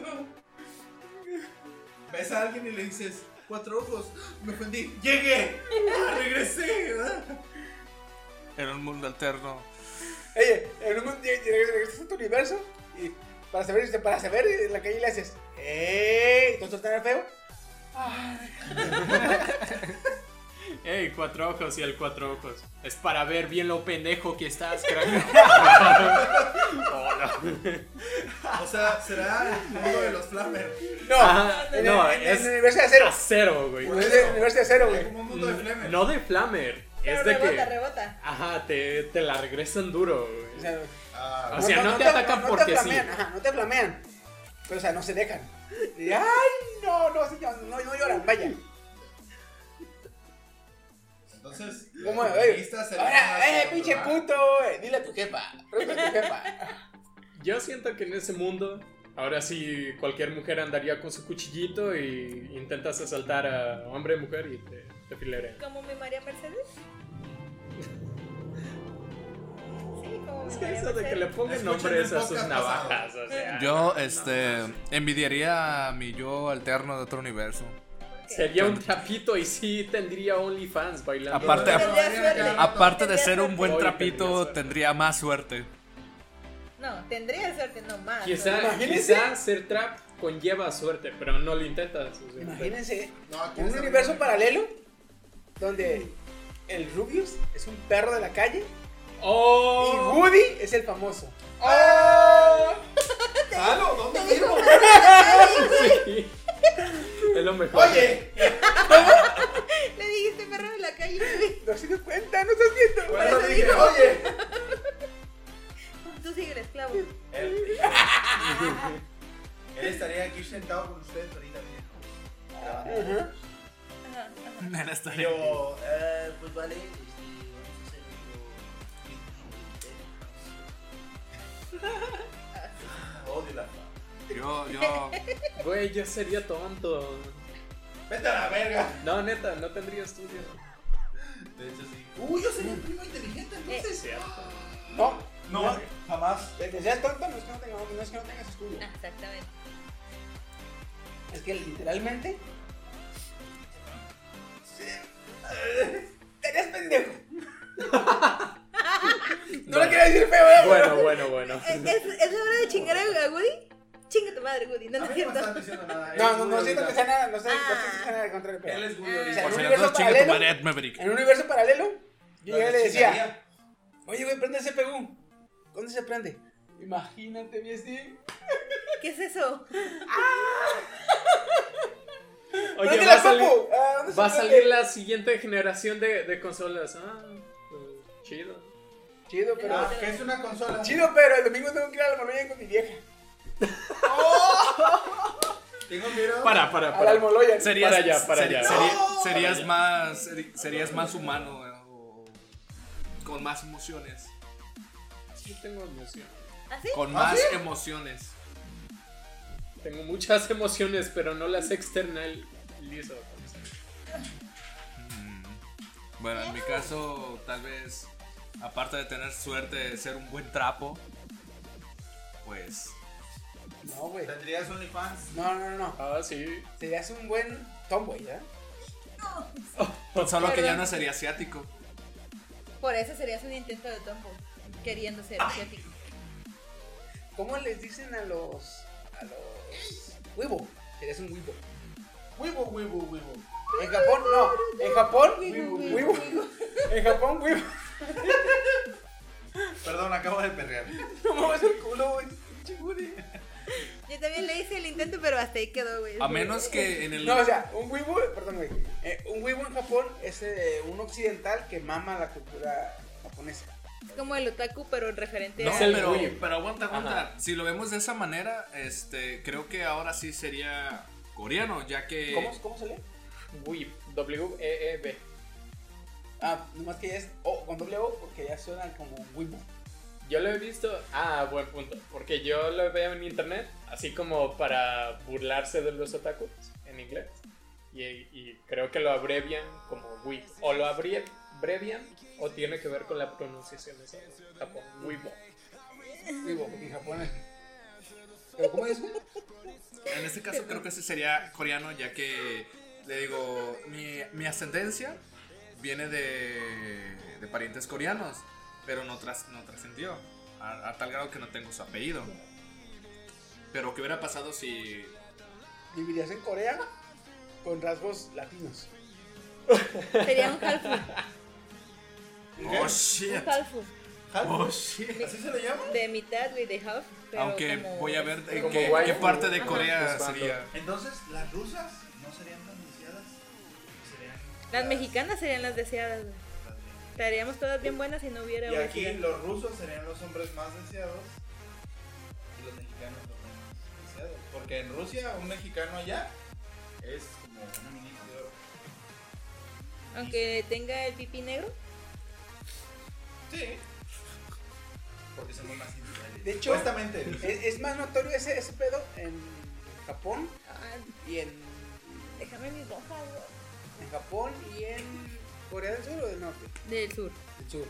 Speaker 7: Ves a alguien y le dices, cuatro ojos, me ofendí, llegué, ¡Ah, regresé. ¿verdad?
Speaker 5: Era un mundo alterno.
Speaker 2: Oye, en un mundo lleg- lleg- regresas a tu universo y para saber, este, para saber en la calle le haces, "Eh, ¡Ey! ¿Tú estás tan feo?
Speaker 3: Ey, cuatro ojos y el cuatro ojos. Es para ver bien lo pendejo que estás, crack. Hola.
Speaker 7: O sea, Ah, será el mundo de los Flammer.
Speaker 2: No,
Speaker 3: Ah,
Speaker 2: en, el-
Speaker 3: no,
Speaker 2: en
Speaker 3: es-
Speaker 2: el universo de acero.
Speaker 3: Acero, güey.
Speaker 2: En el universo de acero, güey.
Speaker 7: Como un mundo de Flammer.
Speaker 3: No de Flamer.
Speaker 6: Pero
Speaker 3: Es de
Speaker 6: rebota,
Speaker 3: que.
Speaker 6: rebota.
Speaker 3: Ajá, te, te la regresan duro, güey.
Speaker 2: O sea,
Speaker 9: Ah,
Speaker 3: O sea, no, te atacan porque sí.
Speaker 2: flamean, ajá, no te flamean. Pero, o sea, no se dejan. Y, ¡Ay! No, no, señor, no, no lloran, vaya.
Speaker 9: entonces,
Speaker 2: ¿Cómo?
Speaker 9: los
Speaker 2: Ey,
Speaker 9: feministas serían
Speaker 2: ahora,
Speaker 9: las
Speaker 2: eh,
Speaker 9: que
Speaker 2: pinche
Speaker 9: van.
Speaker 2: puto, eh, dile a tu jefa. respeta a tu jefa.
Speaker 3: Yo siento que en ese mundo, ahora sí, cualquier mujer andaría con su cuchillito y intentas asaltar a hombre, mujer y te, te filerean.
Speaker 6: Como mi María Mercedes. Sí, como mi
Speaker 3: Es que
Speaker 6: María
Speaker 3: eso de que le
Speaker 6: Mercedes.
Speaker 3: pongan
Speaker 9: Escuchen
Speaker 3: nombres
Speaker 9: el
Speaker 3: a sus
Speaker 9: podcast
Speaker 3: navajas, o sea.
Speaker 5: Yo este envidiaría a mi yo alterno de otro universo.
Speaker 3: Sería un trapito y sí tendría OnlyFans bailando.
Speaker 5: Aparte-
Speaker 6: Tendría suerte.
Speaker 5: Aparte de
Speaker 6: Tendría
Speaker 5: ser un
Speaker 6: suerte.
Speaker 5: buen
Speaker 3: Hoy tendría
Speaker 5: trapito,
Speaker 3: suerte.
Speaker 5: tendría más suerte.
Speaker 6: No, tendría suerte, no más.
Speaker 3: Quizá,
Speaker 2: Imagínense.
Speaker 3: quizá ser trap conlleva suerte, pero no lo intentas. o sea,
Speaker 2: Imagínense
Speaker 9: No, aquí
Speaker 2: un
Speaker 9: está-
Speaker 2: universo paralelo donde el Rubius es un perro de la calle
Speaker 3: ¡Oh!
Speaker 2: y Woody es el famoso.
Speaker 7: ¡Halo! ¿Dónde vivo?
Speaker 3: Sí. Es lo mejor.
Speaker 7: Oye,
Speaker 6: Le dijiste perro de la calle, güey.
Speaker 2: No se dio cuenta, no estás viendo.
Speaker 7: bueno, dije, oye.
Speaker 6: Tú sigue el esclavo.
Speaker 7: Él, él estaría aquí sentado con ustedes ahorita mismo.
Speaker 2: Ajá.
Speaker 6: Ajá, ajá.
Speaker 7: Y Yo,
Speaker 8: Eh, pues vale, este, vamos a hacer algo.
Speaker 7: odio la fama.
Speaker 5: Yo, yo,
Speaker 3: Güey, yo sería tonto.
Speaker 7: Vete a la verga.
Speaker 3: No, neta, no tendría estudio.
Speaker 7: De hecho, sí. Uy, yo sería el primo inteligente entonces.
Speaker 3: Es cierto.
Speaker 2: No,
Speaker 7: No, jamás.
Speaker 2: el que seas tonto no es que no, tenga- no es que no tengas estudio.
Speaker 6: Ah, Exactamente.
Speaker 2: Es que literalmente. Eres pendejo. No lo quiero decir feo, ¿eh?
Speaker 3: Bueno, bueno, bueno.
Speaker 6: ¿Es, Eh, es- es la hora de chingar a a Woody? Chinga tu madre, Woody. No,
Speaker 7: A
Speaker 6: no es
Speaker 7: mí no me
Speaker 6: cierto.
Speaker 7: están diciendo nada.
Speaker 2: No,
Speaker 7: Eres
Speaker 2: no,
Speaker 7: muy
Speaker 2: no siento
Speaker 7: ahorita.
Speaker 2: que sea nada, no sé, no sé
Speaker 6: Ah.
Speaker 2: si sea nada contra el
Speaker 7: Él
Speaker 2: pedo.
Speaker 7: es muy ahorita.
Speaker 2: sea,
Speaker 5: por
Speaker 2: un
Speaker 5: si
Speaker 2: universo
Speaker 5: acaso, chinga tu
Speaker 2: paralelo.
Speaker 5: madre, Ed Maverick.
Speaker 2: En un universo paralelo, yo
Speaker 7: Lo
Speaker 2: ya le decía,
Speaker 7: chingaría.
Speaker 2: oye, güey, prende ese PU. ¿Dónde se prende? Imagínate, mi Steve.
Speaker 6: ¿Qué es eso?
Speaker 3: Oye,
Speaker 2: ¡Prende
Speaker 3: va a
Speaker 2: la
Speaker 3: salir,
Speaker 2: compu! Ah, ¿dónde se
Speaker 3: va a
Speaker 2: prende?
Speaker 3: salir la siguiente generación de, de consolas. Ah, pues, chido.
Speaker 2: Chido, pero...
Speaker 7: Ah, que es una consola.
Speaker 2: Chido, pero el domingo tengo que ir a la Moloya con mi vieja.
Speaker 7: Tengo miedo.
Speaker 3: Para, para,
Speaker 2: A la
Speaker 3: para.
Speaker 2: Almoloya.
Speaker 5: Serías,
Speaker 3: Para allá, para
Speaker 5: seri-
Speaker 3: allá.
Speaker 5: seri- serías más, seri- serías más humano eh, o- con más emociones,
Speaker 3: Yo tengo emoción.
Speaker 6: ¿Así?
Speaker 7: ¿Ah,
Speaker 5: con más emociones.
Speaker 3: Tengo muchas emociones, pero no las externalizo.
Speaker 5: Mm. Bueno, en mi caso, tal vez, aparte de tener suerte de ser un buen trapo, pues
Speaker 2: No, güey.
Speaker 4: ¿Tendrías OnlyFans?
Speaker 2: No, no, no, no.
Speaker 3: Ah, sí.
Speaker 2: Serías un buen tomboy, ¿eh?
Speaker 5: Solo que ya
Speaker 6: Perdón.
Speaker 5: no sería asiático.
Speaker 6: Por eso serías un intento de tombo, queriendo ser asiático.
Speaker 2: ¿Cómo les dicen a los. a los. Wibo? Serías un wibo.
Speaker 4: Huevo, huevo, huevo.
Speaker 2: En Japón, no. En Japón, wibo. En Japón, wibo.
Speaker 4: Perdón, acabo de perrear.
Speaker 2: No mueves el culo, güey. Chinguri.
Speaker 6: Yo también le hice el intento, pero hasta ahí quedó, güey.
Speaker 5: A menos que en el.
Speaker 2: No, o sea, un wibo, perdón, güey. Eh, un wibo en Japón es eh, un occidental que mama la cultura japonesa.
Speaker 6: Es como el otaku, pero referente
Speaker 5: No,
Speaker 6: a...
Speaker 3: el
Speaker 5: pero,
Speaker 3: orgullo.
Speaker 5: pero aguanta, aguanta.
Speaker 3: Ajá.
Speaker 5: Si lo vemos de esa manera, este, creo que ahora sí sería coreano, ya que.
Speaker 2: ¿Cómo, ¿Cómo se lee?
Speaker 3: Weeb. W-E-E-B.
Speaker 2: Ah, nomás que ya es O con doble O porque ya suena como un wibo.
Speaker 3: Yo lo he visto. Ah, buen punto. Porque yo lo veo en internet, así como para burlarse de los otakus en inglés. Y, y creo que lo abrevian como Weeb. O lo abrie- abrevian o tiene que ver con la pronunciación de ese Japón. Weibo.
Speaker 2: Wibo, en Japón es. ¿Pero cómo es?
Speaker 5: En este caso creo que sí sería coreano, ya que le digo, mi, mi ascendencia viene de, de parientes coreanos, pero no, tras, no trascendió, a, a tal grado que no tengo su apellido. Pero ¿qué hubiera pasado si...
Speaker 2: Vivirías en Corea con rasgos latinos.
Speaker 6: Sería un halfu,
Speaker 5: Oh, shit.
Speaker 6: un halfu.
Speaker 5: Oh, shit.
Speaker 4: ¿Así se le llama?
Speaker 6: De mitad, güey, de half. Pero
Speaker 5: Aunque
Speaker 6: como-
Speaker 5: voy a ver en
Speaker 3: como
Speaker 5: qué,
Speaker 3: waifu.
Speaker 5: qué parte de
Speaker 6: Ajá.
Speaker 5: Corea
Speaker 3: Pues,
Speaker 5: sería.
Speaker 4: Entonces, las rusas no serían tan viciadas. Serían
Speaker 6: Las mexicanas serían las deseadas, güey.
Speaker 4: las bien.
Speaker 6: Estaríamos todas bien buenas si no hubiera
Speaker 4: Y aquí
Speaker 6: obesidad.
Speaker 4: los rusos serían los hombres más deseados y los mexicanos los menos deseados. Porque en Rusia, un mexicano allá es como un ministro de oro.
Speaker 6: Aunque tenga el pipí negro.
Speaker 4: Sí. Porque somos más individuales.
Speaker 2: De hecho-
Speaker 4: supuestamente.
Speaker 2: Es, es más notorio ese, ese pedo en Japón
Speaker 6: Ah,
Speaker 2: y en,
Speaker 6: déjame mis hojas, güey.
Speaker 2: en Japón y en Corea del Sur o del Norte.
Speaker 6: Del sur.
Speaker 2: Del Sur.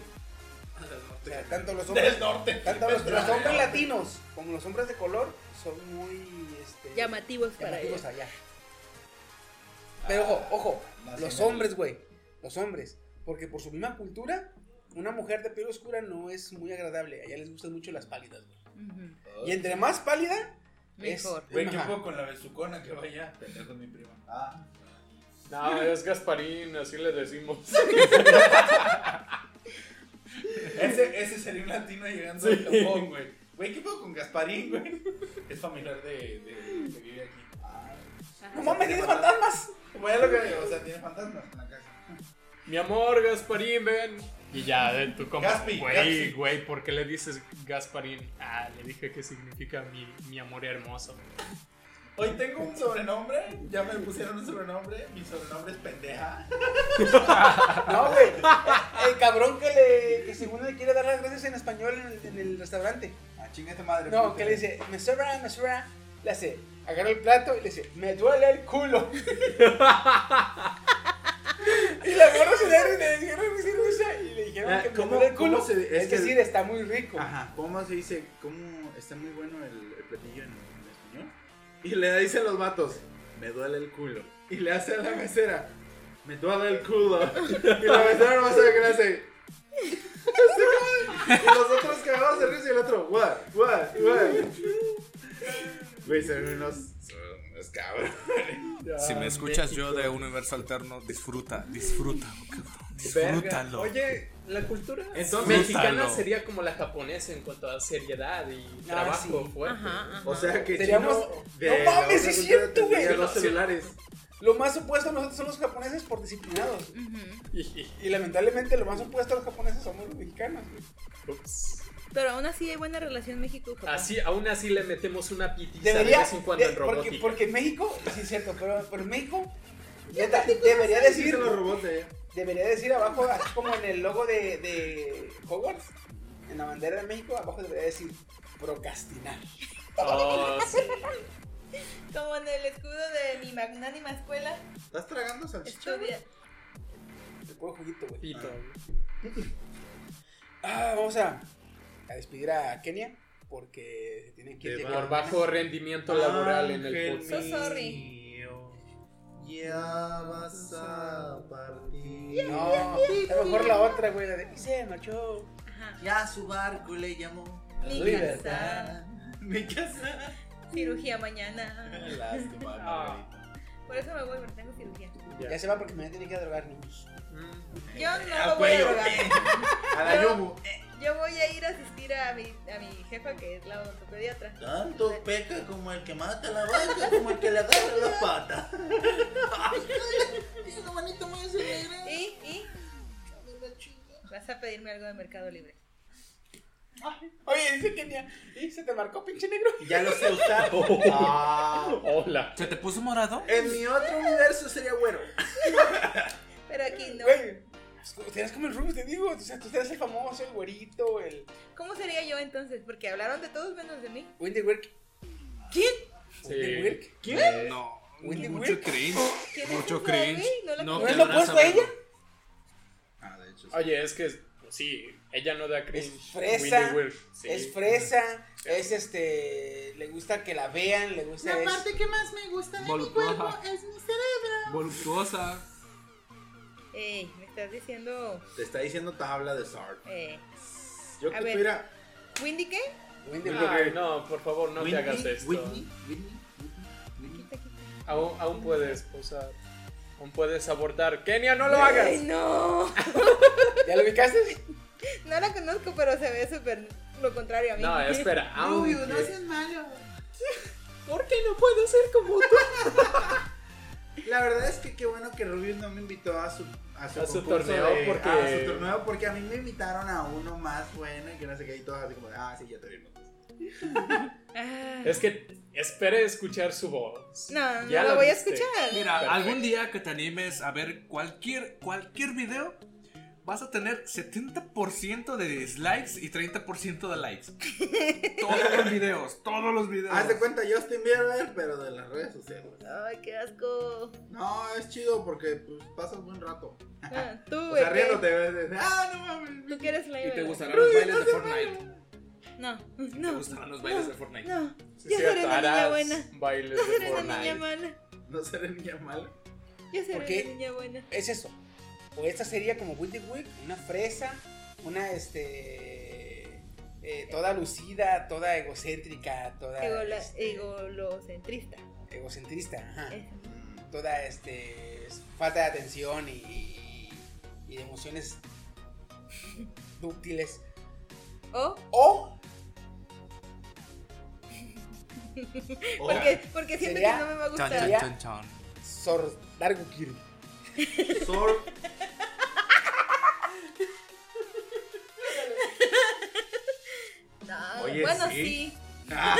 Speaker 2: O sea, tanto los hombres,
Speaker 4: norte.
Speaker 2: tanto los, los hombres latinos como los hombres de color son muy este,
Speaker 6: Llamativos para
Speaker 2: llamativos
Speaker 6: ellos.
Speaker 2: allá. Pero ojo, ojo,
Speaker 4: Ah, más
Speaker 2: los
Speaker 4: en el-
Speaker 2: hombres, güey, los hombres, porque por su misma cultura, una mujer de piel oscura no es muy agradable. Allá les gustan mucho las pálidas, güey.
Speaker 6: Ujú.
Speaker 2: Y entre más pálida, es-
Speaker 6: Mejor.
Speaker 4: Güey, ¿qué
Speaker 2: Ajá.
Speaker 4: poco con la besucona que vaya? Pelear con mi prima. Ah.
Speaker 3: No, es Gasparín, así le decimos.
Speaker 4: Ese, ese sería un latino llegando a Japón, güey. Güey, ¿qué poco con Gasparín, güey? Es familiar de, de, que vive aquí. Ah.
Speaker 2: ¡No mames, tienes fantasmas!
Speaker 4: Bueno, lo que, o sea, tiene fantasmas en la casa.
Speaker 3: Mi amor, Gasparín, ven. Y ya, de tu compa.
Speaker 4: Gaspi, Gaspi.
Speaker 3: Güey, güey, ¿por qué le dices Gasparín? Ah, le dije que significa mi, mi amor hermoso.
Speaker 4: Hoy tengo un sobrenombre, ya me pusieron un sobrenombre, mi sobrenombre es pendeja.
Speaker 2: No, güey. El cabrón que le. que según le quiere dar las gracias en español en el, en el restaurante.
Speaker 4: Ah, chinga tu madre.
Speaker 2: No,
Speaker 4: puta.
Speaker 2: que le dice, me sobra, me sobra. Le hace, agarra el plato y le dice, me duele el culo. y la gorra se le ríe, le risa y le dijeron
Speaker 4: Ah,
Speaker 2: que me
Speaker 4: ¿cómo-
Speaker 2: duele el
Speaker 4: cómo
Speaker 2: culo.
Speaker 4: se-
Speaker 2: es
Speaker 4: es
Speaker 2: que
Speaker 4: que-
Speaker 2: sí, está muy rico.
Speaker 4: Ajá, ¿cómo se dice? ¿Cómo está muy bueno el, el platillo en, en español? Y le dice a los vatos, me duele el culo. Y le hace a la mesera, me duele el culo. Y la mesera no sabe qué le hace. Y nosotros cagados de risa y el otro, what, what, what. Güey, se ven unos, son unos cabrones.
Speaker 5: Si me escuchas yo de universo alterno, disfruta, disfruta. Disfrútalo.
Speaker 3: Oye, la cultura
Speaker 5: Entonces-
Speaker 3: mexicana
Speaker 5: Disfrútalo.
Speaker 3: sería como la japonesa en cuanto a seriedad y trabajo
Speaker 2: Ah, sí.
Speaker 3: fuerte.
Speaker 6: Ajá, ajá.
Speaker 4: O sea que
Speaker 2: Seríamos-
Speaker 4: Chino
Speaker 2: ¡No
Speaker 4: la
Speaker 2: mames,
Speaker 4: otra
Speaker 2: sí es
Speaker 4: cultura
Speaker 2: cierto, güey!
Speaker 4: tendría dos celulares.
Speaker 2: Lo más opuesto a nosotros son los japoneses por disciplinados.
Speaker 6: Ujú.
Speaker 2: Y lamentablemente lo más opuesto a los japoneses somos los mexicanos. güey.
Speaker 3: Ups.
Speaker 6: Pero aún así hay buena relación México-Japón.
Speaker 3: Así, aún así le metemos una pitiza de
Speaker 2: Debería.
Speaker 3: vez en cuando
Speaker 2: de-
Speaker 3: en
Speaker 2: porque,
Speaker 3: robótica.
Speaker 2: porque en México, sí es cierto, pero, pero en México. neta, debería decir.
Speaker 4: los robots de allá.
Speaker 2: Debería decir abajo, así como en el logo de, de Hogwarts, en la bandera de México, abajo debería decir procrastinar.
Speaker 3: Oh, sí.
Speaker 6: Como en el escudo de mi magnánima escuela.
Speaker 4: ¿Estás tragando salchicha?
Speaker 6: Estudia.
Speaker 2: El puro juguito, güey.
Speaker 3: Pito.
Speaker 2: Ah, vamos a, a despedir a Kenia. porque se tienen que
Speaker 4: De
Speaker 2: llegar.
Speaker 3: Por bajo rendimiento laboral en el
Speaker 4: Ángel
Speaker 3: fútbol.
Speaker 6: So sorry.
Speaker 4: mío.
Speaker 9: Ya vas a partir.
Speaker 2: No, a lo mejor la otra, güey, la de y se marchó.
Speaker 6: Ajá.
Speaker 9: Ya su barco le llamó.
Speaker 6: Mi
Speaker 9: Libertad.
Speaker 4: Mi casa.
Speaker 6: Cirugía mañana. Ah.
Speaker 4: Lástima, Margarita.
Speaker 6: Por eso me voy, porque tengo cirugía.
Speaker 2: Ya se va porque mañana tiene que ir a drogar niños.
Speaker 3: Mm,
Speaker 6: Yo no
Speaker 4: Al
Speaker 6: lo voy a
Speaker 4: cuello.
Speaker 6: drogar.
Speaker 4: A la
Speaker 6: Yo- eh,
Speaker 4: yugo.
Speaker 6: Yo voy a ir a asistir a mi, a mi jefa, que es la odontopediatra.
Speaker 9: Tanto peca como el que mata la vaca, como el que le agarra la pata. Esa manita me hace negra.
Speaker 6: ¿Y? ¿Y? Vas a pedirme algo de Mercado Libre.
Speaker 2: Oye, dice que ya. Y se te marcó, pinche negro.
Speaker 9: Ya lo sé usar.
Speaker 3: Hola.
Speaker 5: ¿Se te puso morado?
Speaker 9: En mi otro universo sería güero.
Speaker 6: Pero aquí no.
Speaker 2: Güey, ustedes como el Rubio, te digo. O sea, tú eres el famoso, el güerito, el.
Speaker 6: ¿Cómo sería yo entonces? Porque hablaron de todos menos de mí.
Speaker 2: Wendy Wirk.
Speaker 6: ¿Quién?
Speaker 2: Wendy
Speaker 3: Sí.
Speaker 2: Wirk.
Speaker 5: No.
Speaker 2: Wendy
Speaker 5: Mucho
Speaker 2: Wilk.
Speaker 5: cringe.
Speaker 6: ¿Quién es
Speaker 5: Mucho
Speaker 6: esa,
Speaker 5: cringe.
Speaker 6: güey? No la
Speaker 5: No,
Speaker 2: ¿No
Speaker 5: que
Speaker 2: es lo
Speaker 5: van
Speaker 2: opuesto a
Speaker 5: saberlo.
Speaker 2: ella?
Speaker 7: Ah, de hecho. sí.
Speaker 3: Oye, es que pues, sí, ella no da cringe.
Speaker 2: Es fresa,
Speaker 3: Winnie Wirk, sí.
Speaker 2: Es fresa, es este. Le gusta que la vean, le gusta. es-
Speaker 9: que más me gusta
Speaker 5: Voluptuosa.
Speaker 9: es mi cerebro.
Speaker 5: Voluptuosa.
Speaker 6: Ey, me estás diciendo.
Speaker 7: Te está diciendo tabla de Sark.
Speaker 6: Eh,
Speaker 7: Yo
Speaker 6: A
Speaker 7: que
Speaker 6: ver.
Speaker 7: tuviera.
Speaker 6: ¿Windy qué?
Speaker 2: Wendy
Speaker 3: Ay,
Speaker 2: Wirk.
Speaker 3: no, por favor, no te hagas esto.
Speaker 6: Quita, quita.
Speaker 3: Aún, aún puedes posar. Aún puedes abordar. Kenia, no lo hagas.
Speaker 6: ¡Ay, no!
Speaker 2: ¿Ya lo ubicaste?
Speaker 6: No la conozco, pero se ve súper lo contrario a mí.
Speaker 3: No, espera. Aún
Speaker 9: Rubio, no seas malo.
Speaker 3: ¿Por qué no puedo ser como tú?
Speaker 7: La verdad es que qué bueno que Rubius no me invitó a su, a su,
Speaker 3: A su
Speaker 7: concurso
Speaker 3: torneo,
Speaker 7: de-
Speaker 3: porque-
Speaker 7: A su torneo porque a mí me invitaron a uno más bueno y que no sé qué. Y todos así como, de, ah, sí, ya te vimos.
Speaker 6: Ah,
Speaker 3: Es que espere escuchar su voz.
Speaker 6: no, no
Speaker 3: Ya
Speaker 6: lo
Speaker 3: la
Speaker 6: voy a
Speaker 3: viste.
Speaker 6: escuchar.
Speaker 5: Mira,
Speaker 3: Perfecto.
Speaker 5: algún día que te animes a ver cualquier, cualquier video, vas a tener 70% de dislikes y 30% de likes. todos los videos, todos los videos.
Speaker 7: Haz de cuenta, Justin Bieber, pero de las redes sociales.
Speaker 6: Ay, qué asco.
Speaker 7: No, es chido porque pues, pasas buen rato.
Speaker 6: Ah, tú,
Speaker 7: O
Speaker 6: güey,
Speaker 7: sea,
Speaker 6: que-
Speaker 7: riéndote, ves, dices, ah, no mames.
Speaker 6: Tú que eres la
Speaker 5: Y te
Speaker 6: Ibero.
Speaker 5: gustarán los bailes de Fortnite.
Speaker 6: No,
Speaker 5: Y Te
Speaker 6: no.
Speaker 5: gustarán los bailes de Fortnite.
Speaker 6: No,
Speaker 3: Sí,
Speaker 6: yo
Speaker 3: sí,
Speaker 6: seré la niña
Speaker 3: harás
Speaker 6: buena.
Speaker 3: Bailes
Speaker 6: Yo
Speaker 3: de
Speaker 6: seré la niña
Speaker 3: Fortnite.
Speaker 6: mala.
Speaker 7: No seré niña mala.
Speaker 6: Yo seré
Speaker 2: ¿Por qué?
Speaker 6: la niña buena.
Speaker 2: es eso. O esta sería como Windy Wick, una fresa, una este. eh, toda lucida, toda egocéntrica, toda.
Speaker 6: Egola-
Speaker 2: este,
Speaker 6: Egolocentrista.
Speaker 2: egocentrista, ajá.
Speaker 6: Eso.
Speaker 2: Toda este. falta de atención y. y- y de emociones. dúctiles.
Speaker 6: O
Speaker 2: O
Speaker 6: porque, porque siento
Speaker 2: Sería-
Speaker 6: que no me va a
Speaker 5: Chan,
Speaker 6: gustar.
Speaker 5: chan,
Speaker 2: Estaría-
Speaker 5: chan, chan.
Speaker 2: Sor Dargukir.
Speaker 7: Sor.
Speaker 6: No,
Speaker 7: Oye,
Speaker 6: bueno, sí.
Speaker 7: sí. Ah,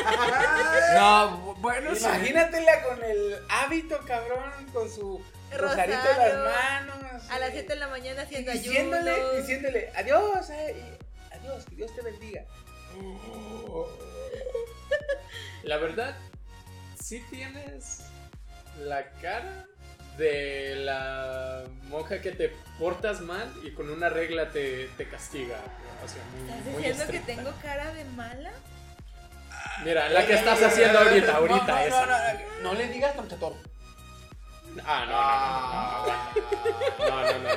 Speaker 5: No, bueno, sí.
Speaker 2: Imagínatela con el hábito cabrón, con su
Speaker 6: Rosario.
Speaker 2: rosarito en las manos.
Speaker 6: A las
Speaker 2: eh,
Speaker 6: 7 de la mañana haciendo
Speaker 2: diciéndole,
Speaker 6: ayuno.
Speaker 2: diciéndole, adiós, eh, y adiós, que Dios te bendiga.
Speaker 3: La verdad, sí tienes la cara de la monja que te portas mal y con una regla te, te castiga. O sea, muy-
Speaker 6: ¿Estás
Speaker 3: muy
Speaker 6: diciendo que
Speaker 3: estricta.
Speaker 6: tengo cara de mala?
Speaker 3: Mira, la que estás haciendo ahorita, ahorita.
Speaker 2: No, no,
Speaker 3: esa.
Speaker 2: no, no, no le digas tronchator.
Speaker 3: Ah, no, no, no, no, no, no, no, no,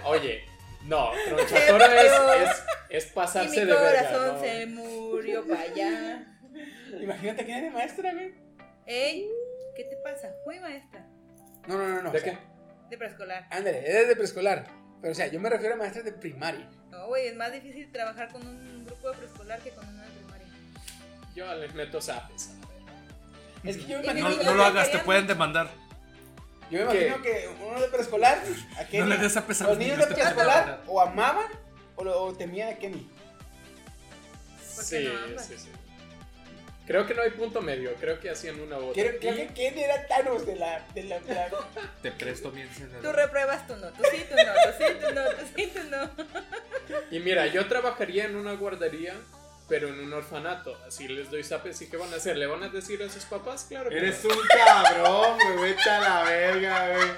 Speaker 3: no. Oye, no, tronchatora es, es, es
Speaker 6: Y mi
Speaker 3: pasarse de verga.
Speaker 6: corazón
Speaker 3: ¿no?
Speaker 6: se murió para allá.
Speaker 2: Imagínate que eres maestra, güey.
Speaker 6: Ey, ¿qué te pasa? Fue maestra
Speaker 2: No, no, no, no. o
Speaker 3: ¿De
Speaker 2: sea,
Speaker 3: qué?
Speaker 6: de preescolar.
Speaker 2: Ándale, eres de preescolar. Pero o sea, yo me refiero a maestras de primaria.
Speaker 6: No, güey, es más difícil trabajar con un grupo de preescolar que con uno de primaria.
Speaker 3: Yo les meto zapes.
Speaker 2: Es que yo me
Speaker 6: Y mi
Speaker 5: No,
Speaker 2: imagino,
Speaker 5: no lo hagas, te pueden demandar.
Speaker 2: yo me imagino que uno de preescolar, a
Speaker 5: No
Speaker 2: Kenny,
Speaker 5: le des a pesar
Speaker 2: los niños de preescolar o amaban o, lo- o temían a Kenny.
Speaker 3: Sí,
Speaker 6: no ambas?
Speaker 3: sí, sí. Creo que no hay punto medio, creo que hacían una u otra.
Speaker 2: Creo, creo que Kenny era Thanos de la... De la, de la-
Speaker 5: Te presto bien
Speaker 6: Tú repruebas, tú no, tú sí, tú no, tú sí, tú no, tú sí, tú no.
Speaker 3: Y mira, yo trabajaría en una guardería, pero en un orfanato. Así les doy zapes y ¿qué van a hacer? ¿Le van a decir a sus papás? Claro que
Speaker 7: Eres
Speaker 3: no.
Speaker 7: un cabrón, güey. Vete a la verga, güey.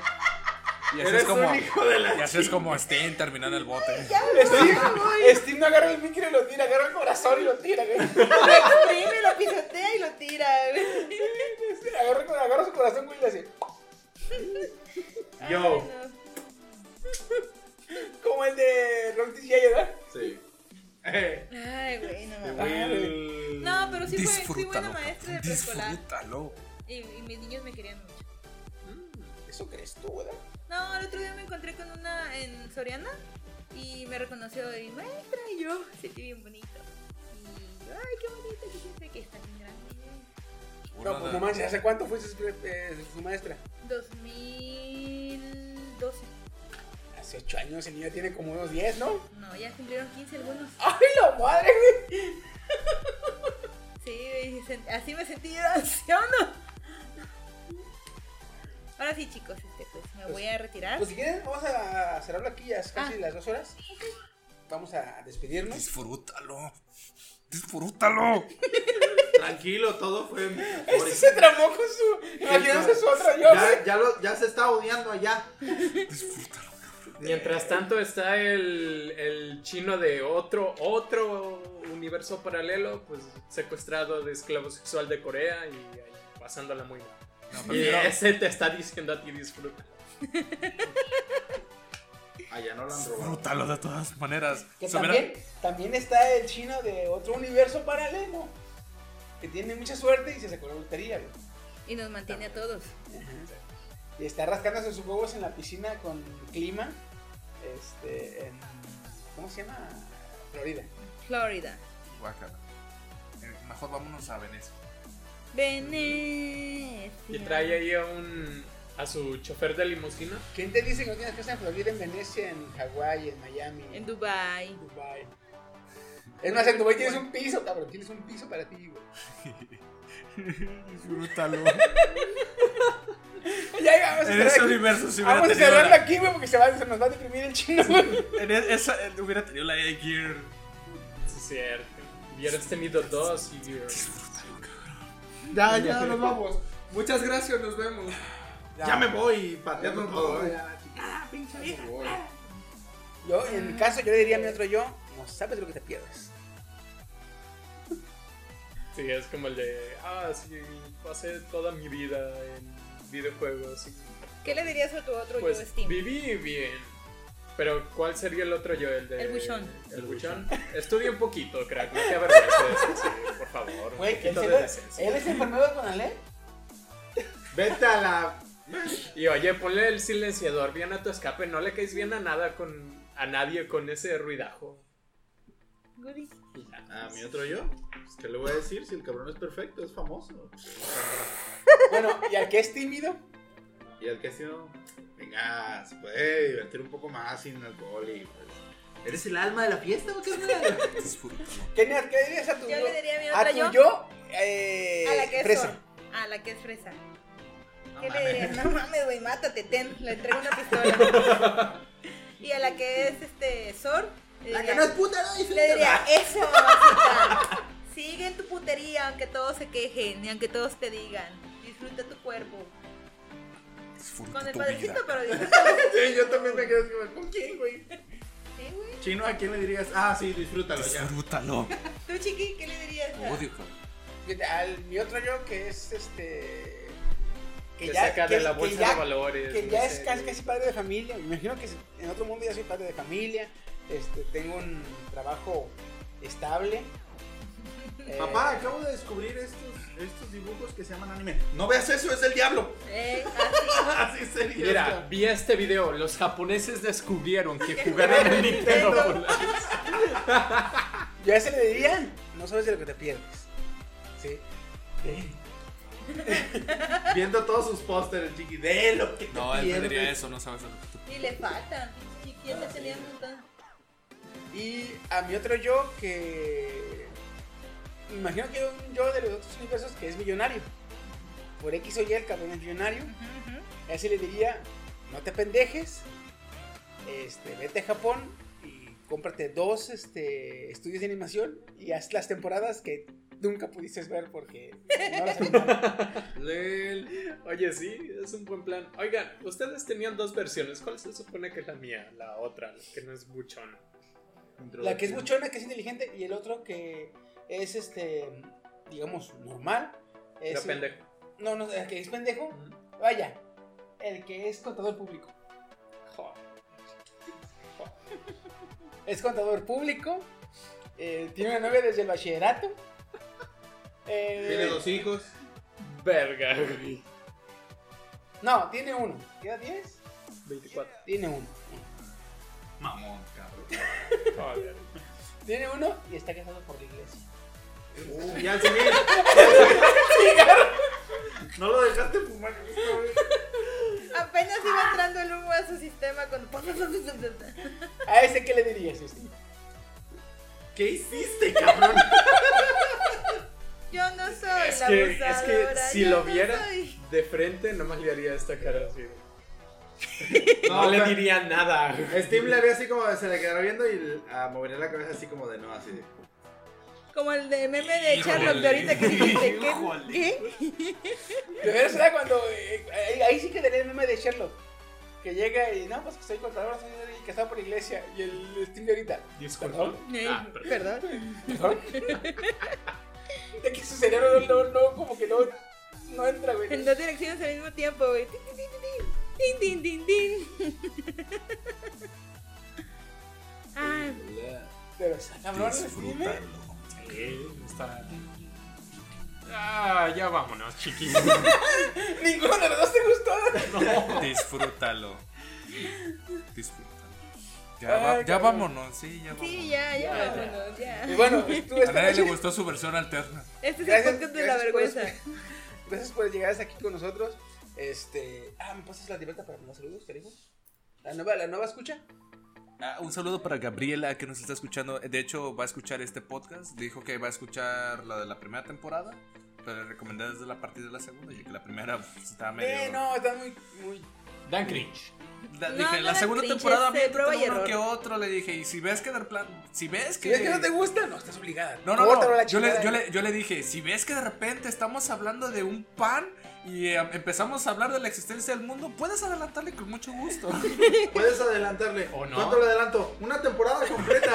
Speaker 5: Y así
Speaker 4: Eres
Speaker 5: es como,
Speaker 4: un hijo de la
Speaker 5: y así es como Steen terminando el bote.
Speaker 2: Steve no agarra el micro y lo tira, agarra el corazón y lo tira, güey.
Speaker 6: Lo exprime, lo pisotea y lo tira. güey.
Speaker 2: Agarra, agarra su corazón, güey, y le hace.
Speaker 4: Yo.
Speaker 6: Ay,
Speaker 2: Como el de Rock This Jay, ¿verdad?
Speaker 4: Sí.
Speaker 3: Eh,
Speaker 6: no. Ay, güey, no mames.
Speaker 4: Will.
Speaker 6: No, pero sí fue, sí buena
Speaker 5: Disfrútalo.
Speaker 6: maestra de preescolar.
Speaker 5: Disfrútalo.
Speaker 6: Y, y mis niños me querían mucho.
Speaker 2: Eso crees tú, ¿verdad?
Speaker 6: No, el otro día me encontré con una en Soriana y me reconoció y maestra y yo sentí bien bonito. Y yo, ay, qué bonito, que siempre que está bien grande.
Speaker 2: No, pues no manches, ¿hace cuánto fuiste su, eh, su maestra?
Speaker 6: 2012.
Speaker 2: Hace 8 años, el niño tiene como unos 10, ¿no?
Speaker 6: No, ya cumplieron 15 algunos.
Speaker 2: ¡Ay, la madre, güey!
Speaker 6: Sí, y sen- así me sentí yo, ¿sí o no? Ahora sí, chicos, este, pues me voy a retirar.
Speaker 2: Pues si quieren, vamos a cerrarlo aquí, ya es casi
Speaker 6: Ah.
Speaker 2: las 2 horas. Vamos a despedirnos.
Speaker 5: Disfrútalo. Disfrútalo.
Speaker 4: Tranquilo, todo fue. por-
Speaker 2: se tramó con su. Imagínense su otra yo.
Speaker 7: Ya, ya, lo- ya se está odiando allá.
Speaker 5: Disfrútalo.
Speaker 3: Mientras tanto está el, el chino de otro, otro universo paralelo, pues secuestrado de esclavo sexual de Corea y ahí, pasándola muy mal.
Speaker 5: No,
Speaker 3: Y
Speaker 5: prefiero-
Speaker 3: ese te está diciendo a ti disfruta.
Speaker 7: Allá Ah, no lo han robado.
Speaker 5: Disfrútalo de todas maneras.
Speaker 2: Que
Speaker 5: O sea, mira,
Speaker 2: también, también está el chino de otro universo paralelo. Que tiene mucha suerte y se sacó la lotería, güey.
Speaker 6: Y nos mantiene a todos.
Speaker 2: Y está rascándose sus huevos en la piscina con clima. Este. En, ¿Cómo se llama? Florida.
Speaker 6: Florida.
Speaker 5: guácala. Eh, Mejor vámonos a Venecia.
Speaker 6: Venecia.
Speaker 3: Y trae ahí a un a su chofer de limusina.
Speaker 2: ¿Quién te dice que no tienes que estar en Florida, en Venecia, en Hawái, en Miami?
Speaker 6: En Dubai.
Speaker 2: Dubai. Es más, en Dubai tienes un piso, cabrón. Tienes un piso para ti, güey.
Speaker 5: Disfrútalo.
Speaker 2: Ya, ya, vamos a
Speaker 5: en
Speaker 2: cerrar
Speaker 5: ese
Speaker 2: aquí.
Speaker 5: universo si hubiera
Speaker 2: Vamos a
Speaker 5: tenido.
Speaker 2: cerrarlo
Speaker 5: la-
Speaker 2: aquí, güey, porque se, va, se nos va a deprimir el chino, güey.
Speaker 5: En e- esa eh, hubiera tenido la idea de Gear.
Speaker 3: Sí, cierto. Hubieras tenido dos y
Speaker 7: Ya, ya, nos vamos. Muchas gracias, nos vemos. Ya, me voy pateando todo.
Speaker 5: eh.
Speaker 2: Yo, en mi caso, yo le diría a mi otro yo, no sabes lo que te pierdes.
Speaker 3: Sí, es como el de, ah, sí, pasé toda mi vida en videojuegos. y
Speaker 6: ¿Qué le dirías a tu otro yo,
Speaker 3: Pues
Speaker 6: Steam?
Speaker 3: viví bien. Pero ¿cuál sería el otro yo? El de...
Speaker 6: El buchón.
Speaker 3: El buchón. Estudia un poquito, crack. No te avergüences, sí, por favor. Un
Speaker 2: Güey, que él,
Speaker 3: poquito
Speaker 2: se
Speaker 3: de
Speaker 2: ve-
Speaker 3: decencia.
Speaker 2: él es enfermero con Ale.
Speaker 7: Vete a la.
Speaker 3: Y oye, ponle el silenciador bien a tu escape. No le caes bien a nada con... A nadie con ese ruidajo.
Speaker 6: Goody.
Speaker 3: Y ya.
Speaker 7: A mi otro yo. Pues, ¿Qué le voy a decir si el cabrón es perfecto? Es famoso.
Speaker 2: Bueno, y al que es tímido,
Speaker 7: Y el que ha sido. Venga, se puede divertir un poco más sin alcohol y pues. Eres el alma de la fiesta, ¿o qué onda?
Speaker 5: Disfrútalo.
Speaker 2: ¿qué, ne- qué dirías a tu
Speaker 6: Yo
Speaker 2: yo?
Speaker 6: le diría a mi
Speaker 2: A
Speaker 6: otra
Speaker 2: Ah, tu yo,
Speaker 6: yo.
Speaker 2: eh,
Speaker 6: a la que es
Speaker 2: fresa.
Speaker 6: fresa. A la que es fresa. ¿Qué le dirías? No mames, güey, mátate, ten. Le entrego una pistola. y a la que es este Sor. le
Speaker 7: La
Speaker 6: diría-
Speaker 7: que no es puta, no dice.
Speaker 6: Le diría, eso, mamacita. Sigue en tu putería, aunque todos se quejen y aunque todos te digan. Disfruta tu cuerpo.
Speaker 5: Disfruta
Speaker 6: Con el
Speaker 5: tu vida.
Speaker 6: padrecito, pero disfruta.
Speaker 7: Sí, yo también me quedé como, ¿con quién, güey?
Speaker 6: Sí, güey.
Speaker 7: Chino, ¿a quién le dirías? Ah, sí, disfrútalo ya.
Speaker 5: Disfrútalo.
Speaker 6: Tú, chiqui, ¿qué le dirías? a-
Speaker 5: Odio, cabrón.
Speaker 2: Fíjate, Al, mi otro yo que es este.
Speaker 3: Te saca de la bolsa
Speaker 2: ya-
Speaker 3: de valores.
Speaker 2: que
Speaker 3: no
Speaker 2: ya es
Speaker 3: sé,
Speaker 2: casi,
Speaker 3: güey.
Speaker 2: casi padre de familia. Me imagino que en otro mundo ya soy padre de familia. Este, tengo un trabajo estable. Eh,
Speaker 7: Papá, acabo de descubrir estos, estos dibujos que se llaman anime. No veas eso, es el diablo.
Speaker 6: Eh, así.
Speaker 7: Así sería.
Speaker 3: Mira, vi este video. Los japoneses descubrieron que jugaron en Nintendo. Polar.
Speaker 2: Yo a ese le diría, no sabes de lo que te pierdes. ¿Sí?
Speaker 7: Viendo todos sus pósteres, chiqui, de lo que te
Speaker 5: No, él me
Speaker 7: pierdes.
Speaker 5: diría eso, no sabes a lo que tú.
Speaker 6: Y le falta. Chiqui, ya te tenían
Speaker 3: Ah,
Speaker 6: montón.
Speaker 2: Y a mi otro yo que... Me imagino que un yo de los otros universos que es millonario. Por X o Y el cabrón es millonario.
Speaker 6: Ujú, ujú.
Speaker 2: A ese le diría, no te pendejes. Este, vete a Japón y cómprate dos este, estudios de animación y haz las temporadas que nunca pudiste ver porque no las animaron.
Speaker 7: Lel.
Speaker 3: Oye, sí, es un buen plan. Oigan, ustedes tenían dos versiones. ¿Cuál se supone que es la mía? La otra, la que no es buchona.
Speaker 2: La que es buchona, que es inteligente, y el otro que es este, digamos, normal.
Speaker 3: La
Speaker 2: Es un-
Speaker 3: pendeja.
Speaker 2: No, no, el que es pendejo. Vaya, el que es contador público. Joder. Joder. Es contador público. eh, tiene una novia desde el bachillerato. eh,
Speaker 4: Tiene dos hijos.
Speaker 3: Verga, güey.
Speaker 2: No, tiene uno. ¿Qué edad tienes?
Speaker 3: 24.
Speaker 2: Tiene uno.
Speaker 5: Mamón, cabrón.
Speaker 3: Joder.
Speaker 2: Tiene uno y está casado por la iglesia.
Speaker 4: Y al seguir. no lo dejaste fumar.
Speaker 6: Apenas iba entrando el humo a su sistema cuando.
Speaker 2: ¿A ese qué le dirías, este? Justin?
Speaker 4: ¿Qué hiciste, cabrón?
Speaker 6: Yo no soy
Speaker 3: Es
Speaker 6: la
Speaker 3: que, es que
Speaker 6: abusadora,
Speaker 3: si
Speaker 6: yo
Speaker 3: lo
Speaker 6: no
Speaker 3: viera
Speaker 6: soy.
Speaker 3: de frente, nomás le haría esta cara así. No,
Speaker 4: No,
Speaker 3: le
Speaker 4: pero-
Speaker 3: diría nada.
Speaker 4: Steam le había así como se le quedaba viendo y ah, movería la cabeza así como de no, así de.
Speaker 6: Como el de meme de
Speaker 5: Híjole.
Speaker 6: Charlotte de ahorita que dijiste que.
Speaker 5: Híjole.
Speaker 6: ¿Qué?
Speaker 2: De veras era cuando. eh, ahí, ahí sí que tenía el meme de Sherlock. Que llega y no, pues que soy contador, soy y casado por la iglesia. Y el Steam de ahorita.
Speaker 3: Disculpa.
Speaker 6: Eh,
Speaker 3: Ah, perdón.
Speaker 6: perdón.
Speaker 2: De que su cerebro no, no, no, como que no, no entra, güey.
Speaker 6: En dos direcciones al mismo tiempo, güey. Tin, tin, tin, tin. Tin, tin, tin, tin. Ah, Ay,
Speaker 2: Pero está cabrón, Steam. ¿eh?
Speaker 3: Sí, está. Ah, ya vámonos, chiquillos.
Speaker 2: Ninguno de los dos te gustó.
Speaker 5: Disfrútalo. Disfrútalo. Ya, va-
Speaker 2: Ay,
Speaker 5: ya
Speaker 2: cabrón.
Speaker 5: vámonos, sí, ya vámonos.
Speaker 6: sí, ya, ya vámonos, ya.
Speaker 2: Y bueno, pues, tú
Speaker 5: A
Speaker 2: esta
Speaker 5: nadie le
Speaker 2: noche-
Speaker 5: gustó su versión alterna.
Speaker 6: Este es el
Speaker 2: Gracias-
Speaker 6: podcast de la
Speaker 2: gracias por
Speaker 6: vergüenza.
Speaker 2: escu- Gracias por llegar hasta aquí con nosotros. Este. Ah, ¿me pasas la libreta para mandar saludos, cariño? ¿La nueva, la nueva escucha?
Speaker 5: Ah, un saludo para Gabriela que nos está escuchando. De hecho, va a escuchar este podcast. Dijo que va a escuchar la de la primera temporada. Pero le recomendé desde la partida de la segunda, ya que la primera pues, estaba medio.
Speaker 2: Eh, no, está muy, muy
Speaker 3: Dan cringe.
Speaker 5: La,
Speaker 6: No,
Speaker 5: dije,
Speaker 6: no
Speaker 5: la
Speaker 6: era
Speaker 5: segunda
Speaker 6: cringe,
Speaker 5: temporada
Speaker 6: este,
Speaker 5: métete
Speaker 6: prueba y
Speaker 5: uno
Speaker 6: error.
Speaker 5: que otro. Le dije, y si ves que de plan. Si ves
Speaker 2: Si
Speaker 5: que.
Speaker 2: ves que no te gusta, no estás obligada.
Speaker 5: No, no, no.
Speaker 2: Córtalo a la
Speaker 5: Yo le,
Speaker 2: chingada.
Speaker 5: yo, le, yo le dije, si ves que de repente estamos hablando de un pan y eh, empezamos a hablar de la existencia del mundo, puedes adelantarle con mucho gusto.
Speaker 4: Puedes adelantarle.
Speaker 3: ¿O no?
Speaker 4: ¿Cuánto le adelanto? Una temporada completa.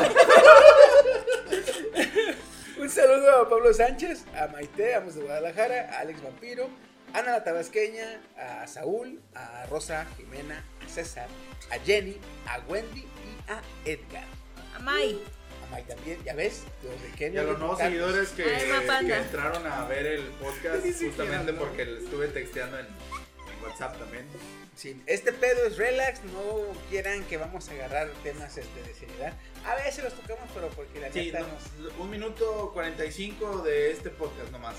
Speaker 2: Un saludo a Pablo Sánchez, a Maite, a Amos de Guadalajara, a Alex Vampiro, a Ana la Tabasqueña, a Saúl, a Rosa, Jimena, a César, a Jenny, a Wendy y a Edgar.
Speaker 6: Amai.
Speaker 2: A May también, ya ves, los de Kenia,
Speaker 4: Y a los
Speaker 2: los
Speaker 4: nuevos
Speaker 2: Carlos.
Speaker 4: seguidores que,
Speaker 6: Ay, mapanda.
Speaker 4: que entraron a ver el podcast,
Speaker 2: Ni siquiera
Speaker 4: justamente
Speaker 2: habló.
Speaker 4: porque le estuve texteando en, en WhatsApp también.
Speaker 2: Sí, este pedo es relax, no quieran que vamos a agarrar temas este, de seriedad. A veces los tocamos, pero porque la
Speaker 4: Sí,
Speaker 2: neta
Speaker 4: no,
Speaker 2: nos-
Speaker 4: un minuto 45 de este podcast nomás,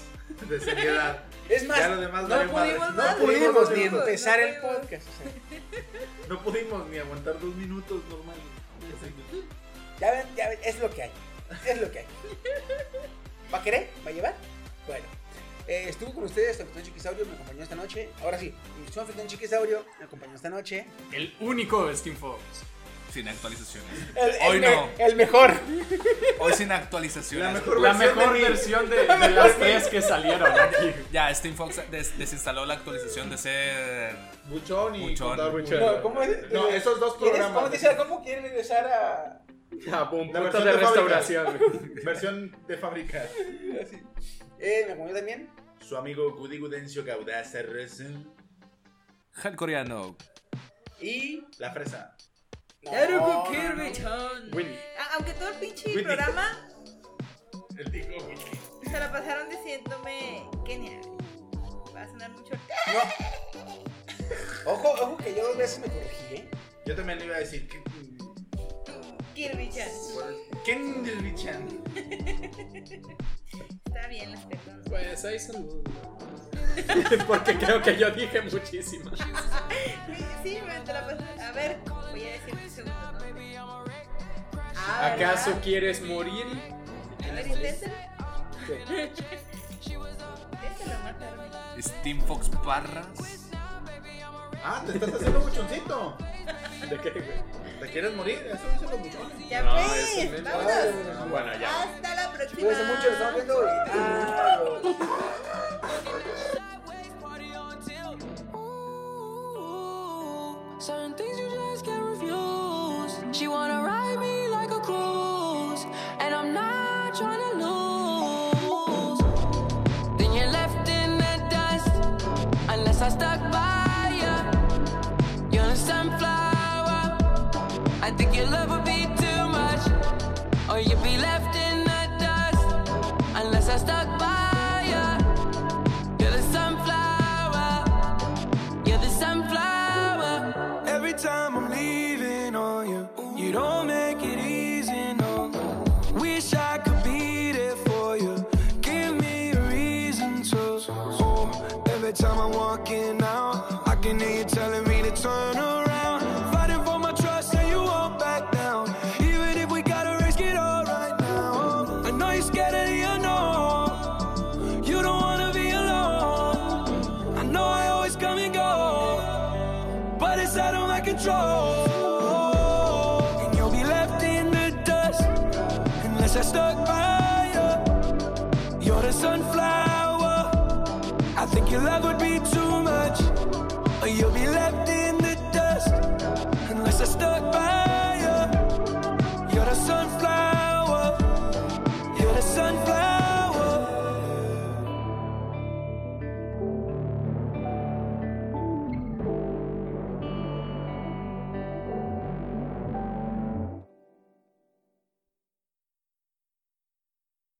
Speaker 4: de seriedad.
Speaker 2: Es más,
Speaker 4: Ya lo demás
Speaker 2: no
Speaker 4: valió madre.
Speaker 2: pudimos,
Speaker 4: No
Speaker 2: no
Speaker 4: pudimos,
Speaker 2: pudimos ni
Speaker 4: no pudimos.
Speaker 2: empezar
Speaker 6: No
Speaker 2: el
Speaker 6: pudimos.
Speaker 2: podcast. o sea.
Speaker 4: No pudimos ni aguantar dos minutos normales.
Speaker 2: Ya ven, ya ven, es lo que hay. Es lo que hay. ¿Va a querer? ¿Va a llevar? Bueno, eh, estuvo con ustedes el anfitrión Chiquisaurio, me acompañó esta noche. Ahora sí, su anfitrión Chiquisaurio me acompañó esta noche.
Speaker 3: El único Steam Fox.
Speaker 5: sin actualizaciones.
Speaker 2: El, el
Speaker 5: Hoy
Speaker 2: me-
Speaker 5: no.
Speaker 2: el mejor.
Speaker 5: Hoy sin actualizaciones.
Speaker 4: La mejor
Speaker 3: La
Speaker 4: versión
Speaker 3: mejor
Speaker 4: de mí.
Speaker 3: versión de, de las tres que salieron aquí.
Speaker 5: Ya, Steam Fox des- desinstaló la actualición de ser.
Speaker 4: Buchón y
Speaker 5: Buchón.
Speaker 4: contador
Speaker 3: Buchón.
Speaker 4: público.
Speaker 2: No, ¿cómo es?
Speaker 4: No, esos dos
Speaker 2: ¿Quieres,
Speaker 4: programas.
Speaker 2: ¿Cómo te dice la compu? ¿Quieres regresar a.?
Speaker 3: Ya, boom,
Speaker 4: La
Speaker 3: puta
Speaker 4: versión
Speaker 3: de
Speaker 4: de fábrica.
Speaker 3: restauración. güey.
Speaker 4: Versión de fábrica.
Speaker 2: Así. Eh, me acompañó también.
Speaker 4: Su amigo Gudi Gudencio Gaudaza Rezun.
Speaker 5: Hal coreano.
Speaker 2: Y.
Speaker 4: La fresa.
Speaker 2: No,
Speaker 6: Eruku
Speaker 2: no, no.
Speaker 6: Kirbichon.
Speaker 3: Winnie.
Speaker 6: A- Aunque todo el pinche
Speaker 4: Winnie.
Speaker 6: programa
Speaker 4: El digo.
Speaker 6: se la pasaron diciéndome Kenia. Va a sonar mucho.
Speaker 2: Ojo, ojo, que yo dos veces me corregí, ¿eh?
Speaker 4: Yo también le iba a decir que.
Speaker 6: Kirby-chan.
Speaker 4: Kendrick-chan.
Speaker 6: Está bien, las personas.
Speaker 3: Pues ahí saludos. Porque creo que yo dije muchísimo.
Speaker 6: Sí, sí, pero te la pasas. A ver, voy a decir un segundo. nombre. Ah,
Speaker 3: ¿Acaso
Speaker 6: ¿verdad?
Speaker 3: quieres morir?
Speaker 6: ¿Eres Tessel? Tessel lo mataron.
Speaker 5: Steam Fox Barras.
Speaker 4: Ah, te estás haciendo buchoncito.
Speaker 3: ¿De qué, güey?
Speaker 4: ¿Te quieres morir? Eso dicen los buchones.
Speaker 6: Ya
Speaker 3: No, eso me-
Speaker 6: pues, vámonos.
Speaker 3: Ah, Bueno, ya.
Speaker 6: Hasta la próxima.
Speaker 2: Cuídense mucho, nos estamos viendo. Ah,
Speaker 1: Party on till
Speaker 11: Certain things you just can't refuse. She wanna ride me like a cruise, and I'm not trying to lose. Then you're left in the dust, unless I stuck by ya. You're a sunflower. I think your love would be too much, or you'd be left in the dust, unless I stuck by ya. You're the sunflower. You're the sunflower. Every time I'm leaving on you, you don't make it easy, no. Wish I could be there for you. Give me a reason to. Oh, every time I'm walking out, I can hear you telling me to turn around. Fighting for my trust, and you won't back down. Even if we gotta risk it all right now. I know you're scared of the unknown. You don't wanna be alone. I know I always come and go, but it's out of my control. And you'll be left in the dust unless I stuck by you. You're the sunflower. I think your love would be too